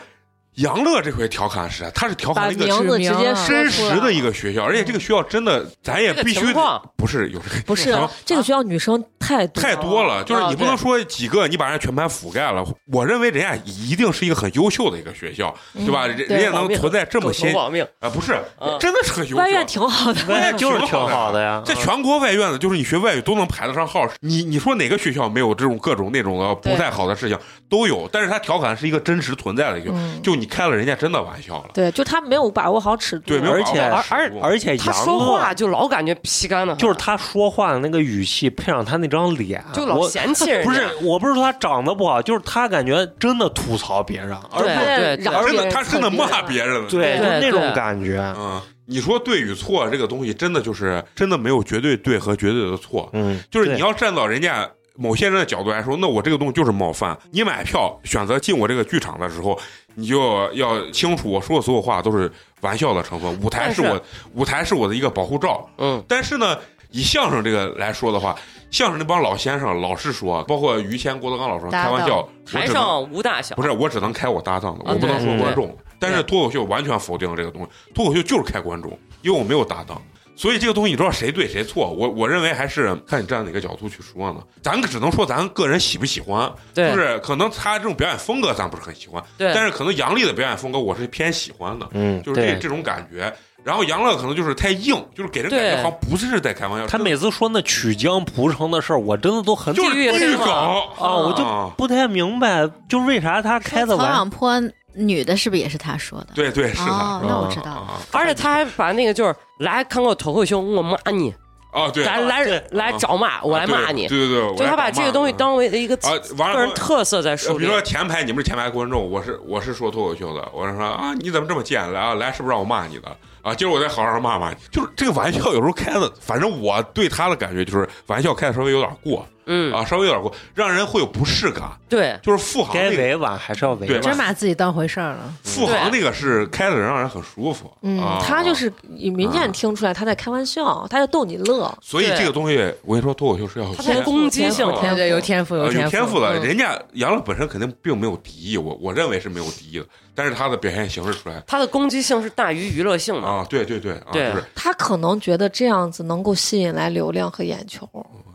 Speaker 1: 杨乐这回调侃是啥，他是调
Speaker 3: 把
Speaker 1: 侃那
Speaker 3: 名
Speaker 1: 个
Speaker 3: 字
Speaker 5: 指
Speaker 3: 直
Speaker 5: 明
Speaker 3: 接
Speaker 5: 啊
Speaker 3: 说
Speaker 1: 真
Speaker 3: 出
Speaker 1: 实
Speaker 3: 来
Speaker 1: 的一个学校，而且这个学校真的，咱也
Speaker 2: 这个
Speaker 1: 必须
Speaker 2: 情况
Speaker 1: 不是有这个
Speaker 3: 不是
Speaker 1: 行
Speaker 3: 这个学校女生太多
Speaker 1: 啊太多了，就是
Speaker 2: 啊
Speaker 1: 你不能说几个，你把人家全盘覆盖了。我认为人家一定是一个很优秀的一个学校，
Speaker 3: 嗯
Speaker 1: 对吧？人人家能存在这么
Speaker 2: 狗头
Speaker 1: 先啊、
Speaker 2: 保命，
Speaker 1: 不是
Speaker 2: 啊，
Speaker 1: 真的是很优秀。
Speaker 3: 外院嗯挺好的，
Speaker 6: 那 (laughs) 就是挺好的呀。啊
Speaker 1: 在全国外院的，就是你学外语都能排得上号。你你说哪个学校没有这种各种那种的不太好的事情都有？但是他调侃是一个真实存在的一个，
Speaker 3: 嗯
Speaker 1: 就你开了人家真的玩笑了。
Speaker 3: 对，就他没有把握好尺度。
Speaker 1: 对，没有
Speaker 6: 而且
Speaker 1: 把握
Speaker 6: 而
Speaker 1: 好尺
Speaker 6: 而
Speaker 1: 度
Speaker 6: 而且
Speaker 2: 他
Speaker 6: 杨
Speaker 2: 说
Speaker 6: 乐
Speaker 2: 话就老感觉皮干的，
Speaker 6: 就是他说话的那个语气，配上他那张脸，
Speaker 2: 就老
Speaker 6: 我
Speaker 2: 嫌弃人家，
Speaker 6: 不是我不是说他长得不好，就是他感觉真的吐槽别人，而
Speaker 2: 对对对
Speaker 3: 饶
Speaker 1: 真
Speaker 3: 别
Speaker 1: 的
Speaker 3: 人
Speaker 1: 他真的骂别人了。
Speaker 2: 对
Speaker 6: 对，就是那种
Speaker 2: 对
Speaker 6: 感觉。
Speaker 1: 嗯，你说对与错这个东西，真的就是真的没有绝对对和绝对的错。
Speaker 6: 嗯，
Speaker 1: 就是你
Speaker 6: 对
Speaker 1: 要站到人家某些人的角度来说，那我这个东西就是冒犯。你买票选择进我这个剧场的时候，你就要清楚，我说的所有话都是玩笑的成分。舞台是
Speaker 2: 但是
Speaker 1: 我，舞台是我的一个保护罩。
Speaker 2: 嗯，
Speaker 1: 但是呢，以相声这个来说的话，相声那帮老先生老是说，包括于谦、郭德纲老师开
Speaker 5: 搭档
Speaker 1: 玩笑，我只
Speaker 2: 台
Speaker 1: 能
Speaker 2: 上无大小，
Speaker 1: 不是我只能开我搭档的，
Speaker 2: 啊
Speaker 1: 我不能
Speaker 2: 对
Speaker 1: 说
Speaker 6: 对
Speaker 1: 观众。但是脱口秀完全否定了这个东西，脱口秀就是开观众，因为我没有搭档。所以这个东西你知道谁对谁错？我我认为还是看你站哪个角度去说呢。咱只能说咱个人喜不喜欢，
Speaker 2: 对
Speaker 1: 就是可能他这种表演风格咱不是很喜欢，
Speaker 2: 对，
Speaker 1: 但是可能杨笠的表演风格我是偏喜欢的，
Speaker 6: 嗯，
Speaker 1: 就是这
Speaker 6: 对，
Speaker 1: 这种感觉。然后杨乐可能就是太硬，就是给人感觉
Speaker 2: 对
Speaker 1: 好像不是在开玩笑，
Speaker 6: 他每次说那曲江蒲城的事儿，我真的都很
Speaker 1: 就是
Speaker 2: 地域
Speaker 1: 地域
Speaker 2: 黑
Speaker 1: 梗
Speaker 2: 嘛
Speaker 6: 啊，我就
Speaker 1: 啊
Speaker 6: 不太明白，就为啥他开的
Speaker 4: 曹
Speaker 6: 玩
Speaker 4: 朗坡女的是不是也是他说的？
Speaker 1: 对对是
Speaker 4: 哦
Speaker 1: 的，，
Speaker 4: 那
Speaker 6: 嗯
Speaker 4: 我知道了。
Speaker 1: 啊
Speaker 2: 而且他还把那个就是来看我脱口秀，我骂你，
Speaker 1: 啊对，
Speaker 2: 来来来找骂，我来骂你，
Speaker 1: 啊对对对，我
Speaker 2: 就
Speaker 1: 来
Speaker 2: 他把
Speaker 1: 打
Speaker 2: 这
Speaker 1: 骂
Speaker 2: 个东西
Speaker 1: 你
Speaker 2: 当为一个
Speaker 1: 啊
Speaker 2: 个，
Speaker 1: 完了
Speaker 2: 人特色在
Speaker 1: 呃
Speaker 2: 树
Speaker 1: 比
Speaker 2: 立
Speaker 1: 如。说前排，你们是前排观众，我是我是说脱口秀的，我是说啊，你怎么这么贱？来啊，来，是不是让我骂你的啊？今儿我再好好骂骂你。就是这个玩笑有时候开的，反正我对他的感觉就是玩笑开的稍微有点过
Speaker 2: 嗯，
Speaker 1: 啊，稍微有点过，让人会有不适感。
Speaker 2: 对，
Speaker 1: 就是付航
Speaker 6: 该
Speaker 1: 那个
Speaker 6: 委婉还是要委
Speaker 1: 对
Speaker 6: 婉。
Speaker 5: 真把自己当回事儿了。
Speaker 1: 付航那个是开的，人让人很舒服。
Speaker 5: 嗯
Speaker 1: 啊
Speaker 3: 他就是你明显听出来他在开玩笑，他在逗你乐。
Speaker 1: 所以
Speaker 2: 对
Speaker 1: 这个东西，我跟你说，脱口秀是要
Speaker 2: 他
Speaker 1: 先
Speaker 2: 太攻击性
Speaker 3: 天赋
Speaker 2: 了，
Speaker 5: 对对，有天赋，
Speaker 1: 呃，有
Speaker 5: 天
Speaker 1: 天赋的，
Speaker 5: 嗯
Speaker 1: 人家杨乐本身肯定并没有敌意，我我认为是没有敌意的，但是他的表现形式出来
Speaker 2: 他的攻击性是大于娱乐性的。
Speaker 1: 啊，对对对啊，就
Speaker 2: 对
Speaker 1: 是
Speaker 3: 他可能觉得这样子能够吸引来流量和眼球，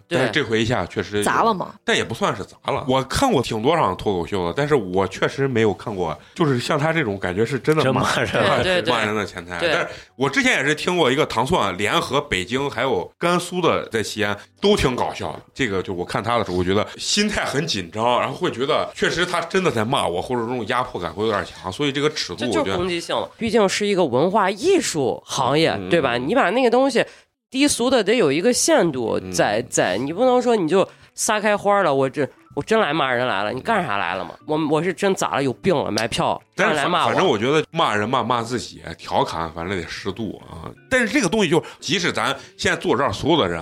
Speaker 1: 但
Speaker 2: 对
Speaker 1: 是，这回一下确实
Speaker 3: 砸了，嘛？
Speaker 1: 但也不算是砸了。我看过挺多场脱口秀的，但是我确实没有看过，就是像他这种感觉是真的
Speaker 6: 真
Speaker 1: 骂
Speaker 6: 骂人
Speaker 2: (laughs) 对
Speaker 1: (laughs) 骂
Speaker 2: 对对
Speaker 1: 骂人的前台。
Speaker 2: 对
Speaker 1: 但是我之前也是听过一个糖蒜联合北京还有甘肃的，在西安都挺搞笑的。这个就我看他的时候，我觉得心态很紧张，然后会觉得确实他真的在骂我，或者这种压迫感会有点强，所以这个尺度
Speaker 2: 这
Speaker 1: 我
Speaker 2: 就
Speaker 1: 觉
Speaker 2: 是
Speaker 1: 得
Speaker 2: 攻击性了。毕竟是一个文化艺术行业，
Speaker 1: 嗯
Speaker 2: 对吧？你把那个东西低俗的得有一个限度
Speaker 1: 嗯
Speaker 2: 在在，你不能说你就撒开花了，我这。我真来骂人来了，你干啥来了嘛？我我是真咋了？有病了？买票
Speaker 1: 但
Speaker 2: 让人
Speaker 1: 是
Speaker 2: 来
Speaker 1: 反
Speaker 2: 骂
Speaker 1: 反正我觉得骂人骂骂自己，调侃反正得适度啊。但是这个东西就，即使咱现在坐这儿所有的人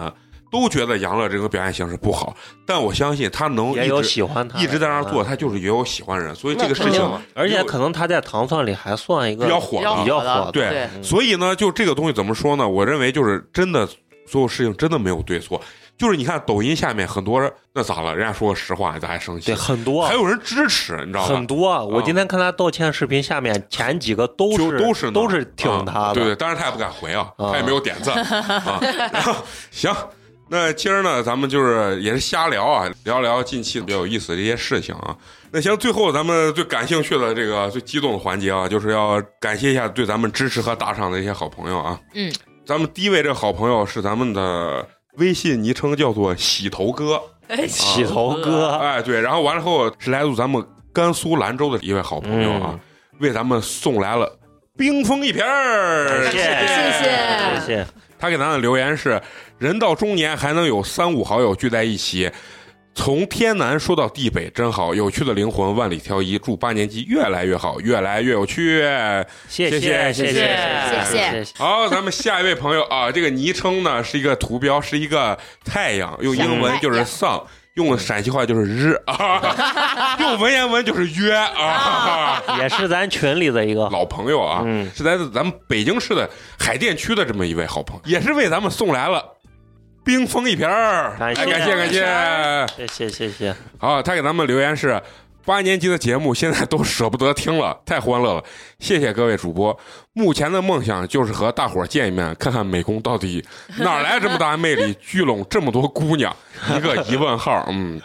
Speaker 1: 都觉得杨乐这个表演形式不好，但我相信他能
Speaker 6: (laughs) 也
Speaker 1: 一
Speaker 6: 有
Speaker 1: 直
Speaker 6: 喜欢他的，嗯
Speaker 1: 一直在那儿做，他就是也有喜欢人，所以这个事
Speaker 2: 那肯
Speaker 1: 情
Speaker 2: 定啊
Speaker 6: 而且
Speaker 1: 有
Speaker 6: 可能他在糖蒜里还算一个
Speaker 1: 比较火
Speaker 6: 比较
Speaker 2: 火的
Speaker 6: 火的，嗯
Speaker 1: 对
Speaker 2: 对
Speaker 1: 所以呢，就这个东西怎么说呢？我认为就是真的，所有事情真的没有对错。就是你看抖音下面很多人，那咋了？人家说个实话，咱还生气
Speaker 6: 对，很多
Speaker 1: 还有人支持，你知道吧
Speaker 6: 很？多。我
Speaker 1: 啊
Speaker 6: 今天看他道歉视频，下面前几个都
Speaker 1: 就是都
Speaker 6: 都
Speaker 1: 是呢
Speaker 6: 是挺他
Speaker 1: 啊
Speaker 6: 的，嗯
Speaker 1: 对对，当然他也不敢回啊，
Speaker 6: 啊
Speaker 1: 他也没有点
Speaker 6: (laughs)
Speaker 1: 赞啊。然后行，那今儿呢，咱们就是也是瞎聊啊，聊聊近期比较有意思的这些事情啊。那行，最后咱们最感兴趣的这个最激动的环节啊，就是要感谢一下对咱们支持和打赏的一些好朋友啊。
Speaker 4: 嗯，
Speaker 1: 咱们第一位这个好朋友是咱们的微信昵称叫做“洗头哥”，
Speaker 6: 洗头哥，
Speaker 1: (laughs) 哎，对，然后完了后是来自咱们甘肃兰州的一位好朋友
Speaker 6: 嗯
Speaker 1: 啊，为咱们送来了冰封一瓶儿，
Speaker 6: 感谢
Speaker 4: 谢
Speaker 6: 嗯谢谢，
Speaker 1: 他给咱的留言是：人到中年还能有三五好友聚在一起。从天南说到地北，真好！有趣的灵魂万里挑一，祝八年级越来越好，越来越有趣。
Speaker 6: 谢
Speaker 1: 谢谢
Speaker 6: 谢
Speaker 1: 谢
Speaker 6: 谢
Speaker 2: 谢
Speaker 4: 谢
Speaker 6: 谢谢，
Speaker 1: 好，咱们下一位朋友啊，这个昵称呢是一个图标，是一个太阳，用英文就是 sun，用陕西话就是日啊， (laughs) 用文言文就是约啊，
Speaker 6: 也是咱群里的一个
Speaker 1: 老朋友啊，
Speaker 6: 嗯
Speaker 1: 是来自咱们北京市的海淀区的这么一位好朋友，也是为咱们送来了冰封一瓶儿，哎
Speaker 6: 感谢
Speaker 1: 感谢感谢。
Speaker 6: 谢谢谢谢，
Speaker 1: 好，他给咱们留言是：八年级的节目现在都舍不得听了， (laughs) 太欢乐了，谢谢各位主播。目前的梦想就是和大伙儿见一面，看看美工到底 (laughs) 哪儿来这么大魅力，聚拢这么多姑娘，一个疑问号，嗯。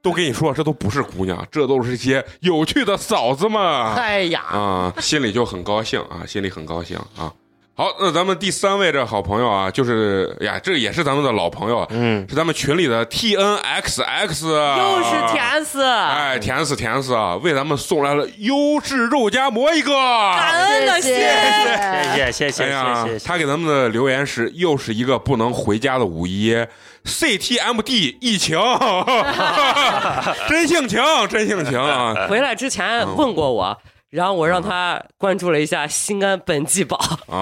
Speaker 1: 都跟你说，这都不是姑娘，这都是些有趣的嫂子们。
Speaker 2: 哎呀，
Speaker 1: 啊，心里就很高兴啊，心里很高兴啊。好，那咱们第三位这好朋友啊，就是呀，这也是咱们的老朋友啊，
Speaker 6: 嗯，
Speaker 1: 是咱们群里的 T N X X，啊
Speaker 2: 又是甜死，
Speaker 6: 啊
Speaker 2: 感
Speaker 1: 哎，甜死甜死啊，为咱们送来了优质肉夹馍一个。啊
Speaker 2: 恩的心。
Speaker 6: 谢谢谢谢
Speaker 1: 哎呀
Speaker 6: 谢谢，，
Speaker 1: 他给咱们的留言是又是一个不能回家的五一，CTMD 疫情， (laughs) 真性情，真性情啊！嗯
Speaker 2: 回来之前问过我，然后我让他关注了一下心安本纪宝，
Speaker 1: 啊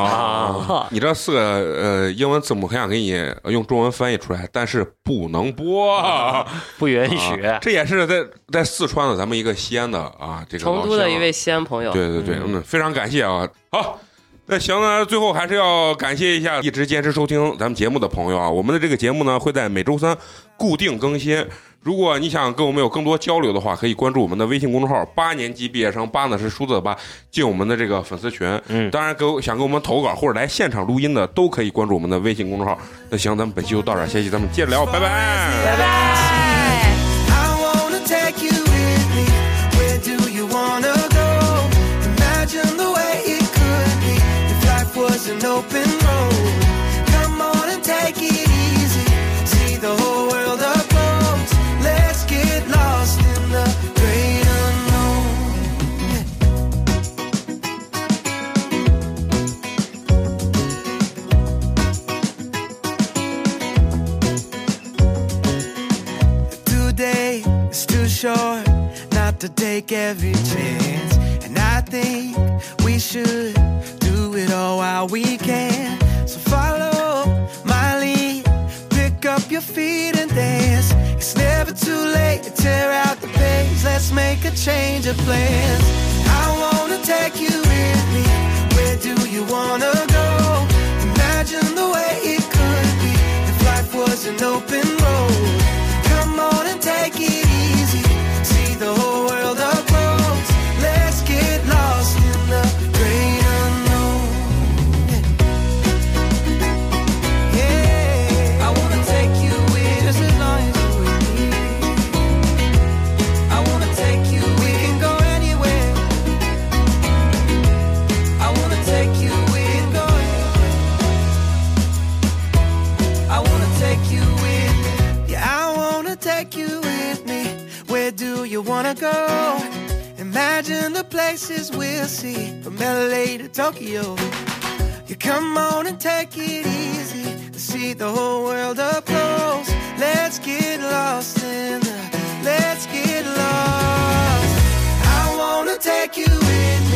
Speaker 2: 啊！
Speaker 1: (laughs) 你这四个呃英文字母很想给你呃用中文翻译出来，但是不能
Speaker 2: (laughs)
Speaker 1: 播，
Speaker 6: 不允许。
Speaker 1: 啊这也是在在四川的咱们一个西安的啊，这个
Speaker 2: 成都
Speaker 1: 老
Speaker 2: 的
Speaker 1: 乡
Speaker 2: 一位西安朋友，
Speaker 1: 对对对，嗯，非常感谢啊。好，那行呢，最后还是要感谢一下一直坚持收听咱们节目的朋友啊。我们的这个节目呢会在每周三固定更新。如果你想跟我们有更多交流的话，可以关注我们的微信公众号“八年级毕业生”，八呢是数字的八，进我们的这个粉丝群。
Speaker 6: 嗯
Speaker 1: 当然给我想给我们投稿或者来现场录音的，都可以关注我们的微信公众号。那行，咱们本期就到这儿，下期咱们接着聊，拜拜。
Speaker 7: I wanna take you with me. Where do you wanna go? Imagine the way it could be if life was an open road. Come on and take it easy. See the whole world uploads. Let's get lost in the great unknown. Today is too short not to take every chance. And I think we should do it all while we can. So follow my lead, pick up your feet and dance. It's never too late to tear out the page. Let's make a change of plans. I wanna take you with me. Where do you wanna go? Imagine the way it could be if life was an open road. Come on and take it easy. See the whole world up close. Let's get lost in the great unknown. Yeah, I wanna take you with just as long as you with me. I wanna take you. We can go anywhere. I wanna take you. We can go anywhere. I wanna take you with me. Yeah, I wanna take you with me. Where do you wanna go? Imagine the places we'll see from LA to Tokyo. You come on and take it easy. See the whole world up close. Let's get lost in the. Let's get lost. I wanna take you with me.